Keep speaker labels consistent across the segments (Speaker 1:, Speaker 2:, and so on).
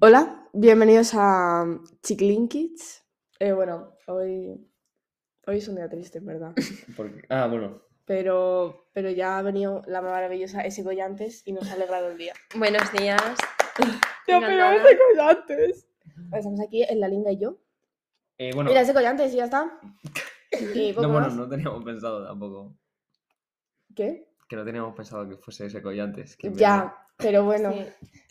Speaker 1: Hola, bienvenidos a Chiclin Kids. Eh, bueno, hoy, hoy es un día triste, en ¿verdad?
Speaker 2: Porque- Ah, bueno.
Speaker 1: Pero, pero ya ha venido la maravillosa ese Collantes y nos ha alegrado el día.
Speaker 3: Buenos días.
Speaker 1: ¡Ya,
Speaker 3: Encantada.
Speaker 1: Collantes! Pues Estamos aquí en la linda y yo.
Speaker 2: Eh, bueno,
Speaker 1: Mira, ese Collantes y ya está. Y poco
Speaker 2: no, bueno,
Speaker 1: más.
Speaker 2: no teníamos pensado tampoco.
Speaker 1: ¿Qué?
Speaker 2: Que no teníamos pensado que fuese ese collantes. que en verdad-
Speaker 1: Ya, pero bueno,
Speaker 3: Sí,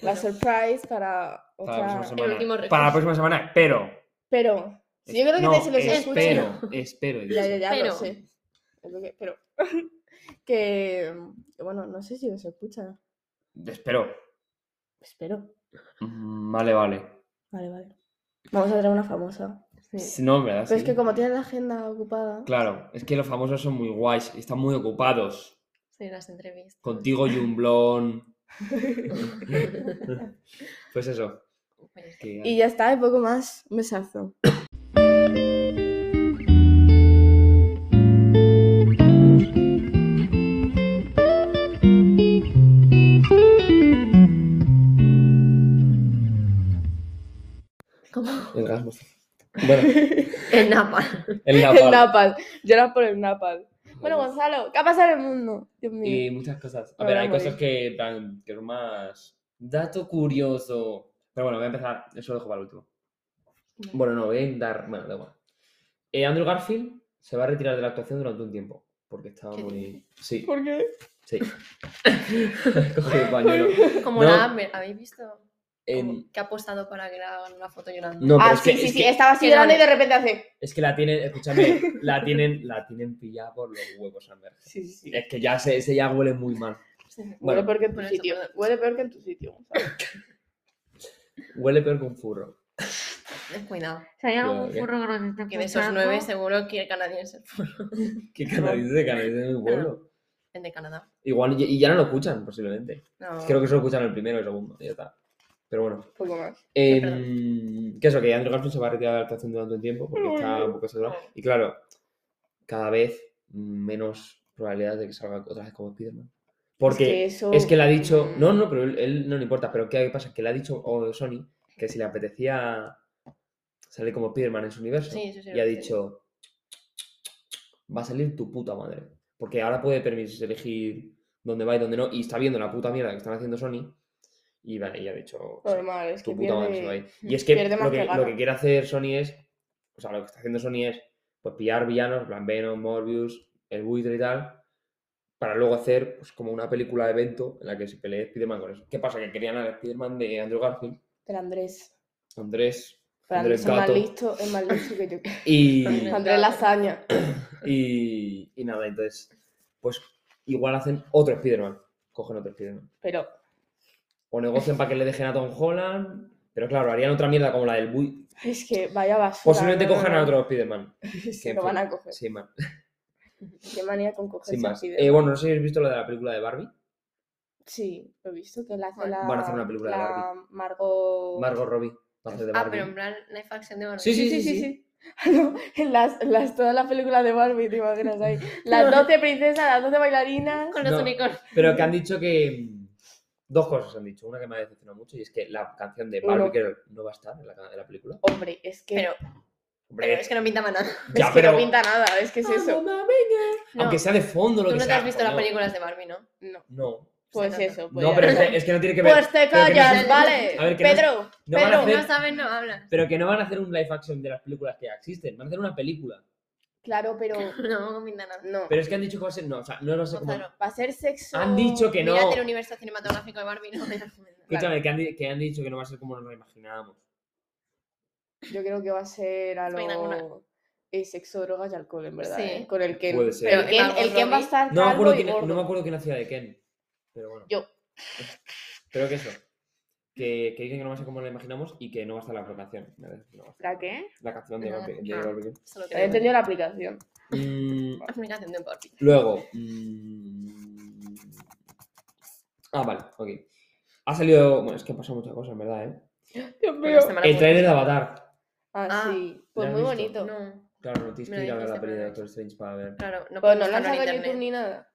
Speaker 1: la
Speaker 3: bueno,
Speaker 1: surprise para
Speaker 2: Para la
Speaker 1: otra...
Speaker 2: próxima semana.
Speaker 3: último recurso.
Speaker 2: Para la próxima semana, pero.
Speaker 1: Pero, si yo creo que
Speaker 2: no,
Speaker 1: te- se los escucha...
Speaker 2: espero, espero. he
Speaker 1: Ya, ya,
Speaker 2: dicho.
Speaker 1: ya, lo
Speaker 3: Pero-
Speaker 1: sé. Es lo que- pero que que, bueno, no sé si se escucha.
Speaker 2: Espero.
Speaker 1: Espero.
Speaker 2: Mm, Vale, vale.
Speaker 1: Vale, vale. Vamos a traer una famosa.
Speaker 2: Sí, No, en verdad.
Speaker 1: Pero es
Speaker 2: ¿Ah, sí.
Speaker 1: que como tiene la agenda ocupada.
Speaker 2: Claro, es que los famosos son muy guays, están muy ocupados.
Speaker 3: Soy unas entrevistas.
Speaker 2: Contigo, Jumblón. pues eso.
Speaker 3: Pues,
Speaker 2: que-
Speaker 1: Y ya está, y poco más. Un besazo.
Speaker 3: ¿Cómo?
Speaker 2: El gas mostaza. Bueno,
Speaker 3: En Napa.
Speaker 2: el
Speaker 1: El
Speaker 2: napalm.
Speaker 1: napal. Lloras por el napal. Bueno, Gonzalo, ¿qué ha pasado en el mundo? Dios mío.
Speaker 2: Y muchas cosas. A
Speaker 1: Me
Speaker 2: ver,
Speaker 1: voy a
Speaker 2: hay
Speaker 1: morir.
Speaker 2: cosas que, en plan, que son más. Dato curioso. Pero bueno, voy a empezar. Eso lo dejo para el último. Bueno, no, voy a dar. Bueno, da igual. Eh, Andrew Garfield se va a retirar de la actuación durante un tiempo. Porque estaba
Speaker 3: ¿Qué
Speaker 2: muy. Sí,
Speaker 1: ¿Por qué?
Speaker 2: sí. Coge el pañuelo.
Speaker 3: Como
Speaker 2: No.
Speaker 3: la Amber, ¿habéis visto?
Speaker 2: Em,
Speaker 3: Como Que ha postado para que le hagan una foto llorando.
Speaker 2: no, pero
Speaker 1: ah,
Speaker 2: es que,
Speaker 1: sí, sí,
Speaker 2: es
Speaker 1: sí.
Speaker 2: que-
Speaker 1: Estaba así
Speaker 3: que
Speaker 1: llorando y
Speaker 3: llora.
Speaker 1: de repente hace.
Speaker 2: es que la tienen, escúchame, la tienen, la tienen pillada por los huevos, Amber.
Speaker 1: Sí, sí, sí.
Speaker 2: Es que ya se, ese ya huele muy mal.
Speaker 1: Huele
Speaker 2: Eh, Bueno,
Speaker 1: peor que en tu
Speaker 3: por eso,
Speaker 1: sitio.
Speaker 3: perdón.
Speaker 1: Huele peor que en tu sitio, Gonzalo.
Speaker 2: huele peor que un furro.
Speaker 3: Cuidado.
Speaker 4: Si hay
Speaker 2: Cuidado,
Speaker 4: algún
Speaker 2: ¿qué?
Speaker 4: furro que nos esté
Speaker 3: Que de esos
Speaker 4: escuchando,
Speaker 3: nueve seguro que el canadiense es el
Speaker 2: ¿Qué canadiense, canadiense de mi pueblo?
Speaker 3: de Canadá.
Speaker 2: Igual, y y ya no lo escuchan, posiblemente.
Speaker 3: No.
Speaker 2: Creo que solo escuchan el primero y el segundo, y ya está. Pero bueno.
Speaker 1: Poco más.
Speaker 2: em,
Speaker 3: perdón.
Speaker 2: que eso, que Andrew Garfield se va a retirar de la actuación durante un tiempo porque está un poco saturado. Y claro, cada vez menos probabilidades de que salga otra vez como Spiderman. Porque es
Speaker 1: eso...
Speaker 2: que, le ha dicho.
Speaker 1: mm,
Speaker 2: No, no, pero él, él no le importa. Pero ¿qué pasa? Que le ha dicho oh, Sony que si le apetecía salir como Spiderman en su universo.
Speaker 3: Sí, eso sí
Speaker 2: y
Speaker 3: lo
Speaker 2: ha
Speaker 3: sé.
Speaker 2: dicho. Va a salir tu puta madre. Porque ahora puede permitirse elegir dónde va y dónde no. Y está viendo la puta mierda que están haciendo Sony. Y vale, y ha dicho.
Speaker 1: Normal, es que
Speaker 2: Tu puta madre
Speaker 1: pierde-
Speaker 2: se va a ir. Y es que
Speaker 1: pierde más
Speaker 2: lo que,
Speaker 1: que
Speaker 2: lo
Speaker 1: gana.
Speaker 2: que quiere hacer Sony es. O sea, lo que está haciendo Sony es pues pillar villanos, en plan Venom, Morbius, el buitre y tal, para luego hacer pues, como una película de evento en la que se pelee Spider-Man con eso. ¿Qué pasa? Que querían al Spider-Man de Andrew Garfield,
Speaker 1: Del Andrés.
Speaker 2: Andrés,
Speaker 1: Pero Andrés
Speaker 2: Andrés
Speaker 1: es más
Speaker 2: Gato.
Speaker 1: listo, es más listo que yo.
Speaker 2: y,
Speaker 3: Andrés.
Speaker 1: Andrés Lasaña.
Speaker 2: y, y nada, entonces, pues igual hacen otro Spider-Man, cogen otro Spider-Man.
Speaker 1: Pero
Speaker 2: O negocian para que le dejen a Tom Holland, pero claro, harían otra mierda como la del buitre.
Speaker 1: es que vaya basura.
Speaker 2: Posiblemente
Speaker 1: no, no,
Speaker 2: cojan a
Speaker 1: no.
Speaker 2: otro Spider-Man.
Speaker 1: Se
Speaker 2: que, en
Speaker 1: lo van
Speaker 2: fin,
Speaker 1: a coger.
Speaker 2: Sin más.
Speaker 3: Pues
Speaker 1: Qué manía con coger
Speaker 2: Sin
Speaker 1: ese
Speaker 2: más.
Speaker 1: video.
Speaker 2: Eh, bueno, no sé si habéis visto lo de la película de Barbie.
Speaker 1: Sí, lo he visto que la hace
Speaker 3: Van
Speaker 1: la.
Speaker 2: a hacer una película de
Speaker 1: la
Speaker 2: Barbie.
Speaker 1: Margot.
Speaker 2: Margot Robbie va a hacer de
Speaker 3: Ah,
Speaker 2: Barbie.
Speaker 3: pero en plan, live action de Marvel.
Speaker 2: Sí,
Speaker 1: Sí, sí, sí. sí. Ah, No, en las, las, todas las películas de Barbie, te imaginas ahí. Las 12 princesas, las 12 bailarinas.
Speaker 3: Con los
Speaker 2: No.
Speaker 3: unicornios.
Speaker 2: Pero que han dicho que. mm, Dos cosas han dicho. Una que me ha decepcionado mucho y es que la canción de Barbie
Speaker 1: Uno.
Speaker 2: Girl no va a estar en la, ca- en la película.
Speaker 1: Hombre, es que.
Speaker 3: Pero,
Speaker 2: Hombre,
Speaker 3: pero es que no pinta más nada.
Speaker 1: es que no pinta nada, es que es eso.
Speaker 3: Ah, No.
Speaker 2: Aunque sea de fondo lo
Speaker 3: Tú
Speaker 2: que
Speaker 3: no te
Speaker 2: sea,
Speaker 3: has visto las
Speaker 2: coño.
Speaker 3: películas de Barbie, ¿no?
Speaker 1: No.
Speaker 2: No.
Speaker 1: Pues
Speaker 3: Se nota.
Speaker 1: eso. Pues,
Speaker 2: No,
Speaker 1: ya
Speaker 2: pero es
Speaker 1: está.
Speaker 2: que, es que no tiene que ver.
Speaker 1: Pues te
Speaker 2: pero que no
Speaker 1: callas,
Speaker 2: se-
Speaker 1: vale.
Speaker 2: A ver, que no-
Speaker 1: Pedro,
Speaker 2: no van a
Speaker 1: Pedro.
Speaker 2: hacer-
Speaker 3: No sabes, no hablas.
Speaker 2: Pero que no van a hacer un live action de las películas que ya existen. Van a hacer una película.
Speaker 1: Claro, pero
Speaker 3: No, no pinta nada.
Speaker 1: no.
Speaker 2: Pero es que han dicho que va a ser. No, o sea, no va a ser como.
Speaker 3: Gonzalo,
Speaker 1: Va a ser sexo.
Speaker 2: Han dicho que no.
Speaker 3: Mírate el universo cinematográfico de Barbie, no me
Speaker 2: Escúchame, que han, di- que han dicho que no va a ser como nos lo imaginábamos.
Speaker 1: Yo creo que va a ser a
Speaker 3: Suena alguna.
Speaker 1: lo eh, sexo, drogas y alcohol, en verdad.
Speaker 3: Sí.
Speaker 1: ¿eh? Con el Ken.
Speaker 2: Puede ser.
Speaker 1: Pero el
Speaker 3: Pero
Speaker 1: Ken,
Speaker 3: Margot
Speaker 1: el Ken va a
Speaker 3: Robbie-
Speaker 1: estar
Speaker 2: No me,
Speaker 1: calvo
Speaker 2: acuerdo
Speaker 1: y
Speaker 2: quién,
Speaker 1: gordo.
Speaker 2: no me acuerdo quién hacía de Ken. Pero bueno.
Speaker 1: Yo.
Speaker 2: Pero que eso. Que, que dicen que no va a ser como lo imaginamos y que no va a estar la aplicación. Me parece que no va a estar.
Speaker 4: ¿La qué?
Speaker 2: La canción de
Speaker 3: No,
Speaker 2: Barbie- de
Speaker 3: ah.
Speaker 2: Barbie.
Speaker 3: Solo
Speaker 1: He
Speaker 3: que
Speaker 1: entendido la aplicación.
Speaker 2: Mm,
Speaker 3: La comunicación de Barbie.
Speaker 2: luego. mm, Ah, vale, ok. Ha salido. Bueno, es que ha pasado muchas cosas, en verdad, ¿eh?
Speaker 1: Dios
Speaker 3: Pero esta semana
Speaker 2: El
Speaker 3: fue-
Speaker 2: trailer de Avatar.
Speaker 1: Ah,
Speaker 3: Ah,
Speaker 1: sí. Pues
Speaker 2: has
Speaker 1: muy
Speaker 2: visto?
Speaker 1: bonito. No.
Speaker 3: No,
Speaker 2: Claro, no tienes
Speaker 3: Me
Speaker 2: que
Speaker 3: lo
Speaker 2: ir a ver la
Speaker 3: dijiste,
Speaker 2: peli de
Speaker 3: pero-
Speaker 2: Doctor Strange para ver.
Speaker 3: claro, no
Speaker 1: Pues
Speaker 3: podemos
Speaker 1: no la han
Speaker 3: buscarlo en
Speaker 1: sacado en YouTube
Speaker 3: internet.
Speaker 1: ni nada.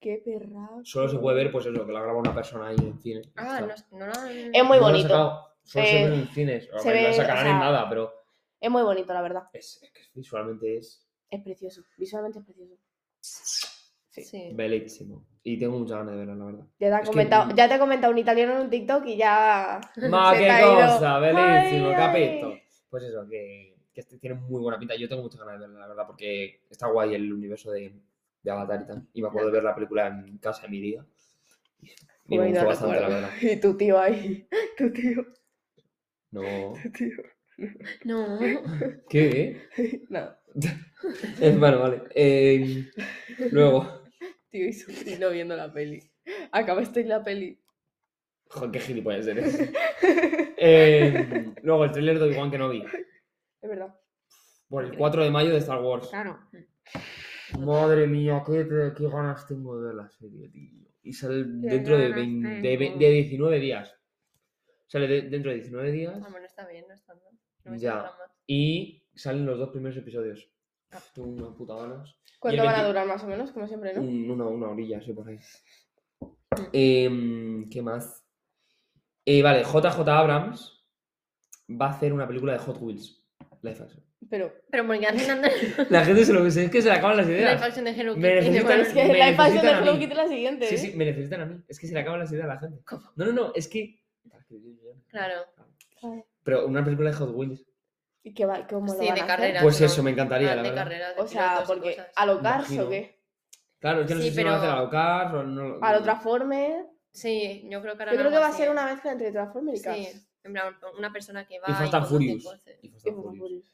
Speaker 1: Qué perra.
Speaker 2: Solo se puede ver, pues eso, que lo ha grabado una persona ahí en cine.
Speaker 3: Ah,
Speaker 2: Ya
Speaker 3: no,
Speaker 2: está.
Speaker 3: no la han-
Speaker 1: Es muy
Speaker 2: No lo han
Speaker 1: bonito.
Speaker 2: sacado. Solo
Speaker 1: Eh,
Speaker 2: se ven en cines.
Speaker 1: se
Speaker 2: la
Speaker 1: ve,
Speaker 2: sacarán
Speaker 1: o sea,
Speaker 2: en nada, pero
Speaker 1: Es muy bonito, la verdad.
Speaker 2: es, es que visualmente es
Speaker 1: Es precioso. Visualmente es precioso. Sí.
Speaker 4: Sí.
Speaker 2: bellísimo. Y tengo muchas ganas de verla, la verdad.
Speaker 1: Ya te, ha
Speaker 2: Es que-
Speaker 1: comentado, ya te ha comentado un italiano en un TikTok y ya.
Speaker 2: ¡Ma,
Speaker 1: se
Speaker 2: qué
Speaker 1: te ha ido.
Speaker 2: cosa! ¡Bellísimo!
Speaker 1: Ay,
Speaker 2: ¿Qué has
Speaker 1: ay.
Speaker 2: visto? Pues eso, que, que este tiene muy buena pinta. Yo tengo muchas ganas de verla, la verdad, porque está guay el universo de, de Avatar y tal. Y me acuerdo de ver la película en casa de mi tía. Y me
Speaker 1: Uy, no
Speaker 2: gustó bastante, la
Speaker 1: recuerdo.
Speaker 2: verdad.
Speaker 1: Y tu tío ahí. Tu tío,
Speaker 2: No.
Speaker 1: tu tío.
Speaker 4: No.
Speaker 2: ¿Qué?
Speaker 1: No,
Speaker 2: Eh, bueno, vale. Eh, luego.
Speaker 1: tío y su tío viendo la peli. Acabasteis la peli.
Speaker 2: Joder, qué gilipollas eres. Eh, luego el tráiler de Obi-Wan Kenobi.
Speaker 1: Es verdad.
Speaker 2: Por el 4 de mayo de Star Wars.
Speaker 1: Claro.
Speaker 2: Madre mía, qué, te- qué ganas tengo de ver la serie, tío. Y sale dentro de,
Speaker 1: ganas
Speaker 2: 20 de, ve-
Speaker 1: tengo.
Speaker 2: de 19 días. Sale de- dentro de 19 días
Speaker 4: Ah, bueno, está bien, no está mal. No me
Speaker 2: Ya.
Speaker 4: sobra más.
Speaker 2: y salen los dos primeros episodios.
Speaker 1: Ah.
Speaker 2: Tengo una puta ganas.
Speaker 1: ¿Cuánto
Speaker 2: el
Speaker 1: van a
Speaker 2: 20
Speaker 1: durar más o menos? Como siempre, ¿no?
Speaker 2: Un- una, una orilla, sí, por ahí.
Speaker 4: Mm.
Speaker 2: Em, ¿Qué más? Eh, vale, JJ Abrams va a hacer una película de Hot Wheels. Life action.
Speaker 1: Pero.
Speaker 4: Pero porque hacen andar
Speaker 2: La gente se lo que es que se le acaban las
Speaker 4: la
Speaker 2: ideas.
Speaker 4: faction de Hello
Speaker 2: Me
Speaker 4: Kitty.
Speaker 2: necesitan-
Speaker 4: bueno,
Speaker 1: Es que
Speaker 2: Me
Speaker 1: la expansión de
Speaker 2: necesitan a
Speaker 1: Hello
Speaker 2: mí.
Speaker 1: Kitty es la siguiente.
Speaker 2: Sí,
Speaker 1: ¿eh?
Speaker 2: sí, me necesitan a mí. Es que se le acaban las ideas a la gente.
Speaker 4: ¿Cómo?
Speaker 2: No, no, no, es que.
Speaker 4: Claro.
Speaker 2: Pero una película de Hot Wheels.
Speaker 1: ¿Y qué va? ¿Cómo lo van
Speaker 4: Sí, de
Speaker 1: a hacer?
Speaker 4: carrera.
Speaker 2: Pues
Speaker 4: no.
Speaker 2: eso, me encantaría,
Speaker 4: Ah,
Speaker 2: la
Speaker 4: de
Speaker 2: verdad.
Speaker 4: carreras, de
Speaker 1: O sea,
Speaker 4: pilotos y
Speaker 1: porque
Speaker 4: cosas.
Speaker 1: a lo Cars o
Speaker 2: Imagino.
Speaker 1: qué?
Speaker 2: Claro, es que no
Speaker 4: Sí,
Speaker 2: sé si lo van a hacer
Speaker 4: pero-
Speaker 2: a lo Cars o no.
Speaker 1: A lo Transformers.
Speaker 4: Sí, yo creo que ahora
Speaker 1: Yo creo que
Speaker 4: algo
Speaker 1: va a
Speaker 4: así,
Speaker 1: ser
Speaker 4: ¿eh?
Speaker 1: una mezcla entre Transformers y Cars.
Speaker 4: Sí, en plan, una persona que va
Speaker 2: Y Fast and
Speaker 4: conduce
Speaker 2: Furious.
Speaker 4: coches.
Speaker 2: Y Fast
Speaker 1: Y
Speaker 2: and
Speaker 1: Fast and
Speaker 2: Furious.
Speaker 1: Furious.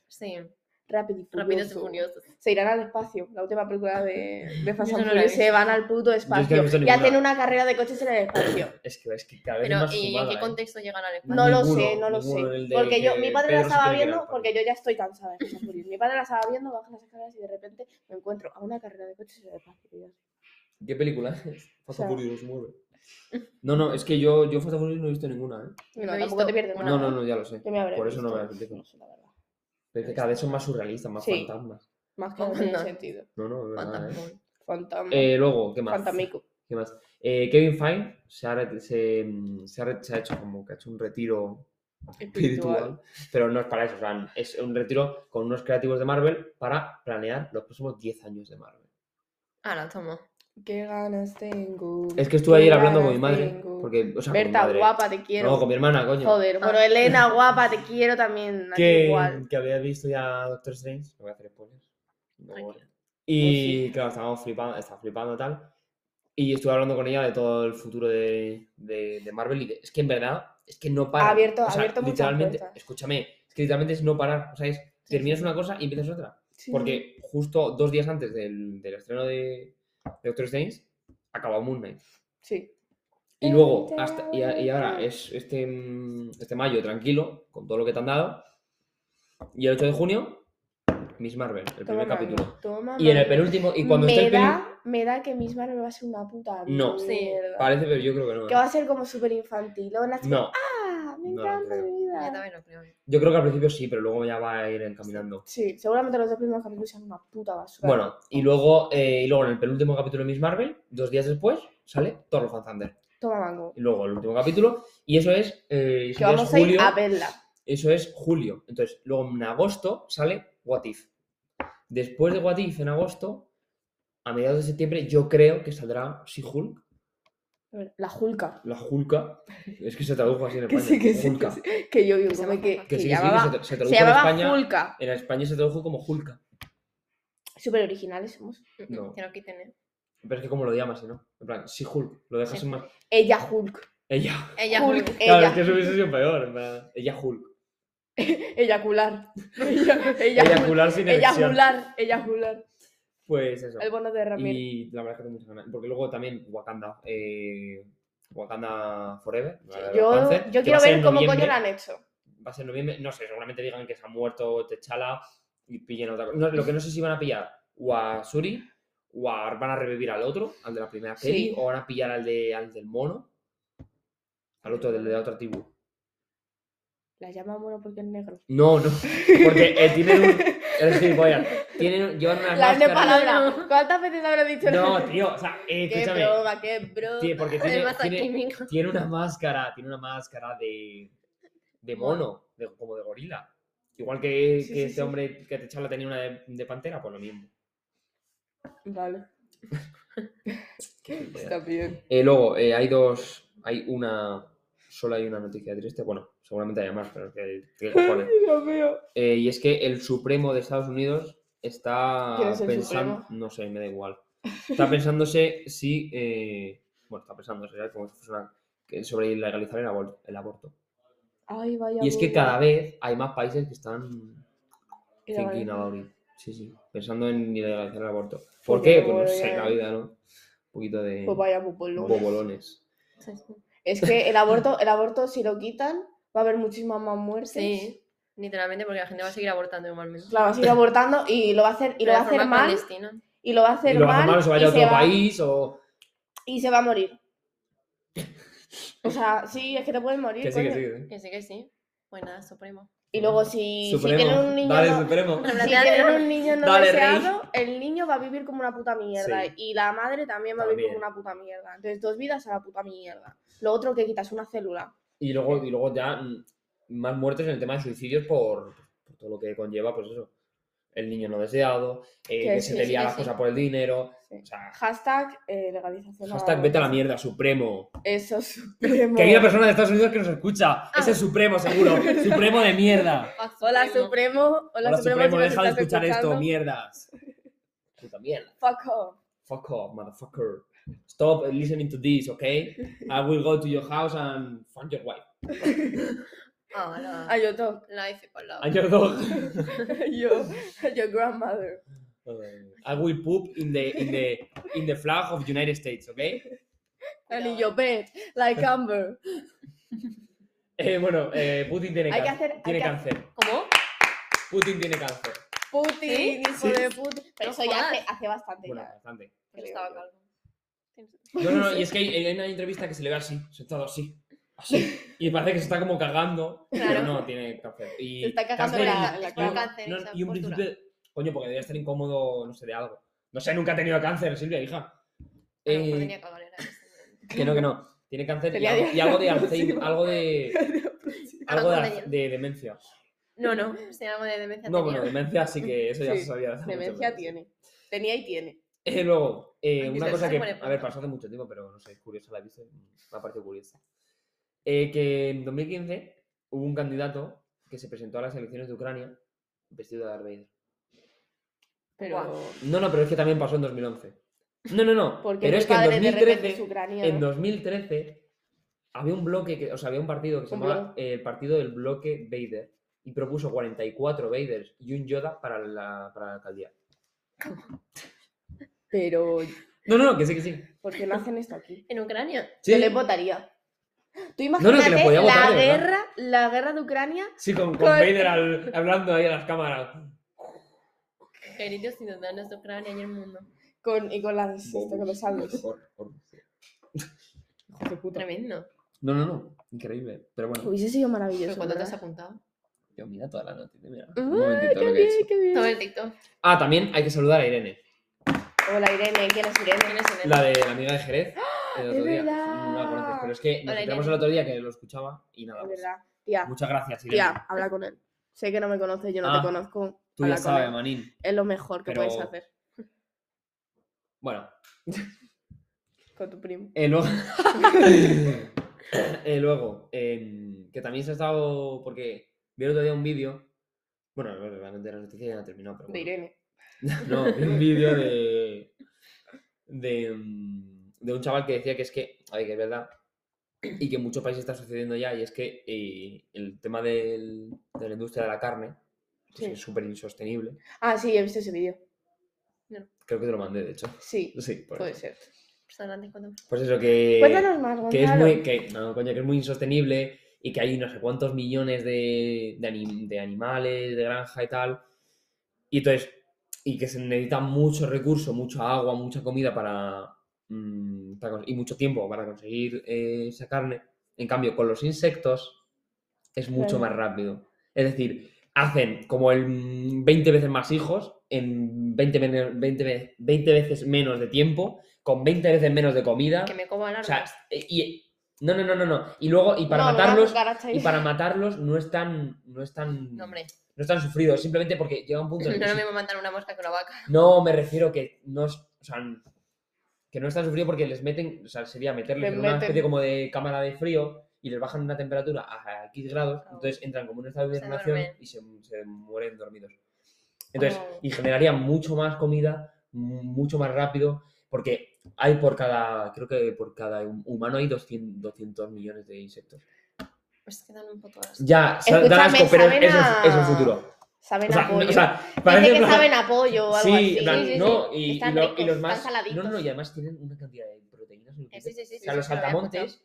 Speaker 4: Sí,
Speaker 1: Rápido y
Speaker 4: rápido y
Speaker 1: Furioso.
Speaker 4: furioso.
Speaker 1: Se irán al espacio. La última película de, de Fast
Speaker 4: Yo
Speaker 1: and
Speaker 4: no la he
Speaker 1: Furious. Se
Speaker 4: visto.
Speaker 1: van al puto espacio.
Speaker 2: visto
Speaker 1: y
Speaker 2: ninguna.
Speaker 1: hacen una carrera de coches en el espacio.
Speaker 2: Es que, es que cada vez
Speaker 4: Pero,
Speaker 2: es más
Speaker 4: ¿y en
Speaker 2: fumada,
Speaker 4: qué
Speaker 2: ¿eh?
Speaker 4: contexto llegan al espacio?
Speaker 1: No lo
Speaker 2: Ninguno,
Speaker 1: sé, no lo sé.
Speaker 2: ninguno, el de
Speaker 1: Porque yo,
Speaker 2: que
Speaker 1: mi padre la
Speaker 2: Pedro se
Speaker 1: estaba
Speaker 2: tiene que ir al
Speaker 1: viendo,
Speaker 2: parque.
Speaker 1: porque yo ya estoy cansada de Fast and Furious. Mi padre la estaba viendo, bajo las escaleras y de repente me encuentro a una carrera de coches en el espacio. Y yo,
Speaker 2: ¿Qué película es? Fast
Speaker 1: O sea-
Speaker 2: and Furious, mueve. No, no, es que yo, yo Fast and Furious no he visto ninguna, ¿eh?
Speaker 4: Yo me
Speaker 1: No,
Speaker 4: he
Speaker 1: tampoco
Speaker 4: visto
Speaker 1: te pierdes
Speaker 4: una
Speaker 1: nada.
Speaker 2: No, no, no, ya lo sé.
Speaker 1: Yo me habré
Speaker 2: Por eso no
Speaker 1: visto,
Speaker 2: me apetece.
Speaker 1: no sé, la verdad.
Speaker 2: Pero es que cada vez son más surrealistas, más
Speaker 1: Sí.
Speaker 2: fantasmas.
Speaker 1: Más que no
Speaker 4: Ojo,
Speaker 1: tiene
Speaker 4: no.
Speaker 1: sentido.
Speaker 2: No, no, es verdad, ¿eh?
Speaker 4: Fantasma.
Speaker 1: Fantasma.
Speaker 2: Eh, Luego, ¿qué más?
Speaker 1: Fantamico.
Speaker 2: ¿Qué más? Eh, Kevin Fine se ha, re- se, mm, se ha re- se ha hecho como que ha hecho un retiro espiritual, pero no es para eso, o sea, es un retiro con unos creativos de Marvel para planear los próximos 10 años de Marvel.
Speaker 4: Ahora, toma.
Speaker 1: Qué ganas tengo.
Speaker 2: Es que estuve
Speaker 1: qué
Speaker 2: ayer hablando con mi
Speaker 1: ganas
Speaker 2: madre,
Speaker 1: tengo.
Speaker 2: porque, o sea, con mi
Speaker 1: Berta,
Speaker 2: madre.
Speaker 1: guapa, te quiero.
Speaker 2: No, con mi hermana, coño.
Speaker 1: Joder, bueno,
Speaker 4: Ah.
Speaker 1: Elena, guapa, te quiero también. a ti
Speaker 2: que,
Speaker 1: Igual.
Speaker 2: que había visto ya Doctor Strange. No voy a hacer spoilers. no voy a-
Speaker 4: Tranquila.
Speaker 2: Y claro, estábamos flipando, estaba flipando tal. Y estuve hablando con ella de todo el futuro de, de- de Marvel. Y de- es que en verdad, es que no para.
Speaker 1: Ha abierto-
Speaker 2: O
Speaker 1: ha
Speaker 2: sea,
Speaker 1: abierto muchas
Speaker 2: literalmente,
Speaker 1: puertas.
Speaker 2: escúchame, es que literalmente es no parar. O sea, es terminas una cosa y empiezas otra.
Speaker 1: Sí.
Speaker 2: Porque justo dos días antes del, del estreno de, de Doctor Strange, acabó Moon Knight.
Speaker 1: Sí.
Speaker 2: Y luego, hasta, y, a- y ahora es este, mm, este mayo tranquilo, con todo lo que te han dado. Y el 8 de junio, Miss Marvel, el
Speaker 1: Toma,
Speaker 2: primer
Speaker 1: mano,
Speaker 2: capítulo.
Speaker 1: toma,
Speaker 2: Y en el
Speaker 1: mano.
Speaker 2: penúltimo, y cuando
Speaker 1: me,
Speaker 2: esté el penúltimo.
Speaker 1: da, me da que Miss Marvel va a ser una puta
Speaker 2: No.
Speaker 4: Sí,
Speaker 1: mierda.
Speaker 2: Parece, pero yo creo que no.
Speaker 1: Que va a ser como súper infantil.
Speaker 2: No,
Speaker 1: ¡Ah! Me
Speaker 2: No lo
Speaker 1: encanta
Speaker 2: creo.
Speaker 1: mi
Speaker 4: Yo
Speaker 1: vida.
Speaker 4: también lo creo. ¿eh?
Speaker 2: yo creo que al principio sí, pero luego ya va a ir encaminando.
Speaker 1: Sí, seguramente los dos primeros capítulos sean una puta basura.
Speaker 2: Bueno, y luego, eh, y luego en el penúltimo capítulo de Miss Marvel, dos días después, sale Thor Love and Thunder.
Speaker 1: Toma mango.
Speaker 2: Y luego el último capítulo, y eso es. eh,
Speaker 1: Que
Speaker 2: eso es
Speaker 1: vamos a ir
Speaker 2: julio.
Speaker 1: a verla.
Speaker 2: Eso es julio. Entonces, luego en agosto sale What If. Después de What If, en agosto, a mediados de septiembre, yo creo que saldrá Si Hulk,
Speaker 1: La Julka.
Speaker 2: la Hulka. Es que se tradujo así en
Speaker 1: Que
Speaker 2: España.
Speaker 1: sí, que sí,
Speaker 2: Hulka.
Speaker 1: que sí. Que yo digo,
Speaker 4: se
Speaker 1: como
Speaker 4: llama
Speaker 1: que,
Speaker 4: Julka.
Speaker 2: Que
Speaker 1: que
Speaker 2: sí, que sí, que se,
Speaker 1: llamaba,
Speaker 2: tra- se
Speaker 1: se
Speaker 2: tradujo en
Speaker 1: llamaba
Speaker 2: España.
Speaker 1: Julka.
Speaker 2: En España se tradujo como Hulka.
Speaker 1: Súper originales somos.
Speaker 2: No.
Speaker 4: Que no quiten, ¿eh?
Speaker 2: Pero es que como lo llamas, ¿eh, ¿no? En plan, Si Hulk, lo dejas
Speaker 4: Sí.
Speaker 2: en más.
Speaker 1: Ella Hulk.
Speaker 2: Ella.
Speaker 4: Ella
Speaker 1: Hulk,
Speaker 4: Hulk.
Speaker 2: Claro,
Speaker 1: ella.
Speaker 2: es que eso hubiese sido peor. en plan, Ella Hulk.
Speaker 1: Eyacular. Ella, ella, Hulk.
Speaker 2: Eyacular sin erección.
Speaker 1: Eyacular. Eyacular.
Speaker 2: Pues eso.
Speaker 1: El bono de Ramírez.
Speaker 2: Y la verdad es que tengo muchas ganas. Porque luego también Wakanda. eh, Wakanda Forever. la de los
Speaker 1: Yo,
Speaker 2: Panzer,
Speaker 1: yo
Speaker 2: que va
Speaker 1: quiero
Speaker 2: a ser
Speaker 1: ver
Speaker 2: en
Speaker 1: cómo coño
Speaker 2: noviembre,
Speaker 1: la han hecho.
Speaker 2: Va a ser en noviembre. No sé, seguramente digan que se ha muerto Techala y pillen otra cosa. No, lo que no sé si van a pillar o a Suri o a- van a revivir al otro, al de la primera
Speaker 1: Sí.
Speaker 2: peli, o van a pillar al, de, al del mono, al otro del de la otra tribu.
Speaker 1: La llama mono porque es negro.
Speaker 2: No, no. Porque eh, tienen un. Es gilipollas. Tienen, llevan unas
Speaker 1: La de
Speaker 2: máscaras-
Speaker 1: palabra. ¿Cuántas veces habrá dicho
Speaker 2: No, tío, o sea, eh,
Speaker 1: Qué
Speaker 2: escúchame.
Speaker 1: broma, qué broma.
Speaker 2: Tiene- porque tiene-
Speaker 4: Además, aquí
Speaker 2: tiene-
Speaker 4: mismo.
Speaker 2: Tiene una máscara, tiene una máscara de. de mono, de- como de gorila. Igual que,
Speaker 5: Sí,
Speaker 2: que
Speaker 5: sí,
Speaker 2: este
Speaker 5: sí.
Speaker 2: hombre que te charla tenía una de, de pantera, pues lo mismo.
Speaker 5: Vale. Está bien.
Speaker 2: Eh, luego, eh, hay dos. Hay una. Solo hay una noticia triste. Bueno, seguramente haya más, pero que. que cojones.
Speaker 5: Dios mío.
Speaker 2: Eh, y es que el Supremo de Estados Unidos está
Speaker 5: ¿Quién es el
Speaker 2: pensando. No sé, me da igual. Está pensándose si. eh, bueno, está pensándose, ¿sabes? Como si fuese una- que sobre ilegalizar el, abor- el aborto.
Speaker 5: Ay, vaya.
Speaker 2: Y es que
Speaker 5: bola.
Speaker 2: cada vez hay más países que están.
Speaker 5: Y la
Speaker 2: Thinking
Speaker 5: verdad-
Speaker 2: about it. Sí, sí. Pensando en ilegalizar el aborto. ¿Por
Speaker 5: Pues
Speaker 2: qué?
Speaker 5: me
Speaker 2: Pues no
Speaker 5: muero
Speaker 2: sé,
Speaker 5: ya.
Speaker 2: la vida, ¿no? Un poquito de.
Speaker 1: Pues vaya popolón.
Speaker 2: Bobolones.
Speaker 4: Sí, sí.
Speaker 1: Es que el aborto, el aborto, si lo quitan, va a haber muchísimas más muertes.
Speaker 4: Sí, literalmente porque la gente va a seguir abortando igualmente.
Speaker 1: Claro, va a seguir abortando y lo va a hacer, y
Speaker 4: Pero
Speaker 1: lo va a
Speaker 4: de forma
Speaker 1: hacer mal.
Speaker 4: clandestina.
Speaker 1: Y lo va a
Speaker 2: Y
Speaker 1: hacer
Speaker 2: lo
Speaker 1: mal.
Speaker 2: hacen mal, o se vaya a
Speaker 1: y
Speaker 2: otro
Speaker 1: va-
Speaker 2: país o.
Speaker 1: y se va a morir. O sea, sí, es que te puedes morir.
Speaker 2: Que sí, que
Speaker 1: coño.
Speaker 2: sí. ¿eh? que sí.
Speaker 4: Que sí, que sí. Pues nada, Supremo.
Speaker 1: Y luego si, si
Speaker 2: Supremo.
Speaker 1: tienen un niño
Speaker 2: Dale,
Speaker 1: no,
Speaker 2: Supremo.
Speaker 1: si
Speaker 4: Replantéate.
Speaker 1: tienen un niño no
Speaker 2: Dale, rey.
Speaker 1: deseado, el niño va a vivir como una puta mierda.
Speaker 2: Sí.
Speaker 1: Y la madre también va a vivir como
Speaker 2: También.
Speaker 1: una puta mierda. Entonces, dos vidas a la puta mierda. Lo otro que quitas una célula.
Speaker 2: Y luego, y luego ya mm, más muertes en el tema de suicidios por, por todo lo que conlleva, pues eso. El niño no deseado, eh,
Speaker 1: Que
Speaker 2: que
Speaker 1: sí,
Speaker 2: se te
Speaker 4: sí,
Speaker 2: lía
Speaker 4: que
Speaker 2: las
Speaker 4: sí.
Speaker 2: cosas por el dinero.
Speaker 1: Sí. pues
Speaker 2: O sea,
Speaker 1: Hashtag eh, legalización.
Speaker 2: hashtag vete a la mierda, Supremo.
Speaker 1: Eso es supremo.
Speaker 2: Que hay una persona de Estados Unidos que nos
Speaker 1: Ah.
Speaker 2: escucha. Ese es Supremo, seguro. Supremo de mierda.
Speaker 4: Ah,
Speaker 1: Hola Supremo. Hola,
Speaker 2: Hola,
Speaker 1: Supremo,
Speaker 2: Supremo,
Speaker 1: si nos
Speaker 2: deja de
Speaker 1: estás
Speaker 2: escuchar
Speaker 1: escuchando.
Speaker 2: esto, mierdas. Puta mierda.
Speaker 1: Fuck off.
Speaker 2: Fuck off, motherfucker. Stop listening to this, okay? I will go to your house and find your wife.
Speaker 4: Ah, la-
Speaker 1: Ay, yo toc.
Speaker 4: Life for love.
Speaker 2: And your dog.
Speaker 1: Yo, yo grandmother.
Speaker 2: I will poop in the in the in the flag of United States, ¿ok?
Speaker 1: And yo pet, like Amber.
Speaker 2: Eh, bueno, eh, Putin tiene,
Speaker 1: Hay que
Speaker 2: cáncer.
Speaker 1: hacer- hay
Speaker 2: tiene
Speaker 1: que hacer-
Speaker 2: cáncer.
Speaker 4: ¿Cómo?
Speaker 2: Putin tiene cáncer.
Speaker 1: Putin,
Speaker 4: ¿Sí?
Speaker 1: hijo
Speaker 2: Sí.
Speaker 1: de puta. Pero
Speaker 4: No
Speaker 1: eso ya hace,
Speaker 4: jodas.
Speaker 1: hace bastante
Speaker 2: Bueno,
Speaker 1: ya.
Speaker 2: bastante.
Speaker 4: Yo
Speaker 1: Creo
Speaker 4: estaba
Speaker 1: yo.
Speaker 4: calvo.
Speaker 2: No, no, no, y es que hay, hay una entrevista que se le ve así, sentado así. Así. Y parece que se está como cagando, pero
Speaker 4: Claro.
Speaker 2: no, tiene cáncer. Y
Speaker 1: Se está cagando
Speaker 2: cáncer
Speaker 1: en
Speaker 2: y-
Speaker 1: la- en la
Speaker 2: y un-
Speaker 1: cara.
Speaker 4: Cáncer,
Speaker 2: no,
Speaker 4: esa
Speaker 2: y un
Speaker 4: postura.
Speaker 2: principio. Coño, porque debía estar incómodo, no sé, de algo. No sé, nunca he tenido cáncer, Silvia, hija.
Speaker 4: A lo mejor
Speaker 2: Eh,
Speaker 4: tenía cagalera. ese.
Speaker 2: Que no, que no. Tiene cáncer y
Speaker 1: Tenía
Speaker 2: algo, y algo de
Speaker 1: diabetes.
Speaker 2: Alzheimer, algo de. Algo de,
Speaker 4: Algo de
Speaker 2: Alz- de demencia.
Speaker 4: No, no. Si algo de demencia
Speaker 2: No,
Speaker 4: tenía.
Speaker 2: bueno, demencia sí que eso ya
Speaker 1: Sí,
Speaker 2: se sabía. hace mucho
Speaker 1: Demencia
Speaker 2: tiempo.
Speaker 1: tiene. Tenía y tiene.
Speaker 2: Eh, luego, eh,
Speaker 4: Ay,
Speaker 2: una
Speaker 4: pero
Speaker 2: cosa
Speaker 4: se
Speaker 2: que,
Speaker 4: muere
Speaker 2: a ver,
Speaker 4: pronto.
Speaker 2: pasó hace mucho tiempo, pero no sé, es curiosa la he visto, me ha parecido curiosa. Eh, que en 2015 hubo un candidato que se presentó a las elecciones de Ucrania vestido de Darth Vader.
Speaker 1: Pero.
Speaker 4: Guau.
Speaker 2: No, no, pero es que también pasó en 2011. No, no, no.
Speaker 1: Porque
Speaker 2: pero
Speaker 1: mi
Speaker 2: es que en
Speaker 1: padre de repente
Speaker 2: 2013,
Speaker 1: es ucraniano.
Speaker 2: en 2013 había un bloque, que, o sea, había un partido que se
Speaker 1: Un
Speaker 2: llamaba eh, el Partido del Bloque Vader y propuso 44 Vaders y un Yoda para la, para la alcaldía.
Speaker 1: Pero.
Speaker 2: No, no, no, que sí, que sí.
Speaker 1: ¿Por qué no hacen esto aquí?
Speaker 4: En Ucrania.
Speaker 2: Sí,
Speaker 1: Yo les votaría. Tú
Speaker 2: no,
Speaker 1: imagínate
Speaker 2: que les podía votar,
Speaker 1: la
Speaker 2: de verdad.
Speaker 1: guerra, la guerra de Ucrania.
Speaker 2: sí con, con
Speaker 1: Con-
Speaker 2: Vader al- hablando ahí a las cámaras.
Speaker 4: Queridos ciudadanos de Ucrania y el mundo.
Speaker 1: Con, y con las esto que lo sabes. Hijo de puta.
Speaker 4: Tremendo.
Speaker 2: No, no, no. Increíble. Pero bueno,
Speaker 1: Hubiese sido
Speaker 4: ¿Pero
Speaker 1: maravilloso.
Speaker 4: cuándo te has
Speaker 1: ¿verdad?
Speaker 4: apuntado?
Speaker 2: yo mira toda la noticia. Mira.
Speaker 1: Ah,
Speaker 2: Un momentito
Speaker 1: qué
Speaker 2: lo que he
Speaker 1: bien,
Speaker 2: hecho.
Speaker 1: qué bien.
Speaker 4: Todo el TikTok.
Speaker 2: Ah, también hay que saludar a Irene,
Speaker 1: Hola Irene, ¿quién es Irene?
Speaker 4: ¿Quién es Irene?
Speaker 2: la de la amiga de Jerez. El otro
Speaker 1: ¡Ah! ¡Es
Speaker 2: día.
Speaker 1: verdad!
Speaker 2: No la conoces, pero es que nos
Speaker 4: Hola,
Speaker 2: enteramos el
Speaker 4: Irene.
Speaker 2: otro día que lo escuchaba y nada.
Speaker 1: Es
Speaker 2: pues,
Speaker 1: verdad. Tía,
Speaker 2: Muchas gracias, Irene.
Speaker 1: tía, habla con él. Sé que no me conoces, yo no
Speaker 2: Ah,
Speaker 1: te conozco.
Speaker 2: Tú
Speaker 1: habla
Speaker 2: ya
Speaker 1: con
Speaker 2: sabes,
Speaker 1: él.
Speaker 2: Manín.
Speaker 1: Es lo mejor que
Speaker 2: Pero-
Speaker 1: puedes hacer
Speaker 2: Bueno,
Speaker 1: con tu primo.
Speaker 2: eh, luego. Eh, luego, em, que también se ha estado. Porque vi el otro día un vídeo. Bueno, realmente la noticia ya terminó, pero.
Speaker 1: De
Speaker 2: bueno.
Speaker 1: Irene.
Speaker 2: No, vi un vídeo de, de, mm, de un chaval que decía que es que, a ver, que es verdad, y que en muchos países está sucediendo ya, y es que eh, el tema del- de la industria de la carne pues,
Speaker 1: Sí.
Speaker 2: es súper insostenible.
Speaker 1: Ah, sí, he visto ese vídeo.
Speaker 2: Creo que te lo mandé, de hecho.
Speaker 1: Sí,
Speaker 2: Sí, por
Speaker 1: puede
Speaker 2: eso.
Speaker 1: ser.
Speaker 4: Restaurantes, ¿cuánto?
Speaker 2: Pues eso, que,
Speaker 1: Cuéntanos más, Gonzalo.
Speaker 2: que es muy, que, no, coño, que es muy insostenible y que hay no sé cuántos millones de, de, ani- de animales, de granja y tal. Y entonces, y que se necesitan muchos recursos, mucha agua, mucha comida para, mm, para cons- y mucho tiempo para conseguir eh, esa carne. En cambio, con los insectos es mucho
Speaker 1: Claro.
Speaker 2: más rápido. Es decir, hacen como el mm, 20 veces más hijos en 20, mene- 20, ve- 20 veces menos de tiempo, con 20 veces menos de comida.
Speaker 4: Que me como
Speaker 2: O sea,
Speaker 4: alarmas.
Speaker 2: eh, y, No, no, no, no, no. Y luego, y para
Speaker 1: No, no, la
Speaker 2: matarlos,
Speaker 1: cucaracha
Speaker 2: y
Speaker 1: ahí.
Speaker 2: para matarlos no están, no están,
Speaker 4: No, hombre.
Speaker 2: no están sufridos, simplemente porque llega un punto en
Speaker 4: No
Speaker 2: el
Speaker 4: es lo
Speaker 2: que sí-
Speaker 4: mismo matar una mosca que una vaca.
Speaker 2: no me refiero que no, es- o sea, que no están sufridos porque les meten, o sea, sería meterles
Speaker 1: Les
Speaker 2: en una
Speaker 1: meten.
Speaker 2: especie como de cámara de frío y les bajan una temperatura a X grados,
Speaker 4: Ah,
Speaker 2: entonces entran como en un estado de
Speaker 4: Se
Speaker 2: hibernación
Speaker 4: duermen.
Speaker 2: y se, se mueren dormidos. Entonces,
Speaker 1: Oh.
Speaker 2: y generaría mucho más comida, mu- mucho más rápido, porque hay por cada, creo que por cada hum- humano hay 200, 200 millones de insectos.
Speaker 4: Pues quedan un poco así.
Speaker 2: Ya, sa- dan
Speaker 1: Escúchame,
Speaker 2: asco, pero
Speaker 1: saben
Speaker 2: eso
Speaker 1: a-
Speaker 2: es, es el futuro.
Speaker 1: Saben
Speaker 2: O sea,
Speaker 1: a
Speaker 2: no-
Speaker 1: pollo.
Speaker 2: o sea,
Speaker 1: Dice
Speaker 2: parece
Speaker 1: que
Speaker 2: en plan-
Speaker 1: saben apoyo o algo así.
Speaker 2: en plan,
Speaker 1: Sí, sí, sí.
Speaker 2: no, y- Y,
Speaker 1: Están
Speaker 2: lo- y
Speaker 1: ricos,
Speaker 2: los
Speaker 1: están
Speaker 2: más. No,
Speaker 1: saladitos.
Speaker 2: no, no, y además tienen una cantidad de proteínas. y
Speaker 4: Eh,
Speaker 2: nutrientes.
Speaker 4: Sí, sí, sí.
Speaker 2: O sea, los saltamontes,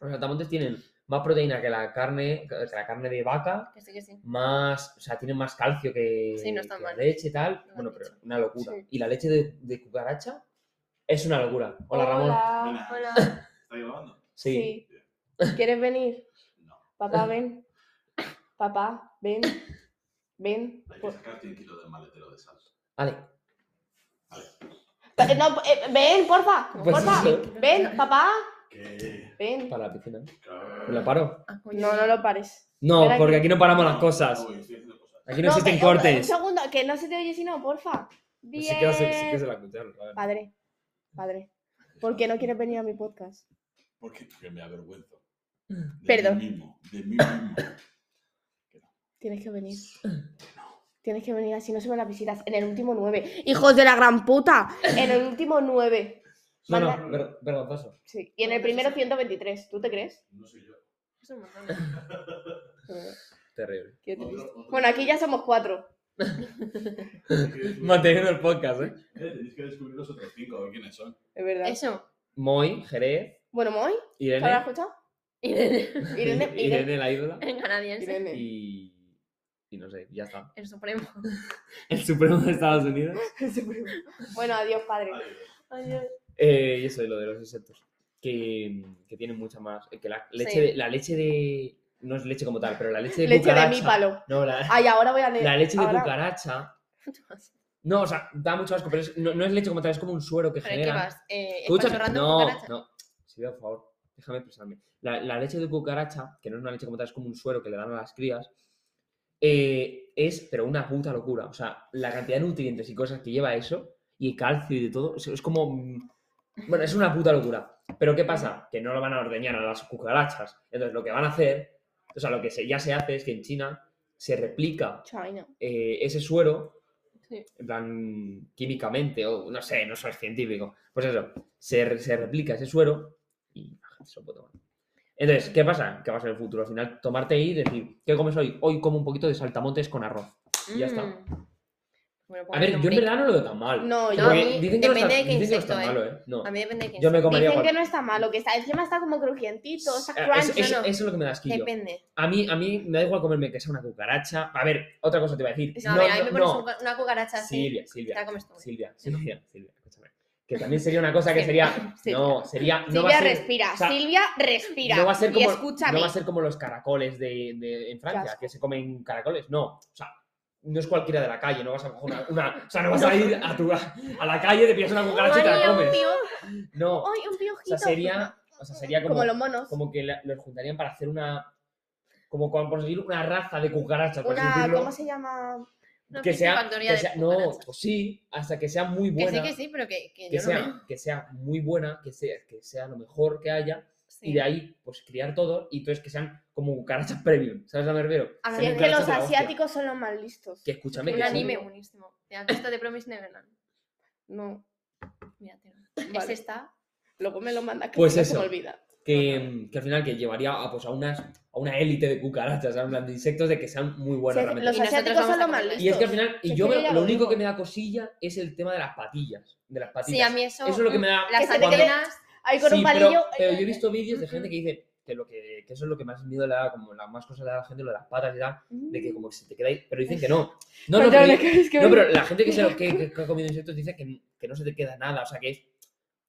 Speaker 2: los saltamontes tienen más proteína que la carne, que la carne de vaca,
Speaker 4: Que sí, que sí.
Speaker 2: más, o sea, tienen más calcio que,
Speaker 4: Sí, no está
Speaker 2: que la
Speaker 4: mal.
Speaker 2: leche y tal.
Speaker 4: Lo has
Speaker 2: bueno, pero
Speaker 4: dicho.
Speaker 2: una locura.
Speaker 1: Sí.
Speaker 2: Y la leche de, de cucaracha es una locura. Hola, Ramón.
Speaker 1: Hola.
Speaker 6: Hola. ¿Está grabando?
Speaker 2: Sí.
Speaker 1: Sí. ¿Quieres venir?
Speaker 6: No.
Speaker 1: Papá, ven. Papá, ven. Ven.
Speaker 6: Hay que
Speaker 1: Por-
Speaker 6: sacar 100 kilos del maletero de sal.
Speaker 2: Vale.
Speaker 1: Eh, No, eh, ven, porfa.
Speaker 2: Pues
Speaker 1: porfa.
Speaker 2: eso.
Speaker 1: Ven, papá.
Speaker 6: Que...
Speaker 1: Ven.
Speaker 2: Para la piscina. ¿eh?
Speaker 6: que-
Speaker 2: ¿La paro?
Speaker 4: Ah, coño.
Speaker 1: No, no lo pares.
Speaker 2: No,
Speaker 1: Espera,
Speaker 2: porque
Speaker 1: que-
Speaker 2: aquí no paramos las
Speaker 6: No,
Speaker 2: cosas.
Speaker 6: uy, estoy haciendo cosas.
Speaker 2: Aquí no, existen
Speaker 1: que- un- Un
Speaker 2: cortes.
Speaker 1: segundo, que no se te oye si no, porfa.
Speaker 2: Pues
Speaker 1: Bien.
Speaker 2: Sí que, se, sí que se la escucharon. a ver.
Speaker 1: Padre, padre. ¿Por qué no quieres venir a mi podcast?
Speaker 6: Porque, porque me avergüenzo. De
Speaker 1: Perdón.
Speaker 6: Mí mismo, de mí mismo.
Speaker 1: Tienes que venir. Tienes que venir, así no se van las visitas. En el último 9. ¡Hijos de la gran puta! En el último 9.
Speaker 2: No, no,
Speaker 1: Manda-
Speaker 2: ver- vergonzoso.
Speaker 1: Sí. Y en el primero 123. ¿Tú te crees?
Speaker 6: No soy yo.
Speaker 4: Es un montón.
Speaker 2: Terrible.
Speaker 1: Qué
Speaker 6: Otro-
Speaker 1: triste.
Speaker 6: otro-
Speaker 1: Bueno, aquí ya somos cuatro.
Speaker 6: Tenéis que descubrir-
Speaker 2: Manteniendo el podcast, ¿eh?
Speaker 6: Eh, Tenéis que descubrir los otros cinco, a ver quiénes son.
Speaker 1: Es verdad.
Speaker 4: Eso.
Speaker 2: Moy, Jerez,
Speaker 1: Bueno, Moy, ¿te habrás
Speaker 2: Irene.
Speaker 1: escuchado?
Speaker 4: Irene.
Speaker 1: Irene,
Speaker 2: I-
Speaker 1: Irene.
Speaker 2: la ídola.
Speaker 4: En canadiense.
Speaker 1: Irene.
Speaker 2: Y. Y no sé, ya está.
Speaker 4: El supremo.
Speaker 2: El Supremo de Estados Unidos.
Speaker 1: Bueno, adiós, padre.
Speaker 6: Ay,
Speaker 4: Adiós.
Speaker 2: Eh, y eso, y lo de los insectos. Que, que tienen mucha más. eh, Que la leche,
Speaker 4: Sí.
Speaker 2: de, la leche de. No es leche como tal, pero la leche de
Speaker 1: Leche de
Speaker 2: cucaracha.
Speaker 1: mi palo.
Speaker 2: No, la,
Speaker 1: Ay, ahora voy a leer.
Speaker 2: la leche de
Speaker 1: ahora-
Speaker 2: cucaracha. No, o sea, da mucho asco, pero es- no, no es leche como tal, es como un suero que
Speaker 4: ¿Pero qué
Speaker 2: genera.
Speaker 4: vas? Eh,
Speaker 2: Escucha,
Speaker 4: espachorrando
Speaker 2: no,
Speaker 4: cucarachas.
Speaker 2: no. Si veo, por favor, déjame expresarme. La, la leche de cucaracha, que no es una leche como tal, es como un suero que le dan a las crías, eh, es, pero una puta locura. O sea, la cantidad de nutrientes y cosas que lleva eso, y calcio y de todo, es, es como. mm, Bueno, es una puta locura. Pero ¿qué pasa? Que no lo van a ordeñar a las cucarachas. Entonces, lo que van a hacer, o sea, lo que se- ya se hace es que en China se replica
Speaker 1: China.
Speaker 2: eh, ese suero,
Speaker 4: Sí.
Speaker 2: en plan químicamente, o no sé, no soy científico, pues eso, se, re- se replica ese suero y la gente se lo puede tomar. Entonces, ¿qué pasa? ¿Qué va a ser el futuro? Al final, tomarte y decir, ¿qué comes hoy? Hoy como un poquito de saltamontes con arroz. Y ya está.
Speaker 4: Mm. Bueno, pues
Speaker 2: A ver, yo en
Speaker 4: lombriz.
Speaker 2: verdad no lo veo tan mal.
Speaker 1: No, yo-
Speaker 2: porque
Speaker 4: a mí
Speaker 2: dicen que no está-
Speaker 4: depende
Speaker 2: dicen
Speaker 4: de qué
Speaker 2: que no está
Speaker 4: insecto,
Speaker 2: malo, ¿eh? No.
Speaker 4: A mí depende de quién
Speaker 2: Yo me
Speaker 4: sea.
Speaker 2: comería
Speaker 1: Dicen que
Speaker 2: cual-
Speaker 1: no está malo, que está encima está como crujientito, está
Speaker 2: Eh, eso,
Speaker 1: crunchy.
Speaker 2: eso-
Speaker 4: no, no.
Speaker 2: eso es lo que me da asquillo.
Speaker 4: Depende.
Speaker 2: A mí, a mí me da igual comerme que sea una cucaracha. A ver, otra cosa te iba a decir.
Speaker 4: No, a
Speaker 2: No,
Speaker 4: ver, ahí
Speaker 2: no,
Speaker 4: me pones
Speaker 2: no.
Speaker 4: un- una cucaracha así.
Speaker 2: Silvia, Silvia.
Speaker 4: Te la comes tú.
Speaker 2: Silvia, Silvia, Silvia, escúchame. Que también sería una cosa que sería.
Speaker 4: Silvia.
Speaker 2: No, sería. No va
Speaker 1: Silvia
Speaker 2: a ser,
Speaker 1: respira,
Speaker 2: o sea,
Speaker 1: Silvia respira.
Speaker 2: no va a ser
Speaker 1: y
Speaker 2: como,
Speaker 1: escúchame.
Speaker 2: no va a ser como los caracoles de, de- en
Speaker 1: Qué
Speaker 2: Francia,
Speaker 1: asco.
Speaker 2: que se comen caracoles. No, o sea, no es cualquiera de la calle, no vas a coger una. una- o sea, no vas a ir a, tu, a la calle, te pillas una cucaracha y te la
Speaker 4: María, un
Speaker 2: comes.
Speaker 4: pío.
Speaker 2: No, o
Speaker 1: Ay, un piojito.
Speaker 2: sea, sería. O sea, sería como,
Speaker 1: Como los monos.
Speaker 2: como que la- los juntarían para hacer una. Como con- por decir, una raza de cucarachas, por así
Speaker 1: Una,
Speaker 2: decirlo,
Speaker 1: ¿cómo se llama?
Speaker 4: Una
Speaker 2: que sea,
Speaker 4: piscifactoría
Speaker 2: que
Speaker 4: de
Speaker 2: sea- no,
Speaker 4: cucarachas.
Speaker 2: pues sí, hasta que sea muy
Speaker 4: Que
Speaker 2: buena
Speaker 4: sí, que sí, pero que, que
Speaker 2: que
Speaker 4: yo no me...
Speaker 2: sea, que sea muy buena, que sea, que sea lo mejor que haya,
Speaker 4: sí.
Speaker 2: y de ahí, pues criar todo, y entonces que sean como cucarachas premium, ¿sabes a lo que me refiero?
Speaker 1: Si
Speaker 4: Ahora
Speaker 2: Sean
Speaker 1: Ah, es que
Speaker 2: cucarachas
Speaker 1: los
Speaker 2: de la hostia.
Speaker 1: asiáticos son los más listos.
Speaker 2: Que escúchame,
Speaker 4: Un
Speaker 2: que sí.
Speaker 4: anime buenísimo. ¿Te has visto de Promise Neverland?
Speaker 1: No,
Speaker 4: Mira, tío. Es
Speaker 1: Vale.
Speaker 4: esta.
Speaker 1: luego me lo manda que
Speaker 2: Pues
Speaker 1: si no
Speaker 2: eso.
Speaker 1: se me olvida.
Speaker 2: que, que al final que llevaría a, pues, a, unas, a una élite de cucarachas, ¿sabes? En plan, de insectos, de que sean muy buenas
Speaker 1: Si es-
Speaker 2: realmente.
Speaker 1: los
Speaker 4: Y nosotros
Speaker 1: asiáticos son
Speaker 4: vamos a
Speaker 1: los más
Speaker 4: comer.
Speaker 1: listos.
Speaker 2: Y es que al final, y
Speaker 1: si
Speaker 2: yo
Speaker 1: es que
Speaker 2: me-
Speaker 1: ya
Speaker 2: lo
Speaker 1: lo
Speaker 2: único
Speaker 1: digo.
Speaker 2: que me da cosilla es el tema de las patillas, de las patillas.
Speaker 4: Sí, a mí eso...
Speaker 2: Eso es lo que me
Speaker 3: mm,
Speaker 2: da-
Speaker 4: Las
Speaker 1: Que se te quede-
Speaker 4: antenas...
Speaker 1: Ahí con un
Speaker 2: Sí, pero-
Speaker 1: palillo. eh,
Speaker 2: Pero, yo he visto vídeos de gente que dice que, lo que, que eso es lo que más miedo le da, como la más cosa le da a la gente, lo de las patas y tal,
Speaker 1: mm.
Speaker 2: de
Speaker 4: Mm.
Speaker 2: que como que se te queda ahí, pero dicen que no. No,
Speaker 4: Pues
Speaker 2: no, pero, No, pero la gente que, se lo- que- que- que ha comido insectos dice que, que no se te queda nada, o sea que es.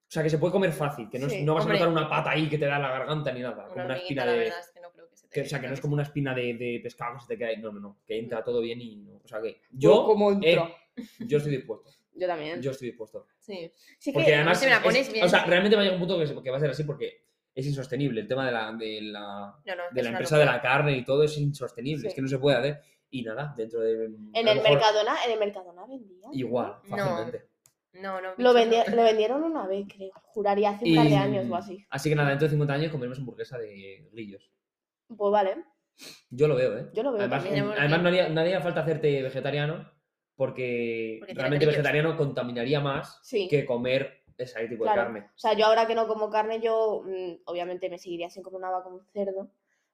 Speaker 2: O sea que se puede comer fácil, que no, es-
Speaker 1: Sí,
Speaker 2: no vas a
Speaker 4: hombre.
Speaker 2: notar una pata ahí que te da en la garganta ni nada. Como
Speaker 4: Una
Speaker 2: una
Speaker 4: hormiguita,
Speaker 2: espina
Speaker 4: la
Speaker 2: de.
Speaker 4: verdad, es que no creo que se te
Speaker 2: que- o sea que no es como una espina de, de pescado que se te queda ahí. No, no, no.
Speaker 4: Mm.
Speaker 2: Que entra todo bien y. no- O sea que. Yo.
Speaker 1: como
Speaker 2: eh, yo estoy dispuesto.
Speaker 1: Yo también.
Speaker 2: Yo estoy dispuesto.
Speaker 4: Sí.
Speaker 1: Sí que-
Speaker 2: Porque además.
Speaker 4: si me la
Speaker 2: es-
Speaker 4: pones bien.
Speaker 2: o sea, realmente va a llegar un punto que, se- que va a ser así porque es insostenible. El tema de la, de la,
Speaker 3: No, no,
Speaker 2: de la
Speaker 3: es una
Speaker 2: empresa de
Speaker 3: locura.
Speaker 2: la carne y todo es insostenible.
Speaker 1: Sí.
Speaker 2: Es que no se puede hacer. Y nada, dentro de. mm, a
Speaker 1: En
Speaker 2: lo
Speaker 1: el
Speaker 2: mejor
Speaker 1: Mercadona, en el Mercadona vendía.
Speaker 2: Igual,
Speaker 3: No.
Speaker 2: fácilmente.
Speaker 3: No, no.
Speaker 1: Lo,
Speaker 3: bicho, no.
Speaker 1: vendi- lo vendieron una vez, creo. Juraría hace un
Speaker 2: Y- mm,
Speaker 1: par de años o así.
Speaker 2: Así que nada, dentro de 50 años comeremos hamburguesa de grillos.
Speaker 1: Pues vale,
Speaker 2: Yo lo veo, ¿eh?
Speaker 1: yo lo veo
Speaker 2: Además,
Speaker 1: también.
Speaker 3: también.
Speaker 2: además no, haría, no haría falta hacerte vegetariano porque,
Speaker 3: Porque tiene
Speaker 2: realmente
Speaker 3: grillos.
Speaker 2: vegetariano contaminaría más
Speaker 1: Sí.
Speaker 2: que comer ese tipo
Speaker 1: Claro.
Speaker 2: de carne.
Speaker 1: O sea, yo ahora que no como carne, yo mm, obviamente me seguiría sin comer una vaca como un cerdo.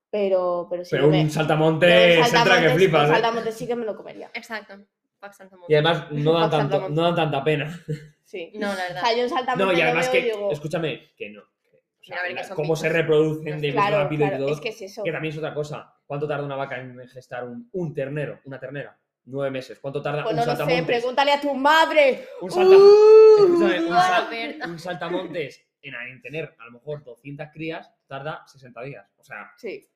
Speaker 1: Pero, pero sí
Speaker 2: Pero
Speaker 1: me...
Speaker 2: un saltamonte
Speaker 1: pero
Speaker 2: se
Speaker 1: un
Speaker 2: entra que
Speaker 1: saltamontes-
Speaker 2: flipas,
Speaker 1: un
Speaker 2: ¿eh?
Speaker 1: saltamontes sí que me lo comería.
Speaker 3: Exacto. Pax Santo Monte.
Speaker 2: Y además no dan,
Speaker 1: Un
Speaker 2: tanto,
Speaker 1: saltamonte.
Speaker 2: no dan tanta pena.
Speaker 1: Sí.
Speaker 3: No, la
Speaker 1: O
Speaker 3: verdad.
Speaker 1: sea, yo un saltamontes
Speaker 2: No, y
Speaker 1: lo veo
Speaker 2: además que,
Speaker 1: digo,
Speaker 2: escúchame, que no. O sea,
Speaker 3: Mira, a ver, que
Speaker 2: la-
Speaker 3: son
Speaker 2: cómo se
Speaker 3: bichos.
Speaker 2: reproducen de bicho
Speaker 1: claro,
Speaker 2: rápido
Speaker 1: claro,
Speaker 2: y todo.
Speaker 1: es que es eso.
Speaker 2: Que también es otra cosa. ¿Cuánto tarda una vaca en gestar un, un ternero, una ternera? Nueve meses. ¿Cuánto tarda
Speaker 1: Pues
Speaker 2: un
Speaker 1: no lo sé,
Speaker 2: saltamontes?
Speaker 1: pregúntale a tu madre.
Speaker 2: Un salta-
Speaker 1: Uh,
Speaker 2: Escúchame, un,
Speaker 1: duda.
Speaker 2: sal-
Speaker 3: Berta.
Speaker 2: un saltamontes en, en tener a lo mejor 200 crías tarda 60 días. O sea,
Speaker 1: Sí,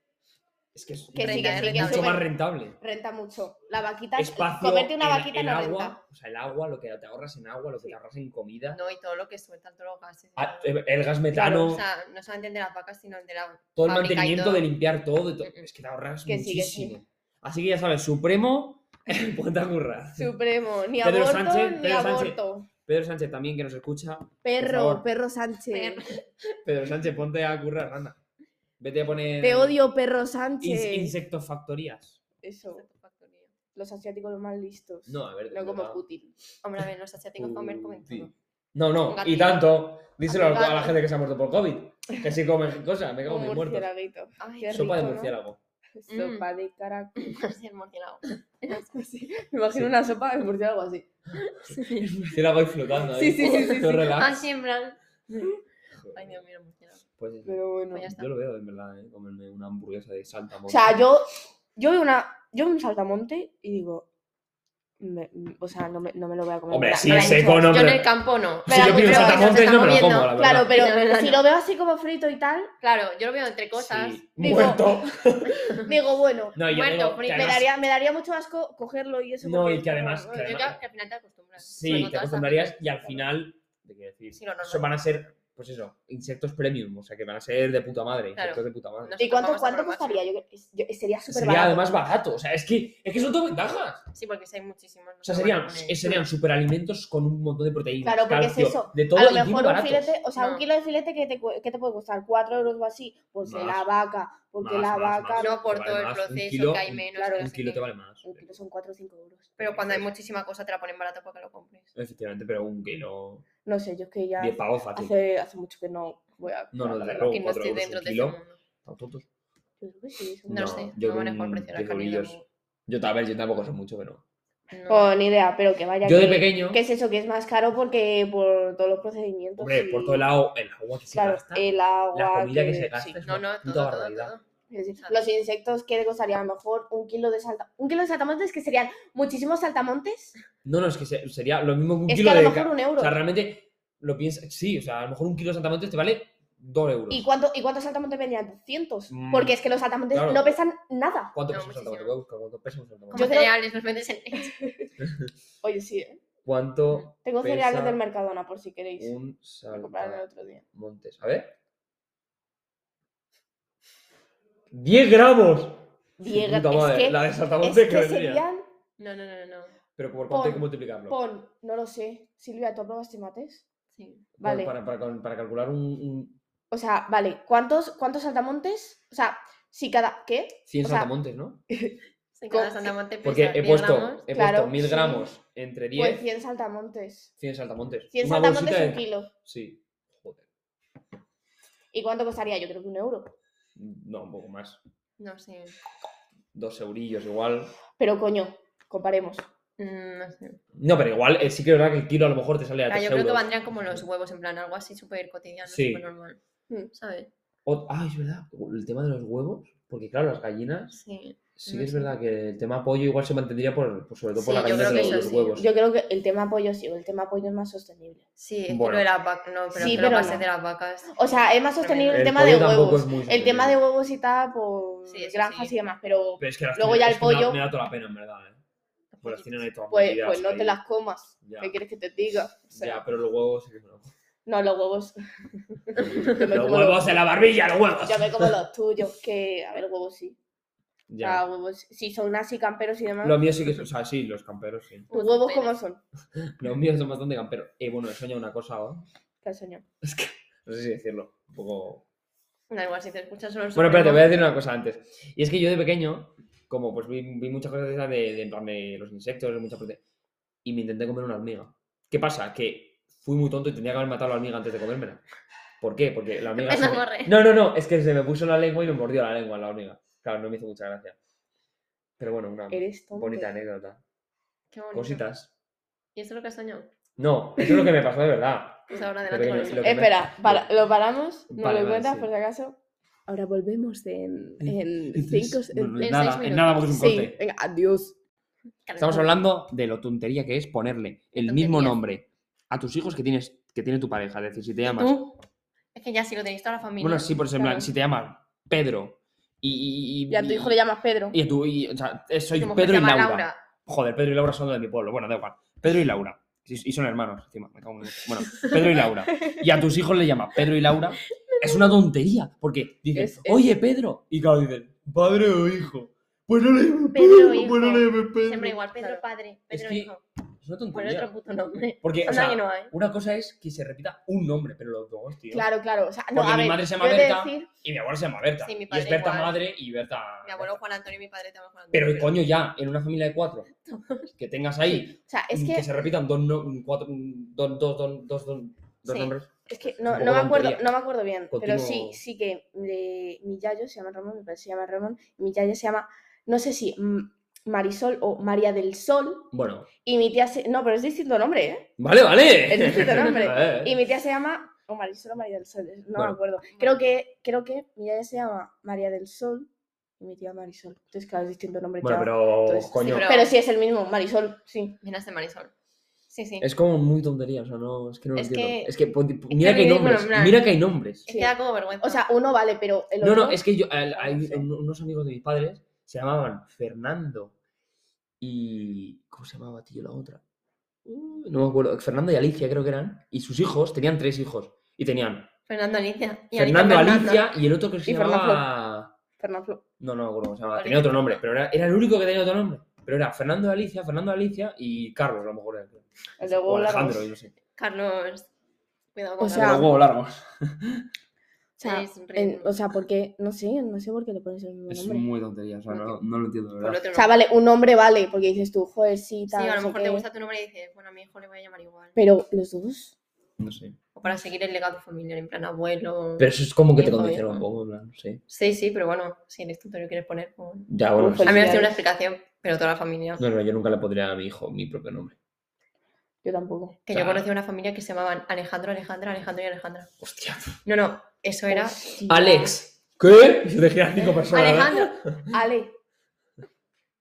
Speaker 2: es que es
Speaker 1: que sí, que sí, que
Speaker 3: Rentable.
Speaker 2: mucho
Speaker 1: súper-
Speaker 2: más rentable.
Speaker 1: renta mucho. La vaquita, eh,
Speaker 2: Espacio,
Speaker 1: comerte una
Speaker 2: el-
Speaker 1: vaquita
Speaker 2: el
Speaker 1: no
Speaker 2: agua,
Speaker 1: renta.
Speaker 2: o sea, el agua, lo que te ahorras en agua, lo que te ahorras en comida,
Speaker 3: No, y todo lo que sueltan todos los gases. de
Speaker 2: ah,
Speaker 3: la-
Speaker 2: el el gas metano,
Speaker 3: O sea, no solamente el de las vacas, sino el de la.
Speaker 2: todo el
Speaker 3: fábrica y
Speaker 2: mantenimiento
Speaker 3: todo.
Speaker 2: de limpiar todo. y todo.
Speaker 3: Mm, mm.
Speaker 2: Es que te ahorras
Speaker 1: Que sí, que sí.
Speaker 2: muchísimo. Así que ya sabes, Supremo, ponte a currar.
Speaker 1: Supremo, ni
Speaker 2: Pedro
Speaker 1: aborto,
Speaker 2: Sánchez,
Speaker 1: ni
Speaker 2: Pedro Sánchez.
Speaker 1: aborto.
Speaker 2: Pedro Sánchez también, que nos escucha. favor.
Speaker 1: Perro, perro Sánchez.
Speaker 2: Pedro Sánchez, ponte a currar, anda. Vete a poner
Speaker 1: Te odio, perro
Speaker 2: Eh, ins-
Speaker 1: Sánchez.
Speaker 2: insectofactorías.
Speaker 1: Eso, los asiáticos los más listos.
Speaker 2: No, a ver. de
Speaker 1: No como
Speaker 2: verdad.
Speaker 1: Putin.
Speaker 3: Hombre, a ver, los asiáticos comen, comen
Speaker 2: Sí.
Speaker 3: todo.
Speaker 2: No, no,
Speaker 3: Un
Speaker 2: y
Speaker 3: gatillo.
Speaker 2: tanto. Díselo
Speaker 3: Un
Speaker 2: a la
Speaker 3: gato.
Speaker 2: gente que se ha muerto por COVID. Que si comen cosas, me cago en
Speaker 1: Un
Speaker 2: mis muertos.
Speaker 1: murcielaguito.
Speaker 3: Ay,
Speaker 1: Qué
Speaker 2: Sopa de
Speaker 1: rico, ¿no?
Speaker 2: murciélago.
Speaker 3: Mm.
Speaker 1: Sopa de caracol.
Speaker 3: así el murciélago.
Speaker 1: Sí, Me imagino una sopa de murciélago así.
Speaker 2: Murciélago ahí flotando.
Speaker 1: Sí,
Speaker 2: ahí.
Speaker 1: sí, sí, sí,
Speaker 2: Todo
Speaker 1: sí.
Speaker 2: relax.
Speaker 3: Así en plan. Ay, Dios mío, el murciélago.
Speaker 2: Pues,
Speaker 1: Pero bueno.
Speaker 3: Pues ya está.
Speaker 2: yo lo veo, en verdad, ¿eh? comerme una hamburguesa de saltamontes.
Speaker 1: O sea, yo, yo veo una. Yo veo un saltamonte y digo. me- me- o sea, no me, no me lo voy a comer.
Speaker 2: Hombre,
Speaker 1: Me da-
Speaker 2: sí,
Speaker 1: me da
Speaker 2: seco,
Speaker 1: mucho-
Speaker 2: no,
Speaker 3: Yo en
Speaker 2: hombre.
Speaker 3: el campo no.
Speaker 1: me da
Speaker 2: Si yo pido
Speaker 1: mucho-
Speaker 2: saltamontes, no me lo como, la
Speaker 1: Claro,
Speaker 2: verdad.
Speaker 1: pero
Speaker 3: No, no, no,
Speaker 1: si
Speaker 3: no.
Speaker 1: lo veo así como frito y tal,
Speaker 3: Claro, yo lo veo entre cosas.
Speaker 2: Sí,
Speaker 1: Digo-
Speaker 2: Muerto.
Speaker 1: digo, bueno,
Speaker 2: No, y yo
Speaker 3: Muerto,
Speaker 2: digo que
Speaker 3: frito.
Speaker 1: me
Speaker 2: además-
Speaker 1: daría, me daría mucho asco cogerlo y eso.
Speaker 2: No,
Speaker 1: porque
Speaker 2: y
Speaker 1: es
Speaker 2: que
Speaker 1: como,
Speaker 2: además-
Speaker 1: "Ay,
Speaker 2: que
Speaker 3: Yo
Speaker 2: además-
Speaker 3: creo que al final te acostumbras.
Speaker 2: Sí,
Speaker 3: Como
Speaker 2: te
Speaker 3: todas las
Speaker 2: acostumbrarías y al
Speaker 3: cosas.
Speaker 2: final, te quiero decir,
Speaker 3: Sí, lo normal.
Speaker 2: eso van a ser, pues eso, insectos premium, o sea que van a ser de puta madre,
Speaker 3: Claro.
Speaker 2: insectos de puta madre.
Speaker 3: Nosotros
Speaker 1: ¿Y cuánto,
Speaker 3: vamos a
Speaker 1: cuánto
Speaker 3: probar.
Speaker 1: costaría? Yo, creo que- yo- sería súper
Speaker 2: sería
Speaker 1: barato.
Speaker 2: además barato, o sea, es que, es que son todo ventajas.
Speaker 3: Sí, porque si hay muchísimos.
Speaker 2: O sea, serían, eh, serían superalimentos con un montón de proteínas,
Speaker 1: Claro, porque es
Speaker 2: calcio,
Speaker 1: eso.
Speaker 2: de todo
Speaker 1: a lo
Speaker 2: y encima
Speaker 1: mejor un
Speaker 2: baratos.
Speaker 1: filete, o sea, un
Speaker 3: No.
Speaker 1: kilo de filete que te, cu- que te puede costar 4 euros o así, porque
Speaker 2: Más.
Speaker 1: la vaca, porque
Speaker 2: Más,
Speaker 1: la
Speaker 2: más,
Speaker 1: vaca,
Speaker 2: más.
Speaker 3: No por
Speaker 2: Vale
Speaker 3: todo el
Speaker 2: más, un
Speaker 3: proceso
Speaker 2: kilo,
Speaker 3: que hay
Speaker 2: un-
Speaker 3: menos.
Speaker 1: claro,
Speaker 3: no
Speaker 2: Un
Speaker 3: sé
Speaker 2: kilo
Speaker 3: qué.
Speaker 2: te vale más. eh.
Speaker 1: un kilo son 4 o 5 euros.
Speaker 3: Pero cuando hay muchísima cosa te la ponen barata porque lo compres.
Speaker 2: Efectivamente, pero un kilo,
Speaker 1: No sé, yo es que ya
Speaker 2: 10 pagos fácil.
Speaker 1: hace, hace mucho que no voy a...
Speaker 2: No, no, desde luego,
Speaker 3: Porque no
Speaker 2: 4
Speaker 3: estoy
Speaker 2: euros
Speaker 3: dentro
Speaker 2: un
Speaker 3: de ese
Speaker 2: kilo.
Speaker 3: mundo.
Speaker 2: ¿Están tontos?
Speaker 1: Yo creo que sí, son
Speaker 3: No,
Speaker 1: unos-
Speaker 3: sé,
Speaker 2: yo
Speaker 3: no
Speaker 2: con
Speaker 3: manejo el precio de la
Speaker 2: 10
Speaker 3: carne.
Speaker 2: eurillos. Yo, tal vez, yo tampoco sé mucho, pero...
Speaker 3: No.
Speaker 1: Oh, ni idea, pero que vaya
Speaker 2: Yo
Speaker 1: que,
Speaker 2: de pequeño,
Speaker 1: que es eso, que es más caro porque por todos los procedimientos
Speaker 2: hombre,
Speaker 1: y-
Speaker 2: por todo el agua, el agua que se
Speaker 1: Claro,
Speaker 2: gasta,
Speaker 1: el agua...
Speaker 2: la comida que, se
Speaker 1: sí.
Speaker 2: gasta es
Speaker 3: No,
Speaker 2: una
Speaker 3: no,
Speaker 2: puta
Speaker 3: todo, todo,
Speaker 2: barbaridad.
Speaker 3: todo.
Speaker 1: Es decir,
Speaker 3: Exacto.
Speaker 1: Los insectos que le costaría a lo mejor un kilo de salta... Un kilo de saltamontes que serían muchísimos saltamontes.
Speaker 2: No, no, es que se- sería lo mismo que un
Speaker 1: Es que
Speaker 2: kilo
Speaker 1: a
Speaker 2: de...
Speaker 1: lo
Speaker 2: ca-
Speaker 1: mejor un euro.
Speaker 2: O sea, realmente lo piensas... Sí, o sea, a lo mejor un kilo de saltamontes te vale 2 euros.
Speaker 1: ¿Y, cuánto, ¿Y cuántos saltamontes vendían? ¿200?
Speaker 2: Mm,
Speaker 1: Porque es que los saltamontes
Speaker 2: claro.
Speaker 1: no pesan nada.
Speaker 2: ¿Cuánto
Speaker 3: No,
Speaker 2: pesa un saltamonte?
Speaker 3: muchísimo.
Speaker 2: Voy a buscar cuánto pesa un saltamonte.
Speaker 3: Como
Speaker 1: creo-
Speaker 3: cereales, los vendes en.
Speaker 1: Oye, sí, ¿eh?
Speaker 2: ¿Cuánto
Speaker 1: Tengo
Speaker 2: Pesa
Speaker 1: cereales del Mercadona, por si queréis.
Speaker 2: un
Speaker 1: Lo compraron el otro día.
Speaker 2: saltamontes? A ver. ¡10 gramos!
Speaker 1: 10
Speaker 2: Puta
Speaker 1: gramos.
Speaker 2: madre,
Speaker 1: Es que,
Speaker 2: la de saltamontes
Speaker 1: es
Speaker 2: que
Speaker 1: que
Speaker 2: vendría.
Speaker 1: serían...
Speaker 3: No, no, no, no, no.
Speaker 2: Pero ¿por cuánto hay que
Speaker 1: pon-
Speaker 2: multiplicarlo?
Speaker 1: Pon, no lo sé. Silvia, ¿tú aprobaste mates?
Speaker 3: Sí.
Speaker 2: Para-
Speaker 1: vale.
Speaker 2: Para, para- para calcular un, un
Speaker 1: O sea, vale, ¿cuántos, cuántos saltamontes? O sea, si cada... ¿Qué?
Speaker 2: 100
Speaker 1: O sea,
Speaker 2: saltamontes, ¿no?
Speaker 3: Sí,
Speaker 1: Co-
Speaker 3: cada saltamonte pesa
Speaker 2: Porque he
Speaker 3: 10
Speaker 2: puesto,
Speaker 3: gramos.
Speaker 2: he
Speaker 1: Claro,
Speaker 2: puesto 1000
Speaker 1: sí.
Speaker 2: gramos entre 10,
Speaker 1: Pues 100 saltamontes.
Speaker 2: 100 saltamontes.
Speaker 1: 100
Speaker 2: Una
Speaker 1: saltamontes
Speaker 2: bolsita
Speaker 1: un
Speaker 2: de-
Speaker 1: kilo.
Speaker 2: Sí. Joder.
Speaker 1: ¿Y cuánto costaría? Yo creo que un euro.
Speaker 2: No, un poco más.
Speaker 3: No sé.
Speaker 2: Dos eurillos igual.
Speaker 1: Pero coño, comparemos.
Speaker 3: Mm, No sé.
Speaker 2: No, pero igual eh, sí que es verdad que el kilo a lo mejor te sale a
Speaker 3: Ah,
Speaker 2: 3
Speaker 3: yo creo que
Speaker 2: euros.
Speaker 3: vendrían como los huevos, en plan, algo así súper cotidiano,
Speaker 2: Sí.
Speaker 3: súper normal.
Speaker 1: Mm.
Speaker 3: ¿Sabes?
Speaker 2: O- ah, es verdad. El tema de los huevos. Porque claro, las gallinas...
Speaker 3: Sí.
Speaker 2: Sí
Speaker 3: No
Speaker 2: que es
Speaker 3: sé.
Speaker 2: verdad que el tema pollo igual se mantendría por, por- sobre todo por
Speaker 3: Sí,
Speaker 2: la
Speaker 3: yo
Speaker 2: gallina
Speaker 3: creo
Speaker 2: de
Speaker 3: que
Speaker 2: los,
Speaker 3: eso
Speaker 2: los
Speaker 3: sí.
Speaker 2: huevos.
Speaker 1: Yo creo que el tema pollo sí, el tema pollo es más sostenible.
Speaker 3: Sí, es que
Speaker 2: Bueno.
Speaker 3: lo de las vacas. No, pero
Speaker 1: Sí,
Speaker 3: que
Speaker 1: pero
Speaker 3: lo pases
Speaker 1: no.
Speaker 3: de las vacas.
Speaker 1: O sea, es más sostenible el,
Speaker 2: El
Speaker 1: tema
Speaker 2: pollo
Speaker 1: de
Speaker 2: tampoco
Speaker 1: huevos.
Speaker 2: es muy
Speaker 1: El tema de
Speaker 2: sostenible.
Speaker 1: huevos y tal, por
Speaker 3: Sí, eso
Speaker 1: granjas
Speaker 3: sí.
Speaker 1: y demás, pero
Speaker 2: Pero es que las
Speaker 1: Luego
Speaker 2: tienen-
Speaker 1: ya el
Speaker 2: es que me da-
Speaker 1: pollo-
Speaker 2: Me da toda la pena, en verdad. ¿eh? Pues las tienen ahí todas
Speaker 1: pues,
Speaker 2: metidas
Speaker 1: pues no
Speaker 2: ahí.
Speaker 1: te las comas.
Speaker 2: Ya.
Speaker 1: ¿Qué quieres que te diga? O sea,
Speaker 2: Ya, pero los huevos sí que no.
Speaker 1: No, los huevos. yo, me
Speaker 2: Los
Speaker 1: como los,
Speaker 2: huevos en la barbilla, los huevos.
Speaker 1: yo me como los tuyos, que. A ver, huevos sí.
Speaker 2: Ya.
Speaker 1: Ah, huevos. Si son así camperos y demás.
Speaker 2: Los míos sí que son, o sea, sí, los camperos, sí.
Speaker 3: Pues
Speaker 1: ¿Tus huevos cómo son?
Speaker 2: Los míos son bastante camperos. Y bueno, he soñado una cosa ahora.
Speaker 1: Te has soñado.
Speaker 2: Es que, no sé si decirlo, un poco
Speaker 3: Da igual si te escuchas solo. el
Speaker 2: Bueno,
Speaker 3: sonido.
Speaker 2: espérate, voy a decir una cosa antes. Y es que yo de pequeño, como pues vi, vi muchas cosas de, esas de, de en plan de los insectos, de muchas prote- y me intenté comer una hormiga. ¿Qué pasa? Que fui muy tonto y tenía que haber matado a la hormiga antes de comérmela. ¿Por qué? Porque la hormiga...
Speaker 3: Me
Speaker 2: se me-
Speaker 3: enamoré.
Speaker 2: No, no, no, es que se me puso la lengua y me mordió la lengua la hormiga. Claro, no me hizo mucha gracia. Pero bueno, una
Speaker 1: Eres tonto.
Speaker 2: bonita anécdota.
Speaker 3: Qué bonito.
Speaker 2: Cositas.
Speaker 3: ¿Y eso es lo que has soñado?
Speaker 2: No, eso es lo que me pasó de verdad.
Speaker 3: Pues ahora
Speaker 2: De
Speaker 3: adelante con
Speaker 2: pequeño,
Speaker 3: eso.
Speaker 2: lo que me-
Speaker 1: Espera, para- lo paramos, no
Speaker 2: Vale,
Speaker 1: lo
Speaker 2: vale,
Speaker 1: cuentas
Speaker 2: sí. Eh,
Speaker 1: por si acaso. Ahora volvemos en, en cinco.
Speaker 2: Entonces,
Speaker 1: en-
Speaker 2: bueno, en
Speaker 3: en
Speaker 2: nada,
Speaker 3: seis
Speaker 2: en nada porque
Speaker 3: minutos.
Speaker 2: es un corte.
Speaker 1: sí, venga, adiós.
Speaker 2: Estamos hablando de lo tontería que es ponerle el mismo
Speaker 3: Tontería.
Speaker 2: nombre a tus hijos que tienes que tiene tu pareja. Es decir, si te llamas.
Speaker 3: ¿Tú? Es que ya si lo tenéis toda la familia.
Speaker 2: Bueno, sí, por ejemplo,
Speaker 3: claro.
Speaker 2: si te llamas Pedro y. y-
Speaker 1: Y a tu hijo le llamas Pedro.
Speaker 2: Y a tu. y- o sea, es- soy
Speaker 3: Tu mujer
Speaker 2: Pedro
Speaker 3: se
Speaker 2: y
Speaker 3: llama
Speaker 2: Laura. Joder, Pedro y Laura son de mi pueblo. Bueno, da igual. Pedro y Laura. Y y son hermanos, encima. me cago en- Bueno, Pedro y Laura. Y a tus hijos le llamas Pedro y Laura. Es una tontería, porque dicen,
Speaker 1: Es- es-
Speaker 2: oye, Pedro. Y claro, dicen, padre o hijo. Pues no le llames
Speaker 3: Pedro,
Speaker 2: Pedro,
Speaker 3: hijo.
Speaker 2: pues no le llames Pedro.
Speaker 3: Siempre igual, Pedro
Speaker 1: Claro.
Speaker 3: padre,
Speaker 2: Es
Speaker 3: Pedro
Speaker 2: que-
Speaker 3: hijo.
Speaker 2: Es una
Speaker 3: Por
Speaker 2: tontería.
Speaker 3: otro puto nombre.
Speaker 2: Porque, o
Speaker 3: Anda
Speaker 2: sea,
Speaker 3: que no hay.
Speaker 2: Una cosa es que se repita un nombre, pero los dos, tío.
Speaker 1: Claro, claro. O sea, no,
Speaker 2: Porque
Speaker 1: a
Speaker 2: mi
Speaker 1: ver,
Speaker 2: madre se llama
Speaker 1: yo he de
Speaker 2: Berta.
Speaker 1: decir-
Speaker 2: Y mi abuela se llama Berta.
Speaker 3: Sí, mi
Speaker 2: y es
Speaker 3: padre
Speaker 2: Berta
Speaker 3: igual.
Speaker 2: madre y Berta.
Speaker 3: Mi abuelo Juan Antonio y mi padre te llaman Juan Antonio.
Speaker 2: Pero coño, ya, en una familia de cuatro, que tengas ahí,
Speaker 1: o sea, es
Speaker 2: mm,
Speaker 1: que,
Speaker 2: se repitan dos, no- mm, cuatro, mm, dos, dos, dos, dos, dos, dos
Speaker 3: Sí.
Speaker 2: nombres.
Speaker 1: es que
Speaker 2: un
Speaker 1: no,
Speaker 2: poco
Speaker 1: no me acuerdo,
Speaker 2: tontería.
Speaker 1: no me acuerdo bien, pero sí,
Speaker 2: Continuo-
Speaker 1: sí que de- mi yayo se llama Ramón, mi padre se llama Ramón, mi yaya se llama, no sé si mm, Marisol o María del Sol,
Speaker 2: Bueno,
Speaker 1: y mi tía se, no, pero es distinto nombre, ¿eh?
Speaker 2: vale, vale.
Speaker 1: Es distinto nombre.
Speaker 2: Vale.
Speaker 1: Y mi tía se llama o Marisol o María del Sol, no
Speaker 2: Bueno.
Speaker 1: me acuerdo. Creo que, creo que mi yaya se llama María del Sol y mi tía Marisol. Entonces, claro, es distinto nombre.
Speaker 2: Bueno,
Speaker 1: claro.
Speaker 2: pero
Speaker 1: Entonces, sí,
Speaker 2: coño,
Speaker 3: pero-
Speaker 1: Pero sí es el mismo, Marisol, sí.
Speaker 3: Vienes de Marisol. Sí, sí.
Speaker 2: es como muy tontería, o sea, no, es que no lo
Speaker 3: Es
Speaker 2: entiendo.
Speaker 3: que-
Speaker 2: es que pon- mira que hay
Speaker 3: ridículo,
Speaker 2: nombres,
Speaker 3: en plan.
Speaker 2: mira que hay nombres.
Speaker 3: Es
Speaker 1: sí.
Speaker 3: que da como vergüenza.
Speaker 1: O sea, uno vale, pero el
Speaker 2: No,
Speaker 1: otro...
Speaker 2: no, es que yo, al- hay
Speaker 1: no sé.
Speaker 2: un- unos amigos de mis padres se llamaban Fernando y. ¿Cómo se llamaba, tío, la otra? Uh, No me acuerdo. Fernando y Alicia, creo que eran. Y sus hijos tenían tres hijos. Y tenían
Speaker 3: Fernando Alicia. Y
Speaker 2: Fernando,
Speaker 3: Alicia, Fernanda.
Speaker 2: Alicia y el otro que se
Speaker 1: Y Fernando.
Speaker 2: llamaba.
Speaker 1: Fernanfloo.
Speaker 2: No, no me acuerdo cómo se llamaba.
Speaker 3: Alicia.
Speaker 2: Tenía otro nombre, pero era, era el único que tenía otro nombre. Pero era Fernando Alicia, Fernando Alicia y Carlos, a lo mejor era.
Speaker 1: El de
Speaker 2: O
Speaker 1: Google Arrows.
Speaker 2: Alejandro, yo no sé.
Speaker 3: Carlos. Cuidado con
Speaker 1: O sea,
Speaker 2: Pero
Speaker 3: Carlos.
Speaker 2: huevo largo.
Speaker 1: O sea,
Speaker 3: Es
Speaker 1: en-
Speaker 3: ridículo.
Speaker 1: o sea, porque, no sé, no sé por qué le pones el mismo
Speaker 2: Es
Speaker 1: nombre.
Speaker 2: muy tontería, o sea, no, no lo entiendo, de
Speaker 3: Por
Speaker 2: verdad.
Speaker 3: otro
Speaker 1: O sea,
Speaker 3: nombre.
Speaker 1: vale, un nombre vale, porque dices tú, joder, sí,
Speaker 3: Sí,
Speaker 1: tal,
Speaker 3: a
Speaker 1: no
Speaker 3: lo
Speaker 1: sé
Speaker 3: mejor te
Speaker 1: qué.
Speaker 3: gusta tu nombre y dices, bueno, a mi hijo le voy a llamar igual.
Speaker 1: Pero los dos,
Speaker 2: No sé.
Speaker 3: O para seguir el legado familiar, en plan abuelo.
Speaker 2: Pero eso es como que te
Speaker 3: Hijo,
Speaker 2: condiciona un
Speaker 3: hijo.
Speaker 2: poco, en plan, sí.
Speaker 3: Sí, sí, pero bueno, si eres tú te lo quieres poner. pues-
Speaker 2: Ya, bueno,
Speaker 1: Ujú,
Speaker 2: sí.
Speaker 3: A mí me hace una
Speaker 1: Felicidades.
Speaker 3: explicación, pero toda la familia.
Speaker 2: No, no, yo nunca le pondría a mi hijo mi propio nombre.
Speaker 1: yo tampoco.
Speaker 3: Que
Speaker 2: O sea-
Speaker 3: yo conocí una familia que se llamaban Alejandro, Alejandra, Alejandro y Alejandra.
Speaker 2: Hostia.
Speaker 3: No, no, eso era
Speaker 1: Hostia.
Speaker 2: Alex. ¿Qué? Se te giran cinco personas.
Speaker 3: Alejandro.
Speaker 1: Ale.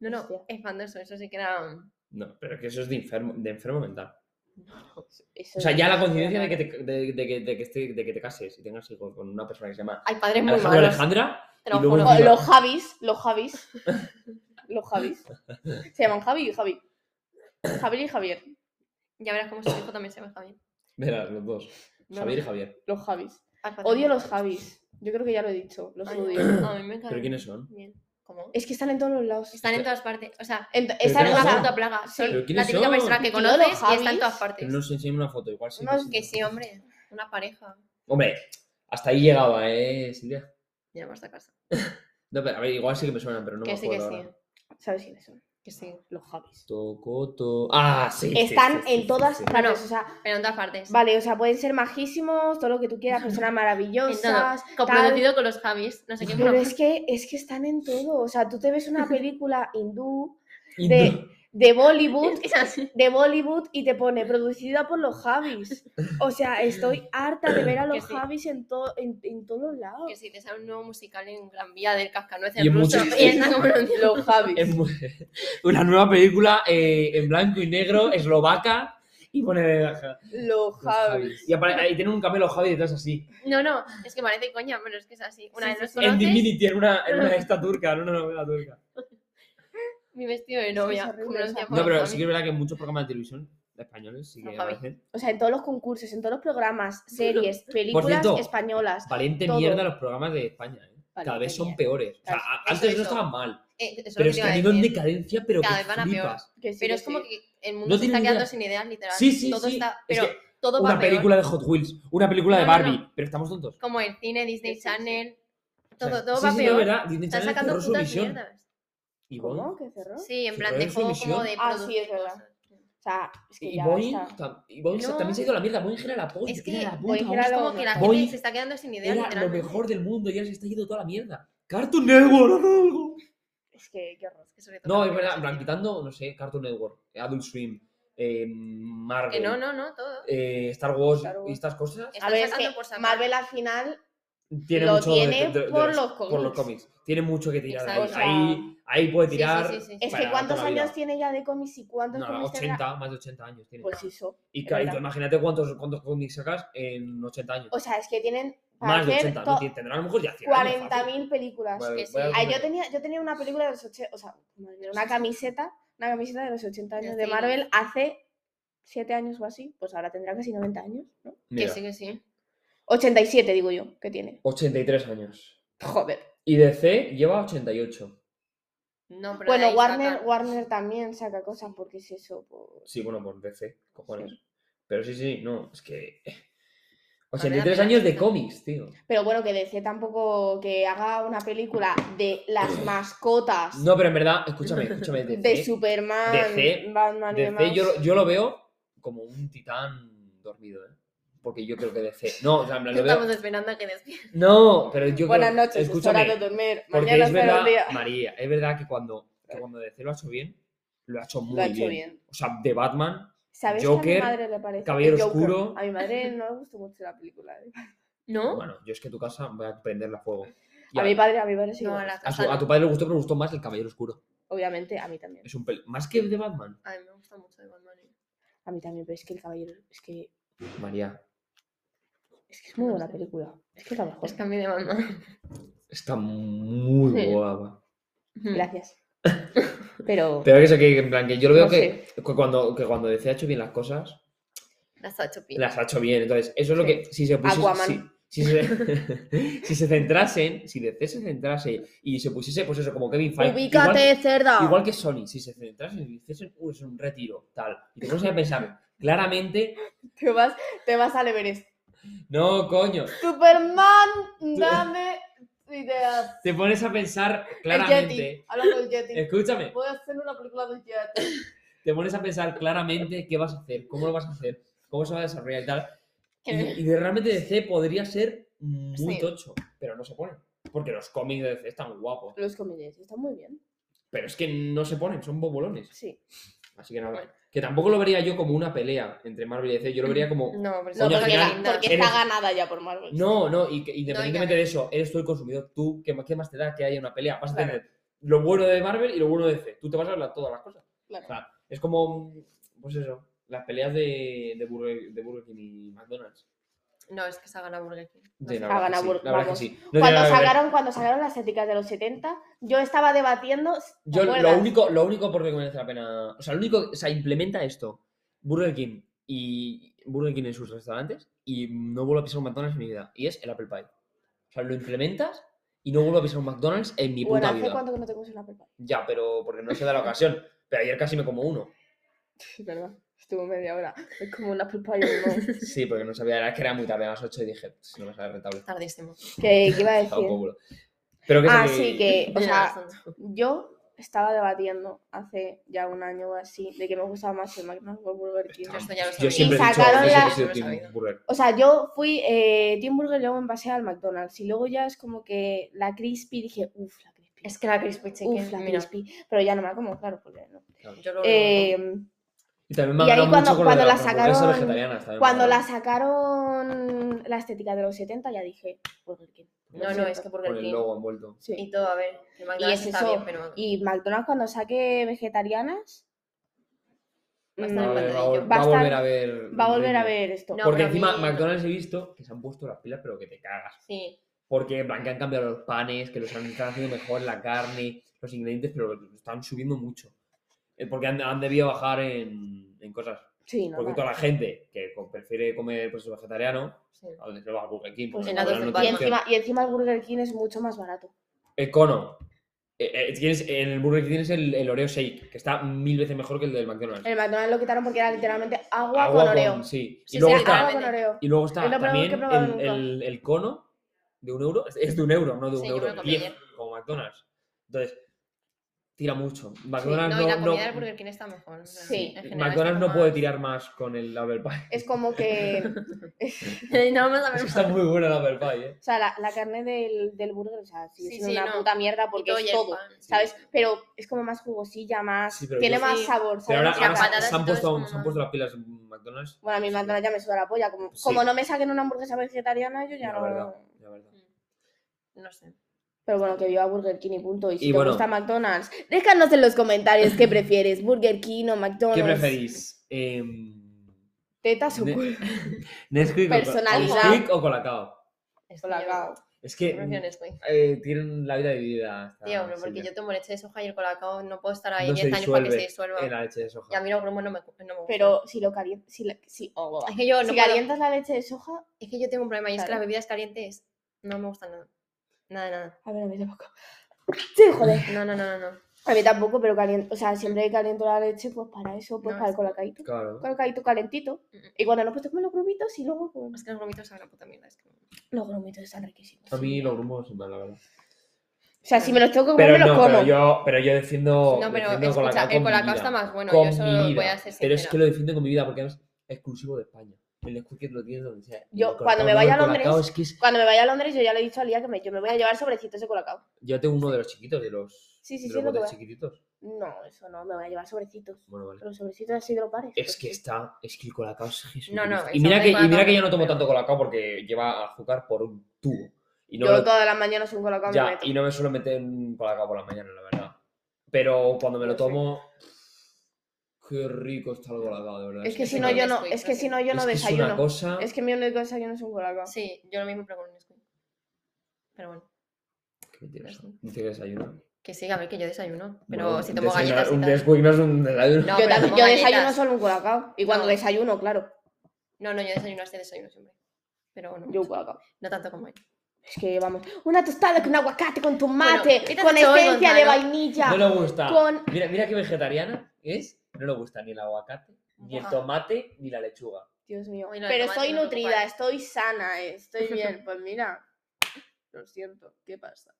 Speaker 3: No, no,
Speaker 1: Hostia.
Speaker 3: es fandoso, eso sí que era. um,
Speaker 2: No, pero que eso es de enfermo, de enfermo mental.
Speaker 1: Eso
Speaker 2: O sea,
Speaker 1: es-
Speaker 2: ya la conciencia de que te, de, de que, de que esté- de que te cases y tengas hijos con una persona que se llama
Speaker 3: Hay padres muy
Speaker 2: Alejandro
Speaker 3: malos.
Speaker 2: Alejandra.
Speaker 3: te lo
Speaker 2: y luego
Speaker 3: juro.
Speaker 2: encima-
Speaker 1: O los Javis, los Javis. Los Javis. Se llaman Javi y Javi. Javier y Javier.
Speaker 3: Ya verás cómo su hijo también se llama Javier.
Speaker 2: Verás, los dos.
Speaker 1: No,
Speaker 2: Javier y
Speaker 1: no,
Speaker 2: Javier.
Speaker 1: Los Javis.
Speaker 3: Al padre
Speaker 1: Odio
Speaker 3: muy
Speaker 1: los
Speaker 3: malo.
Speaker 1: Javis. Yo creo que ya lo he dicho. Los
Speaker 3: Ay,
Speaker 1: odio.
Speaker 3: no, A mí me
Speaker 2: ¿Pero
Speaker 3: encanta.
Speaker 2: quiénes son?
Speaker 3: Bien. ¿Cómo?
Speaker 1: Es que están en todos los lados.
Speaker 3: Están en todas partes. O sea,
Speaker 1: En to-
Speaker 2: ¿Pero
Speaker 1: están
Speaker 2: qué
Speaker 1: en
Speaker 2: pasa?
Speaker 3: es una
Speaker 1: todas-
Speaker 3: puta plaga.
Speaker 1: Sí.
Speaker 3: Son
Speaker 2: ¿Pero
Speaker 3: la
Speaker 2: quiénes
Speaker 3: típica persona
Speaker 2: son?
Speaker 3: que
Speaker 1: Tío, los
Speaker 3: conoces y está
Speaker 1: Javis.
Speaker 3: en todas partes.
Speaker 2: Que nos enseñen una foto, igual sí.
Speaker 1: Unos
Speaker 2: sí,
Speaker 3: Que
Speaker 2: sí.
Speaker 3: sí, hombre. Una pareja.
Speaker 2: Hombre, hasta ahí llegaba, ¿eh, Silvia?
Speaker 3: Ya basta casa.
Speaker 2: No, pero a ver, igual sí que me suenan, pero no
Speaker 3: que
Speaker 2: me
Speaker 3: sí, que
Speaker 2: acuerdo
Speaker 3: sí.
Speaker 2: ahora.
Speaker 1: ¿Sabes quiénes son?
Speaker 3: Que sí.
Speaker 1: Los Javis.
Speaker 2: Toco, to- Ah, sí. sí,
Speaker 1: Están
Speaker 2: sí, sí,
Speaker 1: en
Speaker 2: sí,
Speaker 1: todas
Speaker 2: sí.
Speaker 1: partes.
Speaker 3: No,
Speaker 1: O sea,
Speaker 3: Pero en todas partes.
Speaker 1: vale, o sea, pueden ser majísimos, todo lo que tú quieras, personas
Speaker 3: En todo.
Speaker 1: maravillosas.
Speaker 3: Coproducido con los Javis. No sé qué.
Speaker 1: Pero
Speaker 3: pro-
Speaker 1: es que, es que están en todo. O sea, tú te ves una película hindú
Speaker 2: Y
Speaker 1: de-
Speaker 2: no-
Speaker 1: de Bollywood
Speaker 3: Es así.
Speaker 1: de Bollywood y te pone producida por los Javis. O sea, estoy harta de ver a los
Speaker 3: sí.
Speaker 1: Javis en, to- en, en todos lados.
Speaker 3: Que sí, te sale un nuevo musical en Gran Vía del Cascanueces
Speaker 2: Y en
Speaker 3: ruso.
Speaker 2: muchos-
Speaker 3: Y está como los
Speaker 1: Los Javis.
Speaker 2: Es mu- una nueva película eh, en blanco y negro, eslovaca, y pone
Speaker 1: Los Javis.
Speaker 2: Y, apare- ahí tienen un camelo Javi detrás así.
Speaker 3: No, no, es que parece coña, pero es que es así. Una
Speaker 1: Sí,
Speaker 3: vez
Speaker 1: sí,
Speaker 3: los
Speaker 1: sí.
Speaker 2: En
Speaker 3: conoces,
Speaker 2: Divinity, en una, en una esta turca, en una novela turca.
Speaker 3: mi vestido de
Speaker 1: es
Speaker 3: novia.
Speaker 1: horrible,
Speaker 3: unos
Speaker 1: o sea.
Speaker 3: días por
Speaker 2: No, pero
Speaker 3: los
Speaker 2: sí que es verdad que en muchos programas de televisión españoles sí
Speaker 3: No,
Speaker 2: que
Speaker 3: Javi.
Speaker 2: aparecen.
Speaker 1: O sea, en todos los concursos, en todos los programas, series, películas
Speaker 2: cierto,
Speaker 1: españolas.
Speaker 2: Valiente
Speaker 1: Todo.
Speaker 2: mierda los programas de España, ¿eh? Cada vez son peores. O sea,
Speaker 3: Claro,
Speaker 2: a-
Speaker 3: eso,
Speaker 2: antes
Speaker 3: eso.
Speaker 2: no estaban mal,
Speaker 3: Eh, eso
Speaker 2: pero es
Speaker 3: es lo
Speaker 2: que
Speaker 3: que
Speaker 2: han
Speaker 3: te
Speaker 2: ido
Speaker 3: iba a
Speaker 2: en
Speaker 3: decir.
Speaker 2: decadencia, pero
Speaker 3: Cada
Speaker 2: que
Speaker 3: vez van a
Speaker 2: flipas.
Speaker 1: Que sí,
Speaker 3: Pero
Speaker 1: que
Speaker 3: es como
Speaker 1: sí.
Speaker 3: que el mundo
Speaker 2: No
Speaker 3: se está
Speaker 2: tienen
Speaker 3: quedando
Speaker 2: idea.
Speaker 3: sin ideas, literal.
Speaker 2: Sí, sí,
Speaker 3: todo
Speaker 2: sí.
Speaker 3: está,
Speaker 2: Es
Speaker 3: pero
Speaker 2: que
Speaker 3: todo va
Speaker 2: Una
Speaker 3: peor.
Speaker 2: película de Hot Wheels, una película de
Speaker 3: No, no, no.
Speaker 2: Barbie, pero estamos tontos.
Speaker 3: Como el cine, Disney
Speaker 1: Sí, sí, sí.
Speaker 3: Channel,
Speaker 2: O sea,
Speaker 3: todo, todo
Speaker 2: sí,
Speaker 3: va
Speaker 2: sí, de
Speaker 3: peor.
Speaker 2: verdad, Disney
Speaker 3: Están
Speaker 2: Channel
Speaker 3: sacando
Speaker 2: cerró su
Speaker 3: putas
Speaker 2: visión.
Speaker 3: mierdas.
Speaker 2: Y
Speaker 1: ¿Cómo?
Speaker 2: Boing.
Speaker 1: ¿Que cerró?
Speaker 3: Sí, en
Speaker 2: Se
Speaker 3: plan
Speaker 2: traen
Speaker 3: de
Speaker 2: su
Speaker 3: juego como
Speaker 2: visión.
Speaker 3: de
Speaker 1: Ah,
Speaker 3: producir
Speaker 1: sí, es verdad.
Speaker 3: cosas.
Speaker 1: O sea, es que
Speaker 2: Y
Speaker 1: ya
Speaker 2: Boing
Speaker 1: está.
Speaker 2: tam- y Boing se-
Speaker 3: No.
Speaker 2: también se ha ido a la mierda. Boing era la polla.
Speaker 3: Es
Speaker 2: era
Speaker 3: que
Speaker 2: la
Speaker 1: Boing
Speaker 2: puta
Speaker 1: era
Speaker 3: Es
Speaker 1: lo
Speaker 3: como que la
Speaker 1: mejor.
Speaker 3: gente
Speaker 2: Voy-
Speaker 3: se está quedando sin ideas,
Speaker 2: Era lo
Speaker 3: literalmente.
Speaker 2: mejor del mundo y ahora se está yendo toda la mierda. Cartoon Network, haz algo.
Speaker 1: Es que qué horror.
Speaker 3: Que sobre todo
Speaker 2: No,
Speaker 3: la
Speaker 2: es verdad, en
Speaker 3: tecnología.
Speaker 2: plan, quitando, no sé, Cartoon Network, Adult Swim, eh, Marvel,
Speaker 3: Que no, no, no, todo.
Speaker 2: eh, Star, Wars
Speaker 1: Star Wars.
Speaker 2: y estas cosas,
Speaker 3: Es-
Speaker 1: A
Speaker 3: Están
Speaker 1: ver, es
Speaker 3: sacando
Speaker 1: que
Speaker 3: por sacar.
Speaker 1: Marvel al final
Speaker 2: tiene
Speaker 1: lo
Speaker 2: mucho
Speaker 1: tiene por los
Speaker 2: por los
Speaker 1: cómics.
Speaker 2: cómics. Tiene mucho que tirar.
Speaker 3: Exacto.
Speaker 2: Ahí,
Speaker 1: O sea,
Speaker 2: ahí, ahí puede
Speaker 3: Sí,
Speaker 2: tirar.
Speaker 3: sí, sí, sí.
Speaker 1: Es
Speaker 2: para
Speaker 1: que ¿cuántos
Speaker 2: toda la vida.
Speaker 1: años tiene ya de cómics y cuántos
Speaker 2: No,
Speaker 1: cómics tendrá?
Speaker 2: 80, más de 80 años tiene.
Speaker 1: Pues eso.
Speaker 2: y
Speaker 1: es
Speaker 2: claro, y tú
Speaker 1: verdad.
Speaker 2: imagínate cuántos, cuántos cómics sacas en 80 años.
Speaker 1: O sea, es que tienen para
Speaker 2: más de
Speaker 1: hacer
Speaker 2: 80, no,
Speaker 1: to-
Speaker 2: Tien- tendrán a lo mejor ya 100 años, fácil.
Speaker 1: 40.000 películas.
Speaker 2: Vale,
Speaker 3: que sí.
Speaker 2: voy a
Speaker 1: Ay, Ah, yo
Speaker 2: comer.
Speaker 1: tenía, yo tenía una película de los 80, o sea, madre mía, una camiseta, una camiseta de los 80 años de
Speaker 3: Desde
Speaker 1: Marvel hace 7 años o así, pues ahora tendrá casi 90 años, ¿no?
Speaker 3: Que
Speaker 2: Mira,
Speaker 3: sí, que sí.
Speaker 1: 87 digo yo, que tiene.
Speaker 2: 83 años.
Speaker 1: Joder.
Speaker 2: Y DC lleva 88.
Speaker 3: No, pero de
Speaker 1: Bueno,
Speaker 3: ahí
Speaker 1: Warner,
Speaker 3: sacan.
Speaker 1: Warner también saca cosas porque es eso, pues,
Speaker 2: Sí, bueno, por DC, cojones. Pero sí, sí, no, es que.
Speaker 3: me
Speaker 2: 83
Speaker 3: da
Speaker 2: años de
Speaker 3: pena.
Speaker 2: cómics, tío.
Speaker 1: Pero bueno, que DC tampoco que haga una película de las mascotas
Speaker 2: Eh, No, pero en verdad, escúchame, escúchame. DC,
Speaker 1: de Superman,
Speaker 2: DC,
Speaker 1: Batman y demás.
Speaker 2: DC yo, yo lo veo como un titán dormido, ¿eh? Porque yo creo que DC. No, o sea, en plan, lo
Speaker 3: Estamos
Speaker 2: veo.
Speaker 3: esperando a que despierten.
Speaker 2: No, pero yo creo-
Speaker 1: Buenas noches, es hora
Speaker 2: escúchame.
Speaker 1: de dormir.
Speaker 2: Porque
Speaker 1: Mañana
Speaker 2: es
Speaker 1: será
Speaker 2: verdad,
Speaker 1: un día.
Speaker 2: María, es verdad que cuando, que cuando DC lo ha hecho bien, lo ha hecho muy
Speaker 1: Lo ha hecho
Speaker 2: bien.
Speaker 1: bien.
Speaker 2: O sea, de Batman,
Speaker 1: ¿Sabes que a
Speaker 2: Joker,
Speaker 1: mi madre le parece?
Speaker 2: Caballero
Speaker 1: El Joker.
Speaker 2: Oscuro.
Speaker 1: A mi madre no le gustó mucho la película. ¿eh?
Speaker 3: ¿No?
Speaker 2: bueno, yo es que tu casa voy a prenderla a fuego. Y
Speaker 1: A mi padre, a mi padre sí.
Speaker 3: No,
Speaker 1: le
Speaker 3: a la
Speaker 1: gusta.
Speaker 2: a su-
Speaker 3: casa
Speaker 2: a tu padre le gustó, pero le gustó más el Caballero Oscuro.
Speaker 1: Obviamente, a mí también.
Speaker 2: Es un pel- Más que de Batman.
Speaker 3: Ay, me gusta mucho de Batman. eh.
Speaker 1: A mí también, pero es que el caballero. Es que
Speaker 2: María,
Speaker 1: es, que es muy buena película. Es que es la mejor.
Speaker 3: Es que a mí de Batman.
Speaker 2: está muy
Speaker 3: Sí.
Speaker 2: guapa.
Speaker 1: Gracias. Pero.
Speaker 2: Pero que eso, que en plan, que yo lo veo
Speaker 1: No
Speaker 2: que, que cuando, que cuando DC ha hecho bien las cosas,
Speaker 3: Las ha hecho
Speaker 2: las ha hecho bien. Entonces, eso es lo que. Si se pusiese-
Speaker 1: Aquaman.
Speaker 2: Si, si se, si se centrasen, si DC se centrase y se pusiese, pues eso, como Kevin Feige. igual-
Speaker 1: Ubícate, cerda.
Speaker 2: Igual que Sony, si se centrasen y dices, "Uh, es un retiro, tal. Y te pones a pensar, claramente,
Speaker 1: Te, vas, te vas al Everest.
Speaker 2: no, coño.
Speaker 1: Superman, dame ideas.
Speaker 2: Te pones a pensar
Speaker 1: El Yeti.
Speaker 2: claramente. Eh,
Speaker 1: Hablando del Yeti.
Speaker 2: Escúchame,
Speaker 1: Voy a hacer una película del Yeti.
Speaker 2: te pones a pensar claramente qué vas a hacer, cómo lo vas a hacer, cómo se va a desarrollar y tal.
Speaker 3: bien.
Speaker 2: Y, y de- realmente DC podría ser muy
Speaker 3: Sí.
Speaker 2: tocho, pero no se pone. Porque los cómics de DC están guapos.
Speaker 1: Los comediantes están muy bien.
Speaker 2: Pero es que no se ponen, son bobolones.
Speaker 1: Sí.
Speaker 2: Así que nada.
Speaker 3: Bueno.
Speaker 2: Que tampoco lo vería yo como una pelea entre Marvel y DC, yo lo vería como
Speaker 3: No, pero
Speaker 1: No,
Speaker 2: Coño, al
Speaker 1: porque,
Speaker 2: final-
Speaker 1: porque
Speaker 2: eres-
Speaker 1: está ganada ya por Marvel.
Speaker 2: No, no, y que independientemente
Speaker 3: ya.
Speaker 2: de eso, eres tú el consumidor, tú, ¿qué, ma- qué más te da que haya una pelea? Vas a
Speaker 1: Claro.
Speaker 2: tener lo bueno de Marvel y lo bueno de DC. Tú te vas a hablar todas las cosas.
Speaker 1: Claro.
Speaker 2: O sea, es como, mm, pues eso, las peleas de, de, Burger, de Burger King y McDonald's.
Speaker 3: No, es que se ha ganado Burger King. No
Speaker 2: Sí,
Speaker 3: sé.
Speaker 2: la verdad
Speaker 1: Hagan
Speaker 2: que
Speaker 1: a
Speaker 2: sí,
Speaker 1: Burger-
Speaker 2: la verdad
Speaker 1: vamos.
Speaker 2: que sí. No tiene
Speaker 1: cuando,
Speaker 2: nada que ver.
Speaker 1: sacaron, cuando sacaron las éticas de los 70, yo estaba debatiendo. ¿te
Speaker 2: Yo
Speaker 1: acuerdas?
Speaker 2: lo único, lo único por lo que merece la pena, o sea, lo único, o sea, implementa esto, Burger King y Burger King en sus restaurantes y no vuelvo a pisar un McDonald's en mi vida, y es el Apple Pie. O sea, lo implementas y no vuelvo a pisar un McDonald's en mi
Speaker 1: Bueno,
Speaker 2: puta
Speaker 1: ¿hace
Speaker 2: vida.
Speaker 1: cuánto que no te comes una pepa?
Speaker 2: Ya, pero porque no se da la ocasión. Pero ayer casi me como uno.
Speaker 1: Es verdad, estuvo media hora. Es como una pepa y un
Speaker 2: Sí, porque no sabía, era que era muy tarde, a las 8 y dije, si no me sale rentable.
Speaker 3: Tardísimo.
Speaker 1: ¿Qué, qué iba a
Speaker 2: Estaba
Speaker 1: decir?
Speaker 2: un poco. Pero que
Speaker 1: Ah, sí, que, o
Speaker 3: Tienes
Speaker 1: sea,
Speaker 3: razón.
Speaker 1: yo estaba debatiendo hace ya un año o así de que me gustaba más el McDonald's o el Burger King.
Speaker 3: Yo esto ya lo
Speaker 2: Yo
Speaker 3: sabía.
Speaker 1: Y
Speaker 2: siempre he dicho, yo
Speaker 1: sacaron
Speaker 2: siempre
Speaker 1: la-
Speaker 2: he sido
Speaker 3: Lo
Speaker 2: Team
Speaker 3: sabía.
Speaker 2: Burger.
Speaker 1: O sea, yo fui eh, Team Burger y luego me pasé al McDonald's. Y luego ya es como que la crispy dije, uff, la crispy.
Speaker 3: Es que la Crispy
Speaker 1: Uf, la
Speaker 3: Chicken, mira.
Speaker 1: crispy. Pero ya no me la como, claro, porque no.
Speaker 3: Yo lo
Speaker 1: Eh,
Speaker 2: Y también me ha
Speaker 1: y ahí
Speaker 2: ganado
Speaker 1: cuando-
Speaker 2: mucho con lo de
Speaker 1: cuando
Speaker 2: las
Speaker 1: la
Speaker 2: hamburguesas
Speaker 1: sacaron-
Speaker 2: vegetarianas también.
Speaker 1: Cuando la
Speaker 2: las
Speaker 1: sacaron la estética de los 70 ya dije "Pues, Burger King.
Speaker 3: No, no, es que
Speaker 2: Con
Speaker 3: Burger
Speaker 2: el
Speaker 3: King.
Speaker 2: logo envuelto.
Speaker 1: Sí.
Speaker 3: Y todo, a ver. El McDonald's
Speaker 1: es
Speaker 3: está
Speaker 1: eso.
Speaker 3: bien, pero.
Speaker 1: Y McDonald's cuando saque vegetarianas
Speaker 3: Va a
Speaker 1: mm,
Speaker 2: A
Speaker 3: estar
Speaker 2: ver, va, a
Speaker 3: Bastante.
Speaker 2: vol-
Speaker 1: Va
Speaker 2: va
Speaker 1: a
Speaker 2: a
Speaker 1: estar-
Speaker 2: volver a ver.
Speaker 1: va a volver a
Speaker 2: ritmo.
Speaker 1: ver esto.
Speaker 3: No,
Speaker 2: Porque
Speaker 3: pero a
Speaker 2: encima
Speaker 3: mí-
Speaker 2: McDonald's he visto que se han puesto las pilas, pero que te cagas.
Speaker 3: Sí.
Speaker 2: Porque en plan que han cambiado los panes, que los han están haciendo mejor, la carne, los ingredientes, pero lo están subiendo mucho. Eh, Porque han, han debido bajar en, en cosas.
Speaker 1: Sí, no.
Speaker 2: Porque
Speaker 1: vale.
Speaker 2: toda la gente que co- prefiere comer proceso vegetariano,
Speaker 3: Sí.
Speaker 2: a donde se va al Burger King,
Speaker 1: Pues
Speaker 2: porque
Speaker 3: en
Speaker 2: no
Speaker 3: la
Speaker 2: habrá
Speaker 3: doce-
Speaker 2: una
Speaker 1: Y
Speaker 3: Palma.
Speaker 2: opción.
Speaker 1: encima, y encima el Burger King es mucho más barato.
Speaker 2: El cono. Eh, eh, tienes, en el Burger King tienes el, el Oreo Shake, que está mil veces mejor que el del McDonald's.
Speaker 1: El McDonald's lo quitaron porque era literalmente agua, con Oreo.
Speaker 2: sí.
Speaker 3: Sí,
Speaker 2: Y luego
Speaker 3: sí,
Speaker 2: está,
Speaker 1: Agua con Oreo.
Speaker 2: y luego está
Speaker 1: Es lo peor
Speaker 2: también
Speaker 1: que he probado
Speaker 2: el,
Speaker 1: nunca.
Speaker 2: el- el cono de un euro. Es- Es de un euro, no de un
Speaker 3: Sí, yo
Speaker 2: euro.
Speaker 3: me lo
Speaker 2: de
Speaker 3: comí
Speaker 2: 10,
Speaker 3: ayer.
Speaker 2: como McDonald's. Entonces, tira mucho.
Speaker 3: Sí, no,
Speaker 2: McDonald's
Speaker 3: y la
Speaker 2: no,
Speaker 3: comida del
Speaker 2: no-
Speaker 3: Burger King está mejor. en
Speaker 1: Sí.
Speaker 3: realidad, en general está
Speaker 2: McDonald's no
Speaker 3: como
Speaker 2: puede
Speaker 3: más-
Speaker 2: tirar más con el Apple Pie.
Speaker 1: Es como que.
Speaker 3: no, vamos a
Speaker 2: Es
Speaker 3: ver.
Speaker 2: que está muy buena el Apple Pie, ¿eh?
Speaker 1: O sea, la, la carne del, del burger, o sea, sigue
Speaker 3: Sí,
Speaker 1: siendo
Speaker 3: sí,
Speaker 1: una
Speaker 3: no.
Speaker 1: puta mierda porque
Speaker 3: todo
Speaker 1: es
Speaker 3: y el
Speaker 1: todo,
Speaker 3: pan, sí.
Speaker 1: ¿sabes? Pero es como más jugosilla, más.
Speaker 2: Sí, pero
Speaker 1: tiene
Speaker 2: yo-
Speaker 1: más
Speaker 3: Sí.
Speaker 1: sabor, ¿sabes?
Speaker 2: Pero ahora,
Speaker 3: las
Speaker 2: ahora se-
Speaker 3: patatas
Speaker 2: se, han
Speaker 3: y todo es
Speaker 2: puesto,
Speaker 3: como
Speaker 2: se han
Speaker 3: más-
Speaker 2: puesto las pilas en McDonald's.
Speaker 1: Bueno, a mí McDonald's ya me suda la polla. Como,
Speaker 2: Sí.
Speaker 1: como no me saquen una hamburguesa vegetariana, yo ya
Speaker 2: La
Speaker 1: no.
Speaker 2: verdad, la verdad.
Speaker 3: No sé.
Speaker 1: Pero bueno, que viva Burger King y punto. Y si
Speaker 2: Y
Speaker 1: te
Speaker 2: bueno.
Speaker 1: gusta McDonald's, déjanos en los comentarios qué prefieres, Burger King o McDonald's.
Speaker 2: ¿Qué preferís? Em,
Speaker 1: Tetas o
Speaker 2: Ne-
Speaker 1: culo.
Speaker 2: ¿Nesquik o co-
Speaker 1: Personalidad.
Speaker 2: Nesquik o Colacao?
Speaker 3: Esto
Speaker 1: Hola,
Speaker 3: yo-
Speaker 1: Gao.
Speaker 2: Es
Speaker 3: yo
Speaker 2: que
Speaker 3: prefiero Nesquik.
Speaker 2: eh, tienen la vida dividida. hasta
Speaker 3: Tío, hombre, porque
Speaker 2: Silvia.
Speaker 3: yo tomo leche de soja y el colacao no puedo estar ahí
Speaker 2: No
Speaker 3: 10
Speaker 2: se
Speaker 3: años para que se
Speaker 2: disuelve
Speaker 3: disuelva.
Speaker 2: en la leche de soja.
Speaker 3: Y a mí los grumos no me, no me gustan.
Speaker 1: Pero si lo calientas. Si, la- si, oh,
Speaker 3: es que yo no
Speaker 1: si
Speaker 3: puedo-
Speaker 1: calientas la leche de soja.
Speaker 3: Es que yo tengo un problema y es que
Speaker 1: Claro.
Speaker 3: las bebidas calientes no me gustan nada. Nada, nada.
Speaker 1: A ver, a mí tampoco. Sí, joder.
Speaker 3: No, no, no, no. no.
Speaker 1: A mí tampoco, pero caliento. O sea, siempre caliento la leche, pues para eso, pues
Speaker 3: No,
Speaker 1: para el
Speaker 3: es-
Speaker 1: colacadito.
Speaker 2: Claro.
Speaker 1: colocadito calentito.
Speaker 3: Mm.
Speaker 1: Y cuando nos puedes comer los grumitos y luego pues,
Speaker 3: Es que los grumitos son una puta mierda. Es que...
Speaker 1: los grumitos están riquísimos.
Speaker 2: A mí los grumos sí me la verdad.
Speaker 1: O sea, si me los tengo que comer,
Speaker 2: Pero
Speaker 1: me los
Speaker 2: no,
Speaker 1: como.
Speaker 2: pero yo, pero yo defiendo.
Speaker 3: No, pero
Speaker 2: defiendo
Speaker 3: escucha,
Speaker 2: Colacao
Speaker 3: el
Speaker 2: con mi
Speaker 3: Colacao
Speaker 2: vida.
Speaker 3: está más bueno,
Speaker 2: Con
Speaker 3: yo eso
Speaker 2: mi
Speaker 3: voy
Speaker 2: vida.
Speaker 3: a ser
Speaker 2: Pero es
Speaker 3: sincera.
Speaker 2: que lo defiendo con mi vida porque además es exclusivo de España. El Nesquik lo tienes donde sea. Y
Speaker 1: Yo,
Speaker 2: el
Speaker 1: cuando
Speaker 2: Colacao
Speaker 1: me
Speaker 2: no,
Speaker 1: vaya
Speaker 2: el
Speaker 1: a Londres-
Speaker 2: Colacao es que es-
Speaker 1: Cuando me vaya a Londres, yo ya le he dicho a Lía que me, yo me voy a llevar sobrecitos de colacao.
Speaker 2: Yo tengo uno de los chiquitos, de los.
Speaker 1: Sí, sí, sí,
Speaker 2: de los
Speaker 1: es lo que
Speaker 2: botes
Speaker 1: voy.
Speaker 2: chiquititos.
Speaker 1: No, eso no, me voy a llevar sobrecitos.
Speaker 2: Bueno, vale.
Speaker 1: Los sobrecitos así de los pares.
Speaker 2: Es que está, es que el colacao es Jesucristo.
Speaker 3: No, no,
Speaker 2: y
Speaker 3: es
Speaker 2: mira que,
Speaker 3: hombre,
Speaker 2: y mira
Speaker 3: colacao
Speaker 2: que yo no
Speaker 3: no,
Speaker 2: tomo
Speaker 3: pero-
Speaker 2: tanto colacao porque lleva azúcar por un tubo. Y no,
Speaker 1: yo
Speaker 2: lo-
Speaker 1: todas las mañanas un colacao me
Speaker 2: ya,
Speaker 1: meto.
Speaker 2: y no me suelo meter un colacao por la mañana, la verdad. Pero cuando me lo
Speaker 1: No sé.
Speaker 2: tomo, qué rico está el colacao, de verdad.
Speaker 1: Es que si
Speaker 3: es
Speaker 1: no,
Speaker 3: un
Speaker 1: yo no,
Speaker 3: Nesquik,
Speaker 1: es que
Speaker 3: no sé.
Speaker 1: si no, yo
Speaker 2: es
Speaker 1: no
Speaker 2: que Es una
Speaker 1: desayuno.
Speaker 2: cosa...
Speaker 1: Es que mi único desayuno es un colacao.
Speaker 3: Sí, yo lo mismo, pero con un Nesquik. Pero bueno,
Speaker 2: ¿Qué
Speaker 3: es un-
Speaker 2: ¿Qué desayuno?
Speaker 3: que sí, a ver, que yo desayuno. Pero
Speaker 2: Bueno,
Speaker 3: si tomo
Speaker 2: desayunar-
Speaker 3: galletas y
Speaker 2: Un
Speaker 3: tal.
Speaker 2: Nesquik no es un desayuno.
Speaker 3: No,
Speaker 1: yo
Speaker 3: pero
Speaker 1: tam-
Speaker 3: tomo
Speaker 1: yo
Speaker 3: galletas.
Speaker 1: desayuno solo un colacao. Y cuando
Speaker 3: No.
Speaker 1: desayuno, claro,
Speaker 3: No, no, yo desayuno hasta desayuno siempre. Pero bueno,
Speaker 1: yo un colacao.
Speaker 3: no tanto como él.
Speaker 1: Es que vamos, una tostada con aguacate, con tomate,
Speaker 3: ¿qué te has
Speaker 1: con
Speaker 3: hecho hoy,
Speaker 1: esencia de
Speaker 3: Gonzalo?
Speaker 1: vainilla.
Speaker 2: No le gusta.
Speaker 1: Con-
Speaker 2: Mira, mira qué vegetariana es. No le gusta ni el aguacate, ni el
Speaker 3: Buah.
Speaker 2: tomate, ni la lechuga.
Speaker 1: Dios mío.
Speaker 3: Uy, no, el
Speaker 1: Pero
Speaker 3: tomate
Speaker 1: estoy
Speaker 3: no me
Speaker 1: nutrida,
Speaker 3: preocupa.
Speaker 1: estoy sana, eh, estoy bien. Pues mira. Lo siento, ¿qué pasa?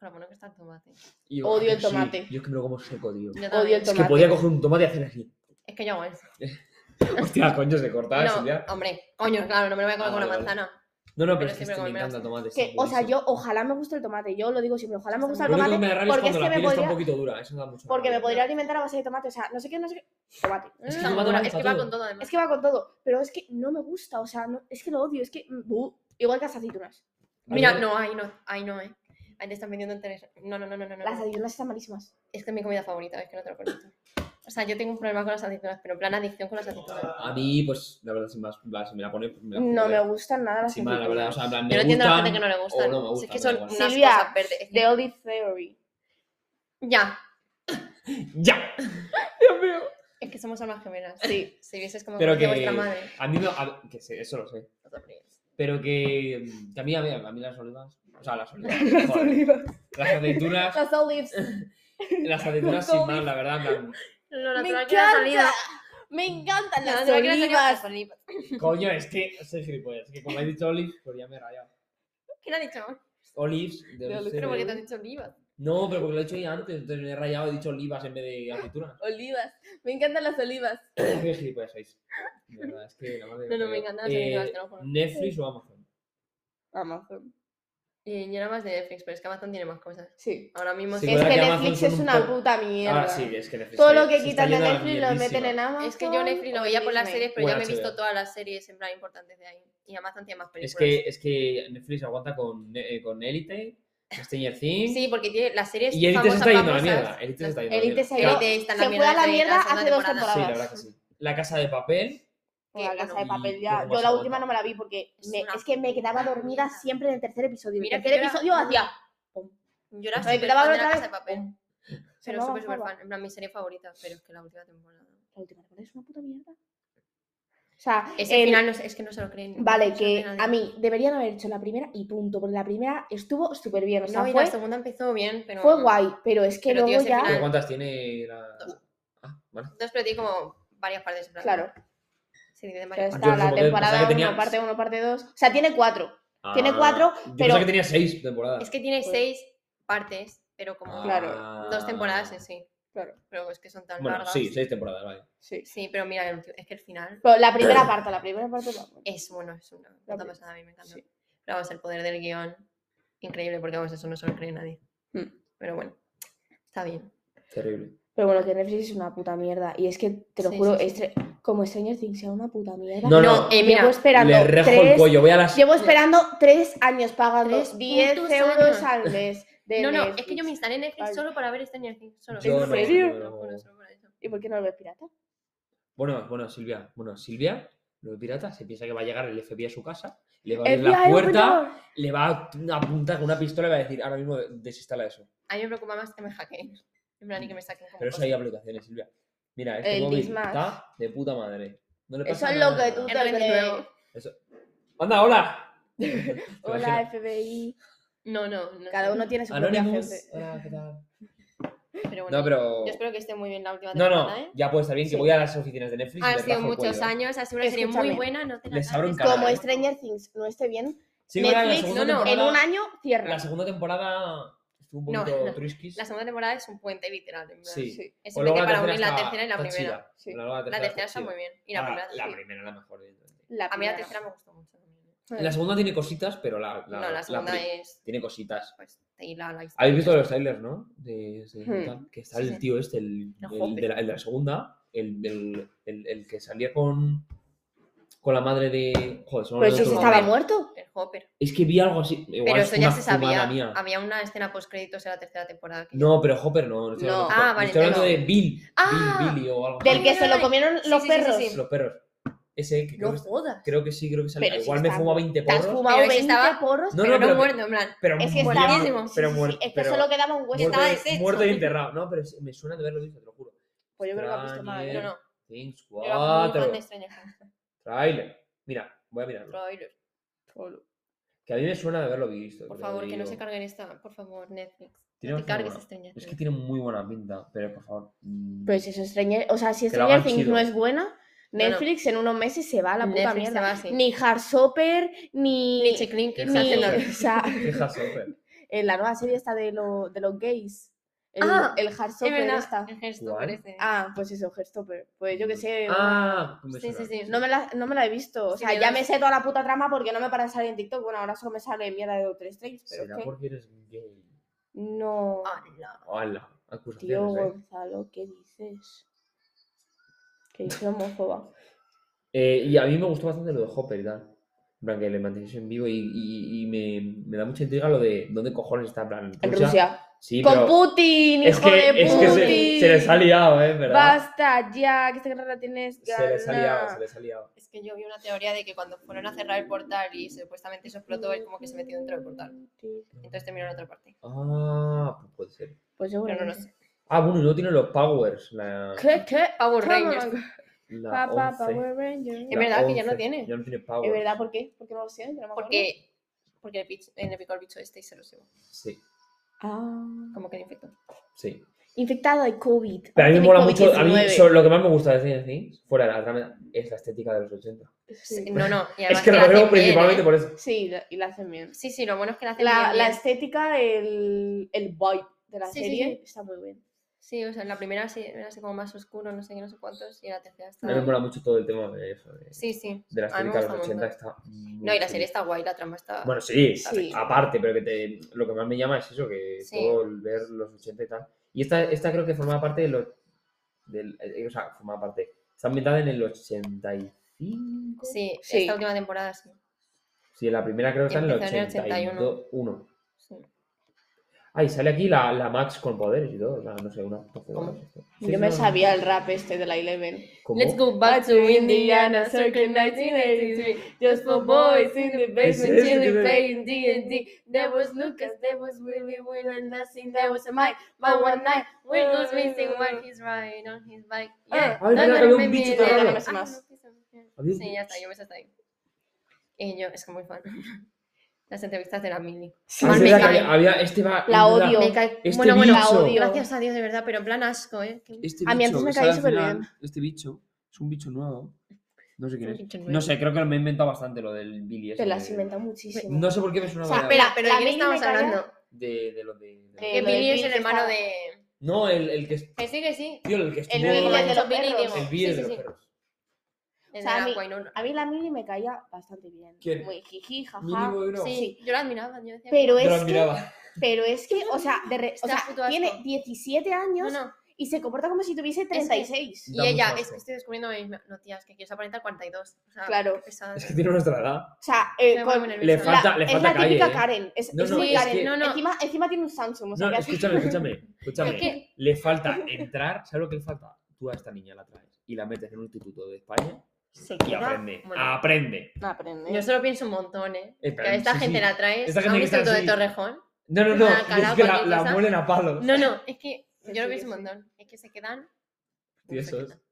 Speaker 3: Con lo bueno que está el tomate.
Speaker 2: Y yo,
Speaker 1: Odio el
Speaker 2: sí,
Speaker 1: tomate.
Speaker 2: yo es que me lo como seco, tío.
Speaker 3: Yo
Speaker 1: Odio el
Speaker 3: también.
Speaker 2: Es
Speaker 1: tomate.
Speaker 2: que podía coger un tomate y hacer así.
Speaker 3: Es que yo hago eso.
Speaker 2: Hostia, coño, se cortaba
Speaker 3: no,
Speaker 2: eso ya.
Speaker 3: hombre, coño, claro, no me lo voy a comer
Speaker 2: Ah,
Speaker 3: con una
Speaker 2: vale, vale.
Speaker 3: manzana.
Speaker 2: No, no, pero
Speaker 3: pero
Speaker 2: es que este
Speaker 3: siempre
Speaker 2: me
Speaker 3: comemos.
Speaker 2: encanta el
Speaker 1: Que,
Speaker 2: tomate. está
Speaker 1: o sea,
Speaker 2: buenísimo.
Speaker 1: yo ojalá me guste el tomate, yo lo digo siempre, ojalá me
Speaker 3: Está
Speaker 1: gusta el
Speaker 2: Lo único que
Speaker 1: tomate
Speaker 2: me da rabia es
Speaker 1: porque es
Speaker 2: cuando
Speaker 1: que
Speaker 2: la
Speaker 1: me
Speaker 2: piel está un
Speaker 1: podría,
Speaker 2: poquito dura. Eso me da mucho
Speaker 1: porque me
Speaker 2: rabia,
Speaker 1: podría
Speaker 2: tío.
Speaker 1: alimentar a base de tomate, o sea, no sé qué, no sé qué, tomate. Mm.
Speaker 2: que
Speaker 3: Es que,
Speaker 2: el tomate
Speaker 3: Mm, bueno,
Speaker 2: va
Speaker 3: es
Speaker 2: con
Speaker 3: que va
Speaker 2: todo.
Speaker 3: con todo, además.
Speaker 1: Es que va con todo, pero es que no me gusta, o sea, no- es que lo odio, es que mm, buh, igual que las aceitunas.
Speaker 2: A mí
Speaker 3: Mira,
Speaker 2: me-
Speaker 3: no, ahí no, ahí no, eh. Ahí te están vendiendo enteras. No, no, no, no, no. no.
Speaker 1: Las aceitunas están malísimas.
Speaker 3: Es que es mi comida favorita, es que no te lo permito. O sea, yo tengo un problema con las aceitunas, pero en plan adicción con las aceitunas.
Speaker 2: A mí, pues, la verdad, si, más, la- si me la pone, pues me la
Speaker 1: No me
Speaker 2: gusta.
Speaker 1: gustan nada las
Speaker 2: Sin más, la
Speaker 1: aceitunas.
Speaker 2: verdad. O sea, en plan, me
Speaker 3: Yo no entiendo a la
Speaker 2: gustan
Speaker 3: gente que no le
Speaker 2: O
Speaker 3: gustan.
Speaker 2: no me
Speaker 3: Si
Speaker 2: gustan.
Speaker 3: es que
Speaker 2: me
Speaker 3: son
Speaker 2: da igual.
Speaker 3: unas
Speaker 1: Silvia,
Speaker 3: cosas verdes. es que-
Speaker 1: The Olive Theory.
Speaker 3: Ya,
Speaker 2: ¡Ya!
Speaker 3: es que somos almas gemelas.
Speaker 1: Sí.
Speaker 3: Si vieses como
Speaker 2: Pero que.
Speaker 3: vuestra madre.
Speaker 2: A mí, no, a- que sé, eso lo sé.
Speaker 3: no te ríes.
Speaker 2: Pero que. mm, que a mí, a mí, a mí las olivas. O sea, las olivas.
Speaker 1: Las
Speaker 2: joder,
Speaker 1: olivas.
Speaker 2: las aceitunas.
Speaker 1: Las olives.
Speaker 2: las aceitunas sin más, la verdad. en plan,
Speaker 3: Lo
Speaker 1: Me
Speaker 3: natural que me ha salido.
Speaker 1: encanta. Me encantan
Speaker 3: Lo
Speaker 1: las
Speaker 3: natural que le ha salido,
Speaker 1: olivas.
Speaker 3: las olivas.
Speaker 2: Coño, es que soy gilipollas. Es que como he dicho olives, pues ya me he rayado.
Speaker 3: ¿Quién ha dicho?
Speaker 2: Olives. de
Speaker 1: olives,
Speaker 2: olive
Speaker 3: Pero porque
Speaker 2: oil.
Speaker 3: te has dicho olivas.
Speaker 2: No, pero porque lo he hecho ya antes, entonces me he rayado y he dicho olivas en vez de aceitunas.
Speaker 1: Olivas. Me encantan las olivas.
Speaker 2: Qué gilipollas sois. De verdad, es que la madre que
Speaker 3: No, no,
Speaker 2: os
Speaker 3: me
Speaker 2: parió.
Speaker 3: encantan las olivas, te lo juro.
Speaker 2: Netflix o Amazon.
Speaker 1: Amazon.
Speaker 3: Y yo era más de Netflix, pero es que Amazon tiene más cosas.
Speaker 1: Sí.
Speaker 3: Ahora mismo
Speaker 2: Sí,
Speaker 3: sí.
Speaker 1: es
Speaker 2: ¿verdad
Speaker 1: que
Speaker 2: que Amazon
Speaker 1: Netflix
Speaker 2: son
Speaker 1: es
Speaker 2: un
Speaker 1: una
Speaker 2: po-
Speaker 1: puta mierda.
Speaker 2: Ah, sí, es que Netflix.
Speaker 1: Todo
Speaker 2: se-
Speaker 1: lo que
Speaker 2: se
Speaker 1: quitan
Speaker 2: está
Speaker 1: de
Speaker 2: yendo a la
Speaker 1: Netflix lo meten en
Speaker 2: mierdísima.
Speaker 1: Amazon.
Speaker 3: Es que yo Netflix lo
Speaker 1: o
Speaker 3: veía por las
Speaker 1: Disney.
Speaker 3: series, pero ya
Speaker 2: Bueno,
Speaker 3: me he visto
Speaker 2: HBO.
Speaker 3: todas las series en plan importantes de ahí. Y Amazon tiene más películas.
Speaker 2: Es que, es que Netflix aguanta con, eh, con Elite, Stranger Things.
Speaker 3: Sí, porque tiene las series
Speaker 2: y Elite se
Speaker 3: famosas,
Speaker 2: está yendo a la
Speaker 3: famosas,
Speaker 2: mierda. Elite se
Speaker 3: las-
Speaker 2: está yendo a la
Speaker 1: Elite
Speaker 2: mierda.
Speaker 1: se,
Speaker 2: Claro,
Speaker 1: dio-
Speaker 3: Elite está en la
Speaker 1: se fue
Speaker 3: mierda
Speaker 1: a la
Speaker 3: desde la
Speaker 1: mierda
Speaker 3: segunda
Speaker 1: hace dos
Speaker 3: temporada.
Speaker 2: Sí,
Speaker 1: temporadas.
Speaker 2: la verdad que sí. La casa de papel.
Speaker 1: O la
Speaker 3: Que,
Speaker 1: casa
Speaker 3: bueno,
Speaker 1: de papel
Speaker 2: y
Speaker 1: ya.
Speaker 2: poco
Speaker 1: Yo
Speaker 2: más
Speaker 1: la
Speaker 2: aguanta.
Speaker 1: última no me la vi porque
Speaker 3: Es
Speaker 1: me-
Speaker 3: una
Speaker 1: es que me quedaba
Speaker 3: puta
Speaker 1: dormida
Speaker 3: mierda.
Speaker 1: siempre en el tercer episodio.
Speaker 3: Mira
Speaker 1: el
Speaker 3: que
Speaker 1: tercer
Speaker 3: yo era-
Speaker 1: episodio hacía.
Speaker 3: Yo era
Speaker 1: Me
Speaker 3: súper
Speaker 1: quedaba
Speaker 3: fan de
Speaker 1: otra
Speaker 3: la
Speaker 1: vez,
Speaker 3: casa de papel.
Speaker 1: Se
Speaker 3: Pero
Speaker 1: me
Speaker 3: súper, súper
Speaker 1: bajaba.
Speaker 3: fan. En plan, mi serie favorita, pero es que la última temporada.
Speaker 1: La última temporada es una puta mierda. O sea,
Speaker 3: Ese
Speaker 1: el-
Speaker 3: final no sé- es que no se lo creen.
Speaker 1: Vale,
Speaker 3: no se lo
Speaker 1: que
Speaker 3: cree nadie.
Speaker 1: a mí deberían haber hecho la primera y punto, porque la primera estuvo súper bien, o sea,
Speaker 3: No, y la
Speaker 1: fue,
Speaker 3: segunda empezó bien, pero.
Speaker 1: fue guay, pero es que
Speaker 3: Pero, tío,
Speaker 1: luego
Speaker 3: ese
Speaker 1: ya...
Speaker 3: final-
Speaker 2: ¿Pero cuántas tiene la...? Ah, vale.
Speaker 3: Entonces, pero tiene como varias partes. en plan,
Speaker 1: Claro,
Speaker 3: Se divide en
Speaker 1: pero
Speaker 3: varias
Speaker 2: Yo
Speaker 3: partes.
Speaker 2: no
Speaker 1: está
Speaker 2: sé
Speaker 1: la
Speaker 2: por qué, pensaba que
Speaker 1: temporada
Speaker 2: tenía-
Speaker 1: 1, parte 1, parte 2. O sea, tiene cuatro. Tiene
Speaker 2: Ah,
Speaker 1: cuatro,
Speaker 2: yo pensaba
Speaker 1: pero-
Speaker 2: que tenía seis temporadas.
Speaker 3: Es que tiene
Speaker 1: Pues-
Speaker 3: seis partes, pero como
Speaker 1: claro,
Speaker 2: Ah.
Speaker 3: dos temporadas en sí.
Speaker 1: Claro.
Speaker 3: Pero es que son tan
Speaker 2: Bueno,
Speaker 3: largas.
Speaker 2: sí, seis temporadas, vale.
Speaker 1: Sí.
Speaker 3: Sí, pero mira, el ulti- es que el final
Speaker 1: Pero la primera parte, la primera parte... vamos.
Speaker 3: es bueno, es una puta
Speaker 1: pri-
Speaker 3: pasada, a mí me encanta.
Speaker 1: sí.
Speaker 3: Pero vamos, el poder del guión, increíble, porque vamos, eso no se lo cree nadie.
Speaker 1: Hmm.
Speaker 3: Pero bueno, está bien.
Speaker 2: Terrible.
Speaker 1: Pero bueno, que Netflix es una puta mierda. Y es que, te lo
Speaker 3: Sí,
Speaker 1: juro,
Speaker 3: sí, sí.
Speaker 1: estre- como Stranger Things sea una puta mierda.
Speaker 2: No,
Speaker 3: no, eh, mira,
Speaker 1: llevo esperando
Speaker 2: Le rejo el
Speaker 1: tres-
Speaker 2: cuello, voy a las...
Speaker 1: Llevo esperando tres años pagando
Speaker 3: Tres
Speaker 1: 10 euros
Speaker 3: putos años.
Speaker 1: al mes de
Speaker 3: No, no, es que
Speaker 1: Netflix.
Speaker 3: yo me instalé Netflix
Speaker 1: Vale.
Speaker 3: solo para ver Stranger Things. Solo.
Speaker 2: Yo
Speaker 1: ¿En
Speaker 2: no,
Speaker 1: serio?
Speaker 2: no, no, no.
Speaker 3: Solo, solo para eso.
Speaker 1: ¿Y por qué no lo ves pirata?
Speaker 2: Bueno, bueno, Silvia, bueno, Silvia, los pirata, se piensa que va a llegar el FBI a su casa, le va a
Speaker 1: El
Speaker 2: abrir la
Speaker 1: FBI,
Speaker 2: puerta,
Speaker 1: open door.
Speaker 2: le va a apuntar con una pistola y va a decir, ahora mismo desinstala eso.
Speaker 3: A mí me preocupa más que me hackeen. En plan, y que me saquen como
Speaker 2: Pero eso
Speaker 3: cosas.
Speaker 2: hay aplicaciones, Silvia. Mira, este
Speaker 1: pues El
Speaker 2: móvil
Speaker 1: Bismarck.
Speaker 2: está de puta madre. No le
Speaker 1: Eso
Speaker 2: pasa
Speaker 1: es lo
Speaker 2: nada.
Speaker 1: que tú
Speaker 3: En realidad,
Speaker 1: crees.
Speaker 3: luego-
Speaker 2: ¡Anda, hola! ¿Te
Speaker 1: Hola,
Speaker 2: imaginas?
Speaker 1: FBI.
Speaker 3: No, no, no.
Speaker 1: Cada
Speaker 3: sé.
Speaker 1: uno tiene su propia
Speaker 2: Anonymous.
Speaker 1: gente.
Speaker 2: Hola, ¿qué tal?
Speaker 3: Pero bueno,
Speaker 2: No, pero...
Speaker 3: Yo espero que esté muy bien la última
Speaker 2: No,
Speaker 3: temporada,
Speaker 2: no,
Speaker 3: ¿eh?
Speaker 2: ya puede estar bien que
Speaker 1: Sí.
Speaker 2: voy a las oficinas de Netflix. y
Speaker 3: Han
Speaker 2: les
Speaker 3: sido
Speaker 2: rajo el
Speaker 3: muchos
Speaker 2: cuello, ¿eh?
Speaker 3: años, ha sido una serie muy
Speaker 1: Escúchame.
Speaker 3: buena, no te la
Speaker 2: Les abro un
Speaker 3: tardes.
Speaker 2: canal,
Speaker 1: Como
Speaker 2: Caray.
Speaker 1: Stranger Things no esté bien,
Speaker 2: Sí, bueno, la
Speaker 1: Netflix
Speaker 2: segunda
Speaker 3: no, no,
Speaker 2: temporada-
Speaker 1: en un año
Speaker 2: La
Speaker 1: cierra.
Speaker 2: segunda temporada estuvo un
Speaker 3: No,
Speaker 2: poquito
Speaker 3: la-
Speaker 2: trisquis.
Speaker 3: La segunda temporada es un puente, literal. en plan.
Speaker 2: Sí.
Speaker 3: Es
Speaker 2: O
Speaker 3: un
Speaker 2: luego
Speaker 3: puente para unir
Speaker 2: tercera
Speaker 3: la
Speaker 2: está-
Speaker 3: tercera y la
Speaker 2: está
Speaker 3: primera.
Speaker 2: chida.
Speaker 1: Sí.
Speaker 2: Luego La
Speaker 3: La tercera está muy
Speaker 2: chida.
Speaker 3: bien. Y la
Speaker 2: Ah,
Speaker 3: primera
Speaker 2: La
Speaker 3: también.
Speaker 2: primera la mejor. evidentemente.
Speaker 1: La
Speaker 3: A mí la
Speaker 1: primera.
Speaker 3: tercera me gustó mucho.
Speaker 2: La segunda tiene cositas, pero la, la,
Speaker 3: Mm. no, la segunda
Speaker 2: pri-
Speaker 3: es...
Speaker 2: tiene cositas.
Speaker 3: Pues, y la, la historia.
Speaker 2: Habéis visto los trailers, ¿no? De, de-
Speaker 1: Hmm.
Speaker 2: tal, que está
Speaker 3: Sí,
Speaker 2: el
Speaker 3: sí.
Speaker 2: tío este, el,
Speaker 3: El
Speaker 2: el
Speaker 3: Jope.
Speaker 2: de, la, el de la segunda, el, el- el- el que salía con, con la madre de. Joder, se me
Speaker 1: Pero
Speaker 2: ha olvidado
Speaker 1: Pues si
Speaker 2: su
Speaker 1: se
Speaker 3: otro
Speaker 1: estaba
Speaker 2: nombre.
Speaker 1: muerto.
Speaker 3: El Hopper.
Speaker 2: Es que vi algo así. Igual
Speaker 3: Pero
Speaker 2: es
Speaker 3: eso ya
Speaker 2: una
Speaker 3: se
Speaker 2: fumada
Speaker 3: sabía. Ah,
Speaker 2: mía.
Speaker 3: Había una escena post-créditos en la tercera temporada. que-
Speaker 2: No, pero Hopper no. no estoy
Speaker 1: No.
Speaker 2: hablando de
Speaker 3: Ah,
Speaker 2: Hopper.
Speaker 3: vale,
Speaker 2: Estoy hablando de
Speaker 3: entonces
Speaker 2: Bill.
Speaker 3: ¡Ah!
Speaker 2: Bill, Billy o algo
Speaker 1: Del
Speaker 3: Ay,
Speaker 1: que
Speaker 3: ay,
Speaker 1: se lo
Speaker 3: ay.
Speaker 1: comieron
Speaker 3: Sí,
Speaker 1: los
Speaker 3: sí, sí, sí,
Speaker 1: perros.
Speaker 3: sí.
Speaker 2: Los perros. Ese que creo,
Speaker 3: No
Speaker 2: que,
Speaker 3: jodas.
Speaker 2: creo que sí, creo que sale.
Speaker 1: Pero si
Speaker 2: Igual me
Speaker 1: está-
Speaker 2: fumo 20
Speaker 1: Te has
Speaker 2: porros.
Speaker 1: fumado
Speaker 3: Pero si
Speaker 1: 20
Speaker 3: estaba-
Speaker 1: porros.
Speaker 2: No,
Speaker 3: pero
Speaker 2: no,
Speaker 3: no
Speaker 2: pero-
Speaker 3: muerto, en plan.
Speaker 2: Pero
Speaker 1: Es que
Speaker 2: mu-
Speaker 1: está-
Speaker 3: Buenísimo.
Speaker 2: Pero
Speaker 1: Sí, sí,
Speaker 2: muer-
Speaker 1: sí, es que
Speaker 2: pero-
Speaker 1: solo quedaba un
Speaker 2: muerto,
Speaker 1: hueso.
Speaker 3: estaba
Speaker 2: y-
Speaker 3: deshecho.
Speaker 2: muerto y enterrado. No, pero es- me suena de haberlo visto, te lo juro.
Speaker 1: Pues yo creo que lo has visto mal.
Speaker 3: No,
Speaker 1: ¿eh?
Speaker 3: no.
Speaker 2: Things
Speaker 3: Yo era muy fan
Speaker 2: 4.
Speaker 3: de Stranger Things.
Speaker 2: Trailer. Mira, voy a mirarlo.
Speaker 3: Spoiler.
Speaker 2: Que a mí me suena de haberlo visto.
Speaker 3: Por
Speaker 2: te lo
Speaker 3: favor, que no se
Speaker 2: digo.
Speaker 3: carguen esta. Por favor, Netflix.
Speaker 2: Tiene
Speaker 3: No te
Speaker 2: bastante
Speaker 3: cargues
Speaker 2: buena-
Speaker 3: Stranger
Speaker 2: Es
Speaker 3: Things.
Speaker 2: que tiene muy buena pinta, pero por favor. mm,
Speaker 1: Pero pues si eso es Stranger... O sea, si
Speaker 2: Que lo
Speaker 1: Stranger
Speaker 2: hagan
Speaker 1: Things
Speaker 2: chido.
Speaker 1: no es buena,
Speaker 3: No, no.
Speaker 1: Netflix en unos meses se va a la puta
Speaker 3: Netflix se
Speaker 1: mierda.
Speaker 3: va así.
Speaker 1: Ni Hardstopper, ni...
Speaker 3: Ni Chiclin,
Speaker 2: Que
Speaker 3: que
Speaker 1: ni-
Speaker 3: se hacen
Speaker 2: lo-
Speaker 3: los-
Speaker 1: o sea,
Speaker 2: Fija súper.
Speaker 1: en la nueva serie esta de, lo- de los gays. El,
Speaker 3: Ah,
Speaker 1: el Heartstopper
Speaker 3: verdad,
Speaker 1: está.
Speaker 3: el gesto
Speaker 2: ¿Cuál?
Speaker 3: parece.
Speaker 1: Ah, pues eso, Heartstopper. Pues yo qué sé. una-
Speaker 2: Ah, me
Speaker 3: sí, sí,
Speaker 2: suena.
Speaker 3: sí.
Speaker 1: No me, la, no me la he visto. O
Speaker 3: Sí,
Speaker 1: sea,
Speaker 3: me
Speaker 1: ya
Speaker 3: das-
Speaker 1: me sé toda la puta trama porque no me para de salir en TikTok. Bueno, ahora solo me sale mierda de otros Strange, pero es
Speaker 2: ¿Será
Speaker 1: que
Speaker 2: porque eres gay?
Speaker 1: no.
Speaker 3: Ala.
Speaker 2: Hola, acusaciones.
Speaker 1: Tío
Speaker 2: ¿eh?
Speaker 1: Gonzalo, ¿qué dices? Que dices homófoba.
Speaker 2: Eh, y a mí me gustó bastante lo de Hopper y tal. En plan, que le manteniese en vivo y, y- y me, me da mucha intriga lo de dónde cojones está, en plan.
Speaker 1: En Rusia.
Speaker 2: Sí,
Speaker 1: Con
Speaker 2: pero.
Speaker 1: Putin, hijo
Speaker 2: es que,
Speaker 1: de
Speaker 2: es
Speaker 1: Putin.
Speaker 2: que se, se les ha liado, ¿eh? ¿Verdad?
Speaker 1: Basta ya, que esta guerra la tienes
Speaker 2: Se les ha liado,
Speaker 1: ganada.
Speaker 2: se les ha liado.
Speaker 3: Es que yo vi una teoría de que cuando fueron a cerrar el portal y supuestamente eso explotó, es como que se metió dentro del portal. Entonces terminó en otra parte.
Speaker 2: Ah, pues puede ser.
Speaker 1: Pues yo
Speaker 3: Pero no lo sé.
Speaker 2: Ah, bueno, y luego tiene los Powers. La,
Speaker 1: ¿Qué? ¿Qué?
Speaker 3: Power
Speaker 1: Come on,
Speaker 3: Rangers.
Speaker 2: la
Speaker 1: Pa, pa,
Speaker 2: 11,
Speaker 1: Power Rangers.
Speaker 2: la
Speaker 3: Es verdad que ya no
Speaker 2: 11.
Speaker 3: tiene.
Speaker 2: Ya no tiene Powers.
Speaker 1: ¿Es verdad por qué? ¿Por qué no lo sé? Yo no me acuerdo.
Speaker 3: Porque, porque el bicho- en el pico al bicho este y se lo llevó.
Speaker 2: Sí,
Speaker 1: Ah.
Speaker 3: Como que le infectó.
Speaker 2: sí.
Speaker 1: Infectada de COVID.
Speaker 2: Pero a mí me
Speaker 1: Tiene
Speaker 2: mola mucho. A mí
Speaker 1: COVID-19.
Speaker 2: so- lo que más me gusta de Stranger Things, fuera de la trama, es la estética de los 80.
Speaker 1: Sí.
Speaker 3: No, no. y
Speaker 2: Es
Speaker 3: además
Speaker 2: que lo
Speaker 3: la hacen
Speaker 2: veo
Speaker 3: bien,
Speaker 2: principalmente
Speaker 3: ¿eh?
Speaker 2: por eso.
Speaker 1: Sí, la- y la hacen bien.
Speaker 3: Sí, sí, lo bueno es que la hacen
Speaker 1: La,
Speaker 3: bien, ¿eh?
Speaker 1: la
Speaker 3: bien.
Speaker 1: estética, el, el vibe de la
Speaker 3: Sí, sí,
Speaker 1: serie
Speaker 3: sí.
Speaker 1: está muy bien.
Speaker 3: Sí, o sea, en la primera sí, era así como más oscuro, no sé qué, no sé cuántos, y en la tercera
Speaker 2: A mí me
Speaker 3: está...
Speaker 2: mola mucho todo el tema de eso. De,
Speaker 3: Sí, sí.
Speaker 2: de la
Speaker 3: A
Speaker 2: estética de
Speaker 3: mí me
Speaker 2: los
Speaker 3: gusta un
Speaker 2: 80
Speaker 3: montón.
Speaker 2: está. muy
Speaker 3: No, y la
Speaker 2: chuli.
Speaker 3: serie está guay, la trama está...
Speaker 2: Bueno, sí, Ah,
Speaker 1: Sí.
Speaker 2: aparte, pero que te, lo que más me llama es eso, que
Speaker 3: Sí.
Speaker 2: todo el ver los 80 y tal. Y esta, esta creo que formaba parte de los. Del, eh, o sea, formaba parte. Está ambientada en el 85.
Speaker 3: Sí,
Speaker 1: Sí.
Speaker 3: esta última temporada sí.
Speaker 2: Sí, la primera creo que está en el
Speaker 3: Empezó en el
Speaker 2: 81. 1.
Speaker 3: sí.
Speaker 2: Ay, sale aquí la, la Max con poderes y todo. o sea, no sé, una.
Speaker 3: ¿Cómo?
Speaker 2: Sí,
Speaker 1: Yo
Speaker 2: no,
Speaker 1: me
Speaker 2: no, no.
Speaker 1: sabía el rap este de la Eleven.
Speaker 2: ¿Cómo?
Speaker 3: Let's go back to Indiana Circle
Speaker 1: 1983,
Speaker 3: 1983.
Speaker 1: Just for boys in the basement,
Speaker 2: ¿Es ese que
Speaker 1: chilling,
Speaker 2: te-
Speaker 1: playing D&D. There was Lucas, there was Willy, Will and nothing, there was a Mike. But one night, we
Speaker 3: Where
Speaker 1: goes
Speaker 3: goes missing
Speaker 1: missing
Speaker 3: while he's riding on his bike.
Speaker 1: Ah,
Speaker 3: Yeah.
Speaker 2: ay, verdad que había un bicho
Speaker 3: me Ah,
Speaker 2: tornado.
Speaker 3: me-
Speaker 1: Más.
Speaker 3: ah, no,
Speaker 2: Adiós.
Speaker 3: Sí, ya está, yo ves hasta ahí. Y yo, es que muy fan. Las entrevistas de la Mili.
Speaker 2: Ah, es
Speaker 3: Mal me
Speaker 2: verdad que
Speaker 3: cae.
Speaker 2: había, había- este va.
Speaker 1: La
Speaker 2: es verdad,
Speaker 1: odio.
Speaker 3: Me cae-
Speaker 2: Este
Speaker 3: bueno, bueno, la
Speaker 2: bicho.
Speaker 3: odio. Gracias a Dios, de verdad, pero en plan asco, ¿eh? Qué
Speaker 2: Este
Speaker 1: A mí
Speaker 2: bicho
Speaker 1: antes me
Speaker 2: que sale
Speaker 1: caía
Speaker 2: al
Speaker 1: súper
Speaker 2: final,
Speaker 1: bien.
Speaker 2: Este bicho es un bicho nuevo. No sé quién es.
Speaker 3: pinche nuevo.
Speaker 2: No sé, creo que me he inventado bastante lo del Billy. ese
Speaker 1: Te las
Speaker 2: de-
Speaker 1: inventa muchísimo.
Speaker 2: No sé por qué me suena
Speaker 1: O sea,
Speaker 2: variado.
Speaker 3: Espera, pero
Speaker 1: La
Speaker 3: ¿de quién
Speaker 1: Mili me
Speaker 3: estamos
Speaker 1: caía-
Speaker 3: hablando?
Speaker 2: De, de lo de. de-
Speaker 1: Eh,
Speaker 3: Que
Speaker 1: lo de
Speaker 3: Billy es
Speaker 1: Billy
Speaker 3: el
Speaker 1: que
Speaker 3: hermano
Speaker 1: estaba-
Speaker 3: de.
Speaker 2: No, el, el que. es-
Speaker 3: Que sí, que sí.
Speaker 2: Tío, el que estuvo.
Speaker 3: El
Speaker 1: Billy, el
Speaker 3: nuevo
Speaker 1: de
Speaker 3: de
Speaker 1: los
Speaker 3: los Billy y
Speaker 1: perros.
Speaker 3: Diego.
Speaker 2: el Billy
Speaker 3: Sí,
Speaker 2: de
Speaker 3: sí,
Speaker 2: los
Speaker 3: sí.
Speaker 2: perros.
Speaker 3: El
Speaker 1: O sea, a mí-
Speaker 3: de la Guainona.
Speaker 1: A mí la Mili me caía bastante bien.
Speaker 2: ¿Quién?
Speaker 1: Muy jiji, jaja.
Speaker 2: Mínimo de uno.
Speaker 3: Sí, yo la admiraba. Yo decía,
Speaker 1: Pero
Speaker 2: Yo lo
Speaker 1: Pues es que,
Speaker 2: admiraba.
Speaker 1: pero es que, o sea, de re- o
Speaker 3: Está
Speaker 1: sea,
Speaker 3: puto asco.
Speaker 1: tiene 17 años
Speaker 3: No, no.
Speaker 1: y se comporta como si tuviese 36.
Speaker 3: Y
Speaker 2: Da mucho
Speaker 3: ella,
Speaker 2: asco.
Speaker 3: es que estoy descubriendo mi misma. No, tía, es que quiero aparentar 42. O sea,
Speaker 1: Claro.
Speaker 3: qué pesada.
Speaker 2: Es que tiene nuestra edad.
Speaker 1: O sea, eh,
Speaker 3: Me
Speaker 1: con-
Speaker 3: vuelvo nerviosa.
Speaker 2: Le falta-
Speaker 1: la-
Speaker 2: le
Speaker 1: es
Speaker 2: falta
Speaker 1: la típica
Speaker 2: calle, ¿eh?
Speaker 1: Karen. Es,
Speaker 2: No,
Speaker 1: es
Speaker 2: no,
Speaker 1: muy
Speaker 2: es
Speaker 1: Karen.
Speaker 2: que-
Speaker 3: No, no.
Speaker 1: Encima, encima tiene un Samsung. O sea,
Speaker 2: No,
Speaker 1: que hace-
Speaker 2: escúchame, escúchame, escúchame.
Speaker 3: Es que-
Speaker 2: Le falta entrar, ¿sabes lo que le falta? Tú a esta niña la traes y la metes en un instituto de España
Speaker 3: Se
Speaker 2: y
Speaker 3: queda.
Speaker 2: aprende,
Speaker 3: bueno.
Speaker 2: aprende.
Speaker 1: No aprende.
Speaker 3: Yo solo pienso un montón, ¿eh?
Speaker 2: En
Speaker 3: Que
Speaker 2: plan,
Speaker 3: a esta
Speaker 2: sí,
Speaker 3: gente
Speaker 2: sí.
Speaker 3: la traes
Speaker 2: Esta
Speaker 3: a un
Speaker 2: gente que está
Speaker 3: instituto de
Speaker 2: así.
Speaker 3: Torrejón.
Speaker 2: No, no, no,
Speaker 3: Una
Speaker 2: es
Speaker 3: calada
Speaker 2: que la,
Speaker 3: cualquier
Speaker 2: la
Speaker 3: cosa.
Speaker 2: muelen a palos.
Speaker 3: No, no, es que
Speaker 1: Sí,
Speaker 3: yo
Speaker 1: sí,
Speaker 3: lo pienso
Speaker 1: sí.
Speaker 3: un montón. Es que se quedan.
Speaker 2: Tío, eso
Speaker 3: se
Speaker 2: es.
Speaker 3: quedan.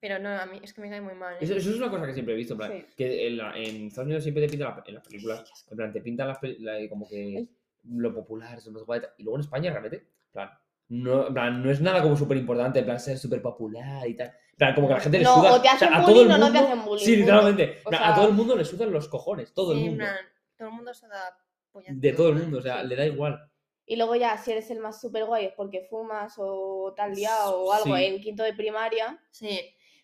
Speaker 3: Pero no, a mí es que me cae muy mal. ¿eh?
Speaker 2: Eso, eso es una cosa que siempre he visto, en plan,
Speaker 1: Sí.
Speaker 2: que en, la- en Estados Unidos siempre te pintan la- en las películas, en plan, te pintan las pel- la- como que lo popular, eso no sé cuál, y luego en España realmente, en plan, no, en plan, no es nada como súper importante, en plan, ser súper popular y tal, en plan, como que a la gente le
Speaker 1: No,
Speaker 2: suda,
Speaker 1: o te hacen
Speaker 2: a todo
Speaker 1: bullying
Speaker 2: el
Speaker 1: o no te
Speaker 2: mundo-
Speaker 1: hacen bullying,
Speaker 2: Sí,
Speaker 1: punto.
Speaker 2: literalmente, en
Speaker 1: O
Speaker 2: plan, a
Speaker 1: sea-
Speaker 2: todo el mundo le sudan los cojones, todo el
Speaker 3: Sí, en
Speaker 2: mundo,
Speaker 3: plan, todo el mundo se da polla.
Speaker 2: de todo el mundo, o sea, le da igual.
Speaker 1: Y luego ya, si eres el más super guay es porque fumas o tal día o algo
Speaker 2: Sí.
Speaker 1: en quinto de primaria
Speaker 3: Sí.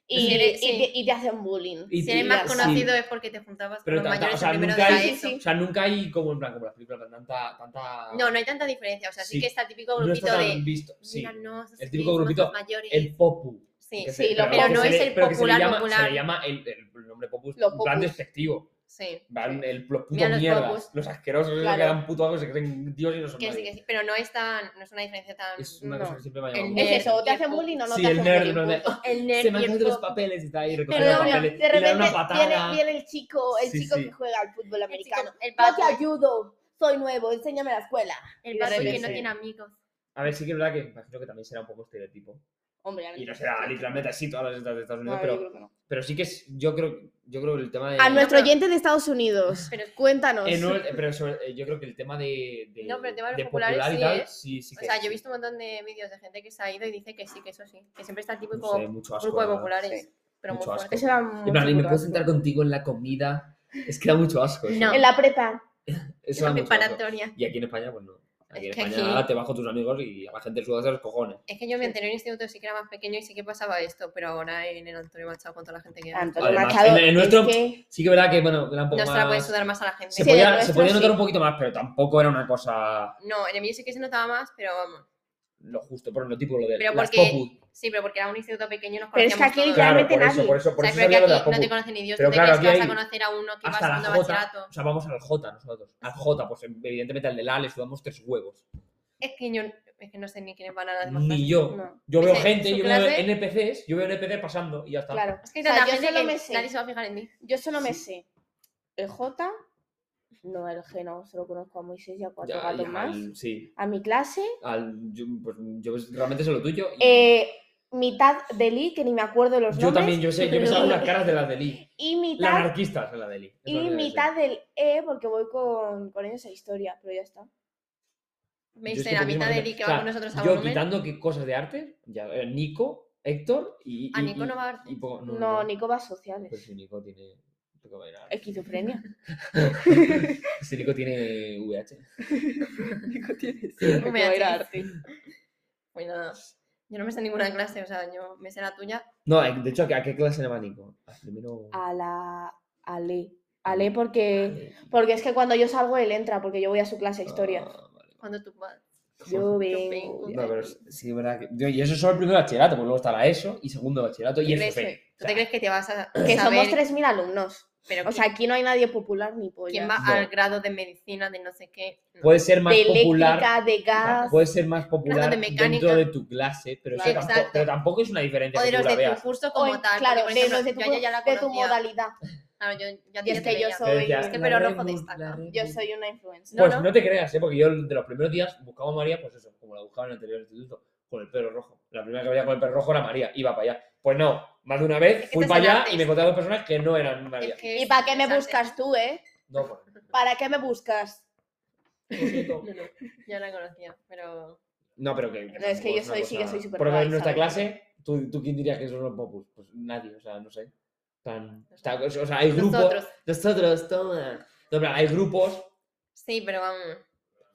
Speaker 1: y,
Speaker 3: Sí, eres-
Speaker 1: y
Speaker 3: sí.
Speaker 1: te, y te hacen bullying.
Speaker 2: Y-
Speaker 3: Si
Speaker 2: y-
Speaker 3: eres más
Speaker 2: sí.
Speaker 3: conocido es porque te juntabas
Speaker 2: Pero
Speaker 3: con los
Speaker 2: tanta-
Speaker 3: mayores
Speaker 2: o sea,
Speaker 3: en primero de
Speaker 2: nunca
Speaker 3: la
Speaker 2: hay-
Speaker 3: ESO.
Speaker 2: O sea, nunca hay como, en plan, como las películas, en plan, tanta, tanta...
Speaker 3: No, no hay tanta diferencia. O sea, sí,
Speaker 2: Ah. Sí.
Speaker 3: que está el típico
Speaker 2: no
Speaker 3: grupito
Speaker 2: está tan
Speaker 3: de.
Speaker 2: visto, sí.
Speaker 3: Mira, no, esos
Speaker 2: El típico
Speaker 3: gays,
Speaker 2: grupito,
Speaker 3: mazos mayores.
Speaker 2: El popu.
Speaker 3: Sí,
Speaker 2: que
Speaker 3: sí,
Speaker 2: se-
Speaker 1: sí, lo-
Speaker 2: pero
Speaker 1: pero
Speaker 2: que
Speaker 1: no
Speaker 2: se
Speaker 3: es
Speaker 2: le-
Speaker 3: el
Speaker 2: pero que se le
Speaker 3: popular,
Speaker 2: llama- Se
Speaker 3: popular.
Speaker 2: le llama el, el nombre popus,
Speaker 1: Los
Speaker 2: en plan
Speaker 1: popus.
Speaker 2: despectivo.
Speaker 3: sí.
Speaker 2: Van el, los putos
Speaker 3: Mira los
Speaker 2: mierdas,
Speaker 3: popus.
Speaker 2: los asquerosos, esos
Speaker 1: Claro.
Speaker 2: que dan puto algo, se creen dios y no son
Speaker 3: Que sí,
Speaker 2: nadie.
Speaker 3: que sí. Pero no es tan. No es una diferencia tan.
Speaker 2: Es una
Speaker 1: No.
Speaker 2: cosa que siempre me ha
Speaker 3: El
Speaker 2: llamado
Speaker 3: nerd.
Speaker 2: mucho.
Speaker 1: Es eso, o te
Speaker 3: y el
Speaker 1: hacen
Speaker 3: pu-
Speaker 1: bullying o no
Speaker 2: Eh, Sí,
Speaker 1: te
Speaker 2: el
Speaker 1: hacen
Speaker 2: nerd,
Speaker 1: bullying.
Speaker 2: no
Speaker 1: punto.
Speaker 3: El
Speaker 2: Se me
Speaker 3: nerd.
Speaker 2: han
Speaker 3: y el
Speaker 2: caído los
Speaker 3: pop.
Speaker 2: papeles y está ahí recogiendo los
Speaker 1: Perdona, de
Speaker 2: papeles. y le dan
Speaker 1: repente
Speaker 2: una patada.
Speaker 1: viene, viene el chico, el
Speaker 2: Sí,
Speaker 1: chico
Speaker 2: sí.
Speaker 1: que juega al fútbol
Speaker 3: El chico-
Speaker 1: americano.
Speaker 3: El
Speaker 1: No te
Speaker 3: pato.
Speaker 1: ayudo, soy nuevo, enséñame la escuela.
Speaker 3: El pato
Speaker 2: Sí,
Speaker 3: que no
Speaker 2: sí.
Speaker 3: tiene amigos.
Speaker 2: A ver, sí que es verdad que imagino que también será un poco estereotipo.
Speaker 1: Hombre, a mí
Speaker 2: Y no
Speaker 1: me
Speaker 2: será
Speaker 1: gusta.
Speaker 2: literalmente así todas las estas de Estados Unidos,
Speaker 1: No, yo
Speaker 2: pero,
Speaker 1: creo que no.
Speaker 2: pero sí que es, yo creo, yo creo que el tema de...
Speaker 1: A nuestro
Speaker 3: pero-
Speaker 1: oyente de Estados Unidos,
Speaker 3: Pero-
Speaker 1: cuéntanos.
Speaker 2: Eh, no, eh, pero sobre- eh, yo creo que el tema de, de,
Speaker 3: Ah, No, pero el tema de los
Speaker 2: popular
Speaker 3: populares
Speaker 2: y
Speaker 3: sí,
Speaker 2: tal,
Speaker 3: ¿eh?
Speaker 2: sí, sí
Speaker 3: O
Speaker 2: que
Speaker 3: sea, yo he visto un montón de vídeos de gente que se ha ido y dice que sí, que eso sí. Que siempre está el típico
Speaker 2: no sé, mucho asco,
Speaker 3: grupo
Speaker 2: la
Speaker 3: de
Speaker 2: verdad.
Speaker 3: populares. Pero
Speaker 2: Mucho
Speaker 3: muy
Speaker 2: asco.
Speaker 3: fuerte.
Speaker 1: Eso era
Speaker 2: En
Speaker 1: mucho
Speaker 2: plan, ¿y me
Speaker 1: curro.
Speaker 2: puedo sentar contigo en la comida? Es que da mucho asco. eso.
Speaker 3: No.
Speaker 1: En la prepa.
Speaker 2: Eso
Speaker 3: Una
Speaker 2: da mucho asco.
Speaker 3: preparatoria.
Speaker 2: Y aquí en España, pues no. Aquí en
Speaker 3: Es que
Speaker 2: España
Speaker 3: aquí-
Speaker 2: te bajo tus amigos y a la gente le sudas los cojones.
Speaker 3: Es que yo en mi anterior instituto sí que era más pequeño y sí que pasaba esto, pero ahora en el Antonio Machado con toda la gente que hay.
Speaker 1: Antonio
Speaker 2: Además,
Speaker 1: Machado,
Speaker 2: en- en nuestro-
Speaker 1: es que-
Speaker 2: Sí que es verdad que, bueno, era un poco
Speaker 3: No se la puede
Speaker 2: más...
Speaker 3: sudar más a la gente.
Speaker 2: Se
Speaker 1: Sí,
Speaker 2: podía,
Speaker 1: el
Speaker 2: se
Speaker 1: nuestro
Speaker 2: podía notar
Speaker 1: sí.
Speaker 2: un poquito más, pero tampoco era una cosa
Speaker 3: No, en el mío sí que se notaba más, pero vamos.
Speaker 2: lo justo, por lo tipo lo de
Speaker 3: Pero
Speaker 2: las
Speaker 3: porque-
Speaker 2: popu.
Speaker 3: Sí, pero porque era un instituto pequeño y nos
Speaker 1: Pero es que
Speaker 3: conocíamos
Speaker 1: aquí
Speaker 3: todos.
Speaker 1: ya-
Speaker 2: Claro,
Speaker 1: Realmente
Speaker 2: por eso,
Speaker 1: nadie.
Speaker 2: por eso, por
Speaker 3: o sea,
Speaker 2: eso
Speaker 3: pero que
Speaker 2: sabía lo de las
Speaker 3: aquí no te
Speaker 2: popu.
Speaker 3: conoce ni Dios,
Speaker 2: Pero
Speaker 3: tú te
Speaker 2: claro,
Speaker 3: crees que
Speaker 2: aquí
Speaker 3: vas a
Speaker 2: hay
Speaker 3: conocer a uno que va
Speaker 2: Hasta la
Speaker 3: segundo
Speaker 2: J,
Speaker 3: bachillerato.
Speaker 2: o sea, vamos al J nosotros. Al J, pues evidentemente al de la le sudamos tres huevos.
Speaker 3: Es que yo es que no sé ni quiénes van a las demás
Speaker 2: Ni
Speaker 3: clases.
Speaker 2: yo.
Speaker 1: No.
Speaker 2: Yo veo
Speaker 3: Ese,
Speaker 2: gente,
Speaker 3: su
Speaker 2: yo veo
Speaker 3: clase-
Speaker 2: NPCs, yo veo NPCs pasando y ya está.
Speaker 1: Claro.
Speaker 3: Es que hay
Speaker 1: O sea,
Speaker 3: tanta
Speaker 1: yo
Speaker 3: gente
Speaker 1: solo
Speaker 3: que
Speaker 1: me sé.
Speaker 3: nadie se va a fijar en mí.
Speaker 1: Yo solo me sé el J, no el G, no, solo conozco a Moisés y a cuatro
Speaker 2: Ya-
Speaker 1: gatos
Speaker 2: ya
Speaker 1: más.
Speaker 2: al- sí.
Speaker 1: A mi clase,
Speaker 2: Al, yo, pues, yo realmente sé lo tuyo. y-
Speaker 1: eh, mitad de Lee, que ni me acuerdo de los
Speaker 2: yo
Speaker 1: nombres.
Speaker 2: también, yo sé, yo me salgo las caras de las de Lee.
Speaker 1: Y
Speaker 2: Las
Speaker 1: mitad,
Speaker 2: anarquistas de la de Lee. es lo
Speaker 1: y
Speaker 2: que me sé.
Speaker 1: mitad del E, porque voy con, con ellos a historia, pero ya está.
Speaker 3: Me
Speaker 2: Yo es
Speaker 3: dice
Speaker 2: que
Speaker 3: la
Speaker 2: por mí
Speaker 3: mitad
Speaker 2: me
Speaker 3: de
Speaker 2: parece-
Speaker 3: Lee que
Speaker 2: o
Speaker 3: va
Speaker 2: sea,
Speaker 3: con nosotros a
Speaker 2: Yo
Speaker 3: volumen.
Speaker 2: quitando que cosas de arte, ya, eh, Nico, Héctor y.
Speaker 3: A
Speaker 2: y-
Speaker 3: Nico
Speaker 2: y-
Speaker 3: no va a arte.
Speaker 2: y poco-
Speaker 1: No, Nico va a sociales.
Speaker 2: Pues si Nico tiene. creo que va a ir a arte.
Speaker 1: Esquizofrenia.
Speaker 2: Si Nico tiene VH.
Speaker 1: Siempre que va a ir a
Speaker 3: VHS.
Speaker 1: arte.
Speaker 3: Pues nada. Yo no me sé ninguna clase, o sea, yo me sé la tuya.
Speaker 2: No, eh, de hecho, ¿a qué- ¿a qué clase le va Nico? A primero.
Speaker 1: A la. A Lee. A Lee porque. Porque es que cuando yo salgo, él entra, porque yo voy a su clase de historia.
Speaker 2: Ah, vale.
Speaker 3: Cuando tú vas.
Speaker 1: Yo
Speaker 3: Yo
Speaker 1: vengo.
Speaker 3: vengo.
Speaker 2: No, pero es- sí, es verdad que. yo- Y eso es solo el primer bachillerato, porque luego está la ESO y segundo bachillerato y
Speaker 3: ¿Tú crees,
Speaker 2: FP.
Speaker 3: ¿Tú te crees que te vas Pues a
Speaker 1: Que somos
Speaker 3: saber,
Speaker 1: 3.000 alumnos.
Speaker 3: Pero
Speaker 1: O sea, aquí no hay nadie popular ni polla.
Speaker 3: ¿quién va
Speaker 2: No.
Speaker 3: al grado de medicina de no sé qué? No.
Speaker 2: Puede ser más
Speaker 1: de
Speaker 2: popular. Ah,
Speaker 1: eléctrica,
Speaker 2: pues,
Speaker 1: de
Speaker 2: o sea,
Speaker 1: gas.
Speaker 2: Puede ser más popular
Speaker 3: de
Speaker 2: dentro
Speaker 3: mecánica.
Speaker 2: de tu clase, pero, eso
Speaker 3: Claro.
Speaker 2: tampoco,
Speaker 3: Exacto.
Speaker 2: pero tampoco es una diferencia
Speaker 3: o de
Speaker 2: que
Speaker 3: los
Speaker 2: tú la
Speaker 3: de tu
Speaker 2: veas.
Speaker 3: curso
Speaker 1: o
Speaker 3: como
Speaker 1: en-
Speaker 3: tal.
Speaker 1: claro,
Speaker 3: porque, por
Speaker 1: de
Speaker 3: ejemplo,
Speaker 1: los de tu,
Speaker 3: yo ya- ya la
Speaker 1: de tu
Speaker 3: conocía.
Speaker 1: modalidad.
Speaker 3: Claro, yo ya
Speaker 1: Y es
Speaker 3: te
Speaker 1: que yo
Speaker 3: veía.
Speaker 2: Pero
Speaker 1: soy,
Speaker 2: decía,
Speaker 3: Es que
Speaker 2: la
Speaker 3: pelo
Speaker 2: Remus,
Speaker 3: rojo destaca.
Speaker 2: la Remus.
Speaker 1: yo soy una influencer.
Speaker 3: No,
Speaker 2: Pues
Speaker 3: no.
Speaker 2: no te creas, ¿eh? porque yo de los primeros días buscaba a María, pues eso, como la buscaba en el anterior instituto, con con el perro rojo. La primera que veía con el perro rojo era María, iba para allá. Pues no, más de una vez
Speaker 3: Es que
Speaker 2: fui
Speaker 3: te
Speaker 2: para allá
Speaker 3: saltaste
Speaker 2: y me encontré a dos personas que no eran María.
Speaker 3: Es que
Speaker 1: ¿Y
Speaker 3: es
Speaker 1: para qué me
Speaker 3: interesante.
Speaker 1: buscas tú, eh?
Speaker 2: No, pues,
Speaker 1: ¿Para qué me buscas?
Speaker 2: lo siento.
Speaker 3: No, no, yo la conocía, pero
Speaker 2: No, pero que.
Speaker 1: No, es que yo soy- sí que soy súper
Speaker 2: Por ejemplo,
Speaker 1: guay,
Speaker 2: en nuestra
Speaker 1: ¿sabes?
Speaker 2: clase, ¿tú, ¿tú quién dirías que son los popus? Pues nadie, o sea, no sé. Tan, está- o sea, hay grupos.
Speaker 3: nosotros.
Speaker 2: Nosotros, toma. No, pero hay grupos.
Speaker 3: Sí, pero vamos.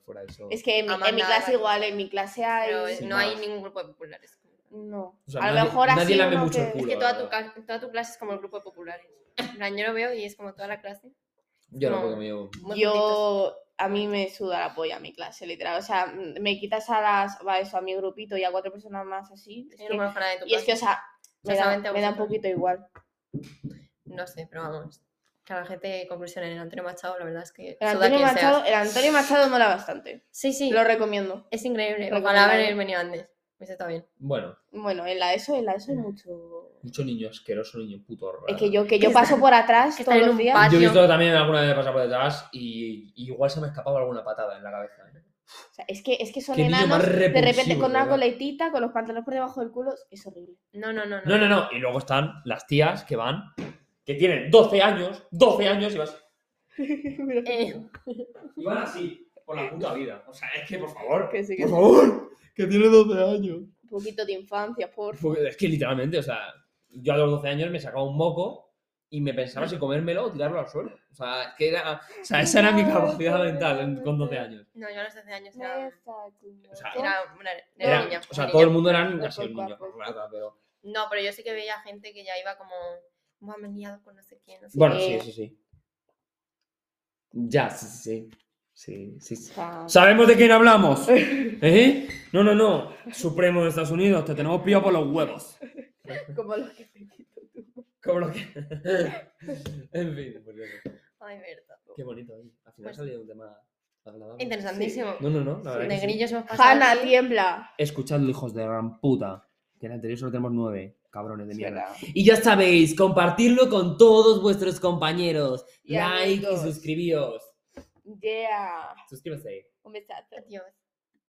Speaker 2: Fuera de eso.
Speaker 1: Es que en, mi- en mi
Speaker 3: Amanda,
Speaker 1: clase
Speaker 3: vale.
Speaker 1: igual, en mi clase
Speaker 3: pero
Speaker 1: hay...
Speaker 2: sin
Speaker 3: no hay
Speaker 2: más.
Speaker 3: ningún grupo de populares.
Speaker 1: No.
Speaker 2: O sea,
Speaker 1: a lo
Speaker 2: nadie-
Speaker 1: mejor
Speaker 2: nadie
Speaker 1: así
Speaker 2: lame
Speaker 1: uno
Speaker 2: mucho el
Speaker 1: que-
Speaker 2: culo.
Speaker 3: Es
Speaker 2: la
Speaker 3: que toda tu,
Speaker 2: verdad.
Speaker 3: ca- toda tu clase es como el grupo de populares. En plan, Yo lo veo y es como toda la clase.
Speaker 2: Yo no,
Speaker 3: no.
Speaker 2: porque me llevo.
Speaker 3: muy juntitos.
Speaker 1: Yo, a mí me suda la polla mi clase, literal. O sea, m- me quitas a las, va eso, a mi grupito y a cuatro personas más así. es
Speaker 3: Yo
Speaker 1: que-
Speaker 3: no conozco a nadie de tu
Speaker 1: y es que, o
Speaker 3: clase.
Speaker 1: sea, me da,
Speaker 3: solamente a
Speaker 1: me da un
Speaker 3: vosotros.
Speaker 1: poquito igual.
Speaker 3: No sé, pero vamos. Que a la gente, conclusión, en Antonio Machado, la verdad es que
Speaker 1: El
Speaker 3: suda
Speaker 1: Antonio,
Speaker 3: quien
Speaker 1: Machado,
Speaker 3: sea.
Speaker 1: el Antonio Machado mola bastante.
Speaker 3: Sí, sí,
Speaker 1: Lo recomiendo.
Speaker 3: es increíble. Ojalá
Speaker 1: recomendable.
Speaker 3: haber venido antes. Hubiese estado bien.
Speaker 2: Bueno,
Speaker 1: Bueno, en la ESO, en la ESO hay mucho.
Speaker 2: mucho niño asqueroso, niño puto raro.
Speaker 1: Es que yo, que yo
Speaker 3: Que está-
Speaker 1: paso por atrás
Speaker 3: que está
Speaker 1: todos
Speaker 3: en
Speaker 1: los
Speaker 3: un
Speaker 1: días.
Speaker 3: patio.
Speaker 2: Yo he visto también alguna vez pasar por detrás y, y igual se me ha escapado alguna patada en la cabeza. ¿eh?
Speaker 1: O sea, es que, es que son
Speaker 2: Qué niño más
Speaker 1: enanos. De repente
Speaker 2: repulsivo,
Speaker 1: con una
Speaker 2: ¿verdad?
Speaker 1: coletita, con los pantalones por debajo del culo, es horrible.
Speaker 3: No, no, no.
Speaker 2: No, no, no. Y luego están las tías que van, que tienen 12 años, 12 años y vas.
Speaker 3: Eh,
Speaker 2: Y van así, por la puta vida. O sea, es que, por favor,
Speaker 1: Que sí, que
Speaker 2: Eh, por
Speaker 1: sí.
Speaker 2: favor, que tiene 12 años.
Speaker 1: Un poquito de infancia, por.
Speaker 2: Porque Pues, es que literalmente, o sea, yo a los 12 años me sacaba un moco y me pensaba si comérmelo o tirarlo al suelo. O sea, es que era, o sea esa era mi capacidad mental en- con 12 años.
Speaker 3: no, yo a los 12 años
Speaker 1: Me
Speaker 3: era,
Speaker 1: está tu
Speaker 2: O sea,
Speaker 1: moco.
Speaker 3: era una era
Speaker 2: Era-
Speaker 3: niña.
Speaker 2: o sea,
Speaker 3: una
Speaker 2: todo el
Speaker 3: niña.
Speaker 2: mundo eran casi un
Speaker 1: Poco a
Speaker 2: niño,
Speaker 1: poco.
Speaker 2: rata, pero...
Speaker 3: No, pero yo sí que veía gente que ya iba como. Me han liado con no sé quién. No sé
Speaker 2: Bueno,
Speaker 3: qué".
Speaker 2: sí, sí, sí. Ya, sí, sí, sí. Sí, sí,
Speaker 1: O
Speaker 2: sí.
Speaker 1: sea,
Speaker 2: ¿Sabemos de quién hablamos? ¿Eh? No, no, no. Supremo de Estados Unidos, te tenemos pillado por los huevos.
Speaker 1: como los que te quito tú.
Speaker 2: Como lo que... en fin, pues eso.
Speaker 3: Ay, verdad.
Speaker 2: qué bonito. ¿eh? Al final
Speaker 3: Pues-
Speaker 2: salió un tema agradable.
Speaker 3: Interesantísimo.
Speaker 2: No, no, no. La verdad que sí.
Speaker 3: Negrillos hemos pasado.
Speaker 1: Hanna,
Speaker 3: aquí.
Speaker 1: tiembla.
Speaker 2: Escuchadlo, hijos de gran puta. Que en el anterior solo tenemos nueve, cabrones de
Speaker 1: Es
Speaker 2: mierda.
Speaker 1: verdad.
Speaker 2: Y ya sabéis, compartirlo con todos vuestros compañeros.
Speaker 1: Y
Speaker 2: like
Speaker 1: amigos.
Speaker 2: y suscribíos.
Speaker 1: Yeah.
Speaker 2: Suscríbase.
Speaker 1: Un besazo.
Speaker 3: Adiós.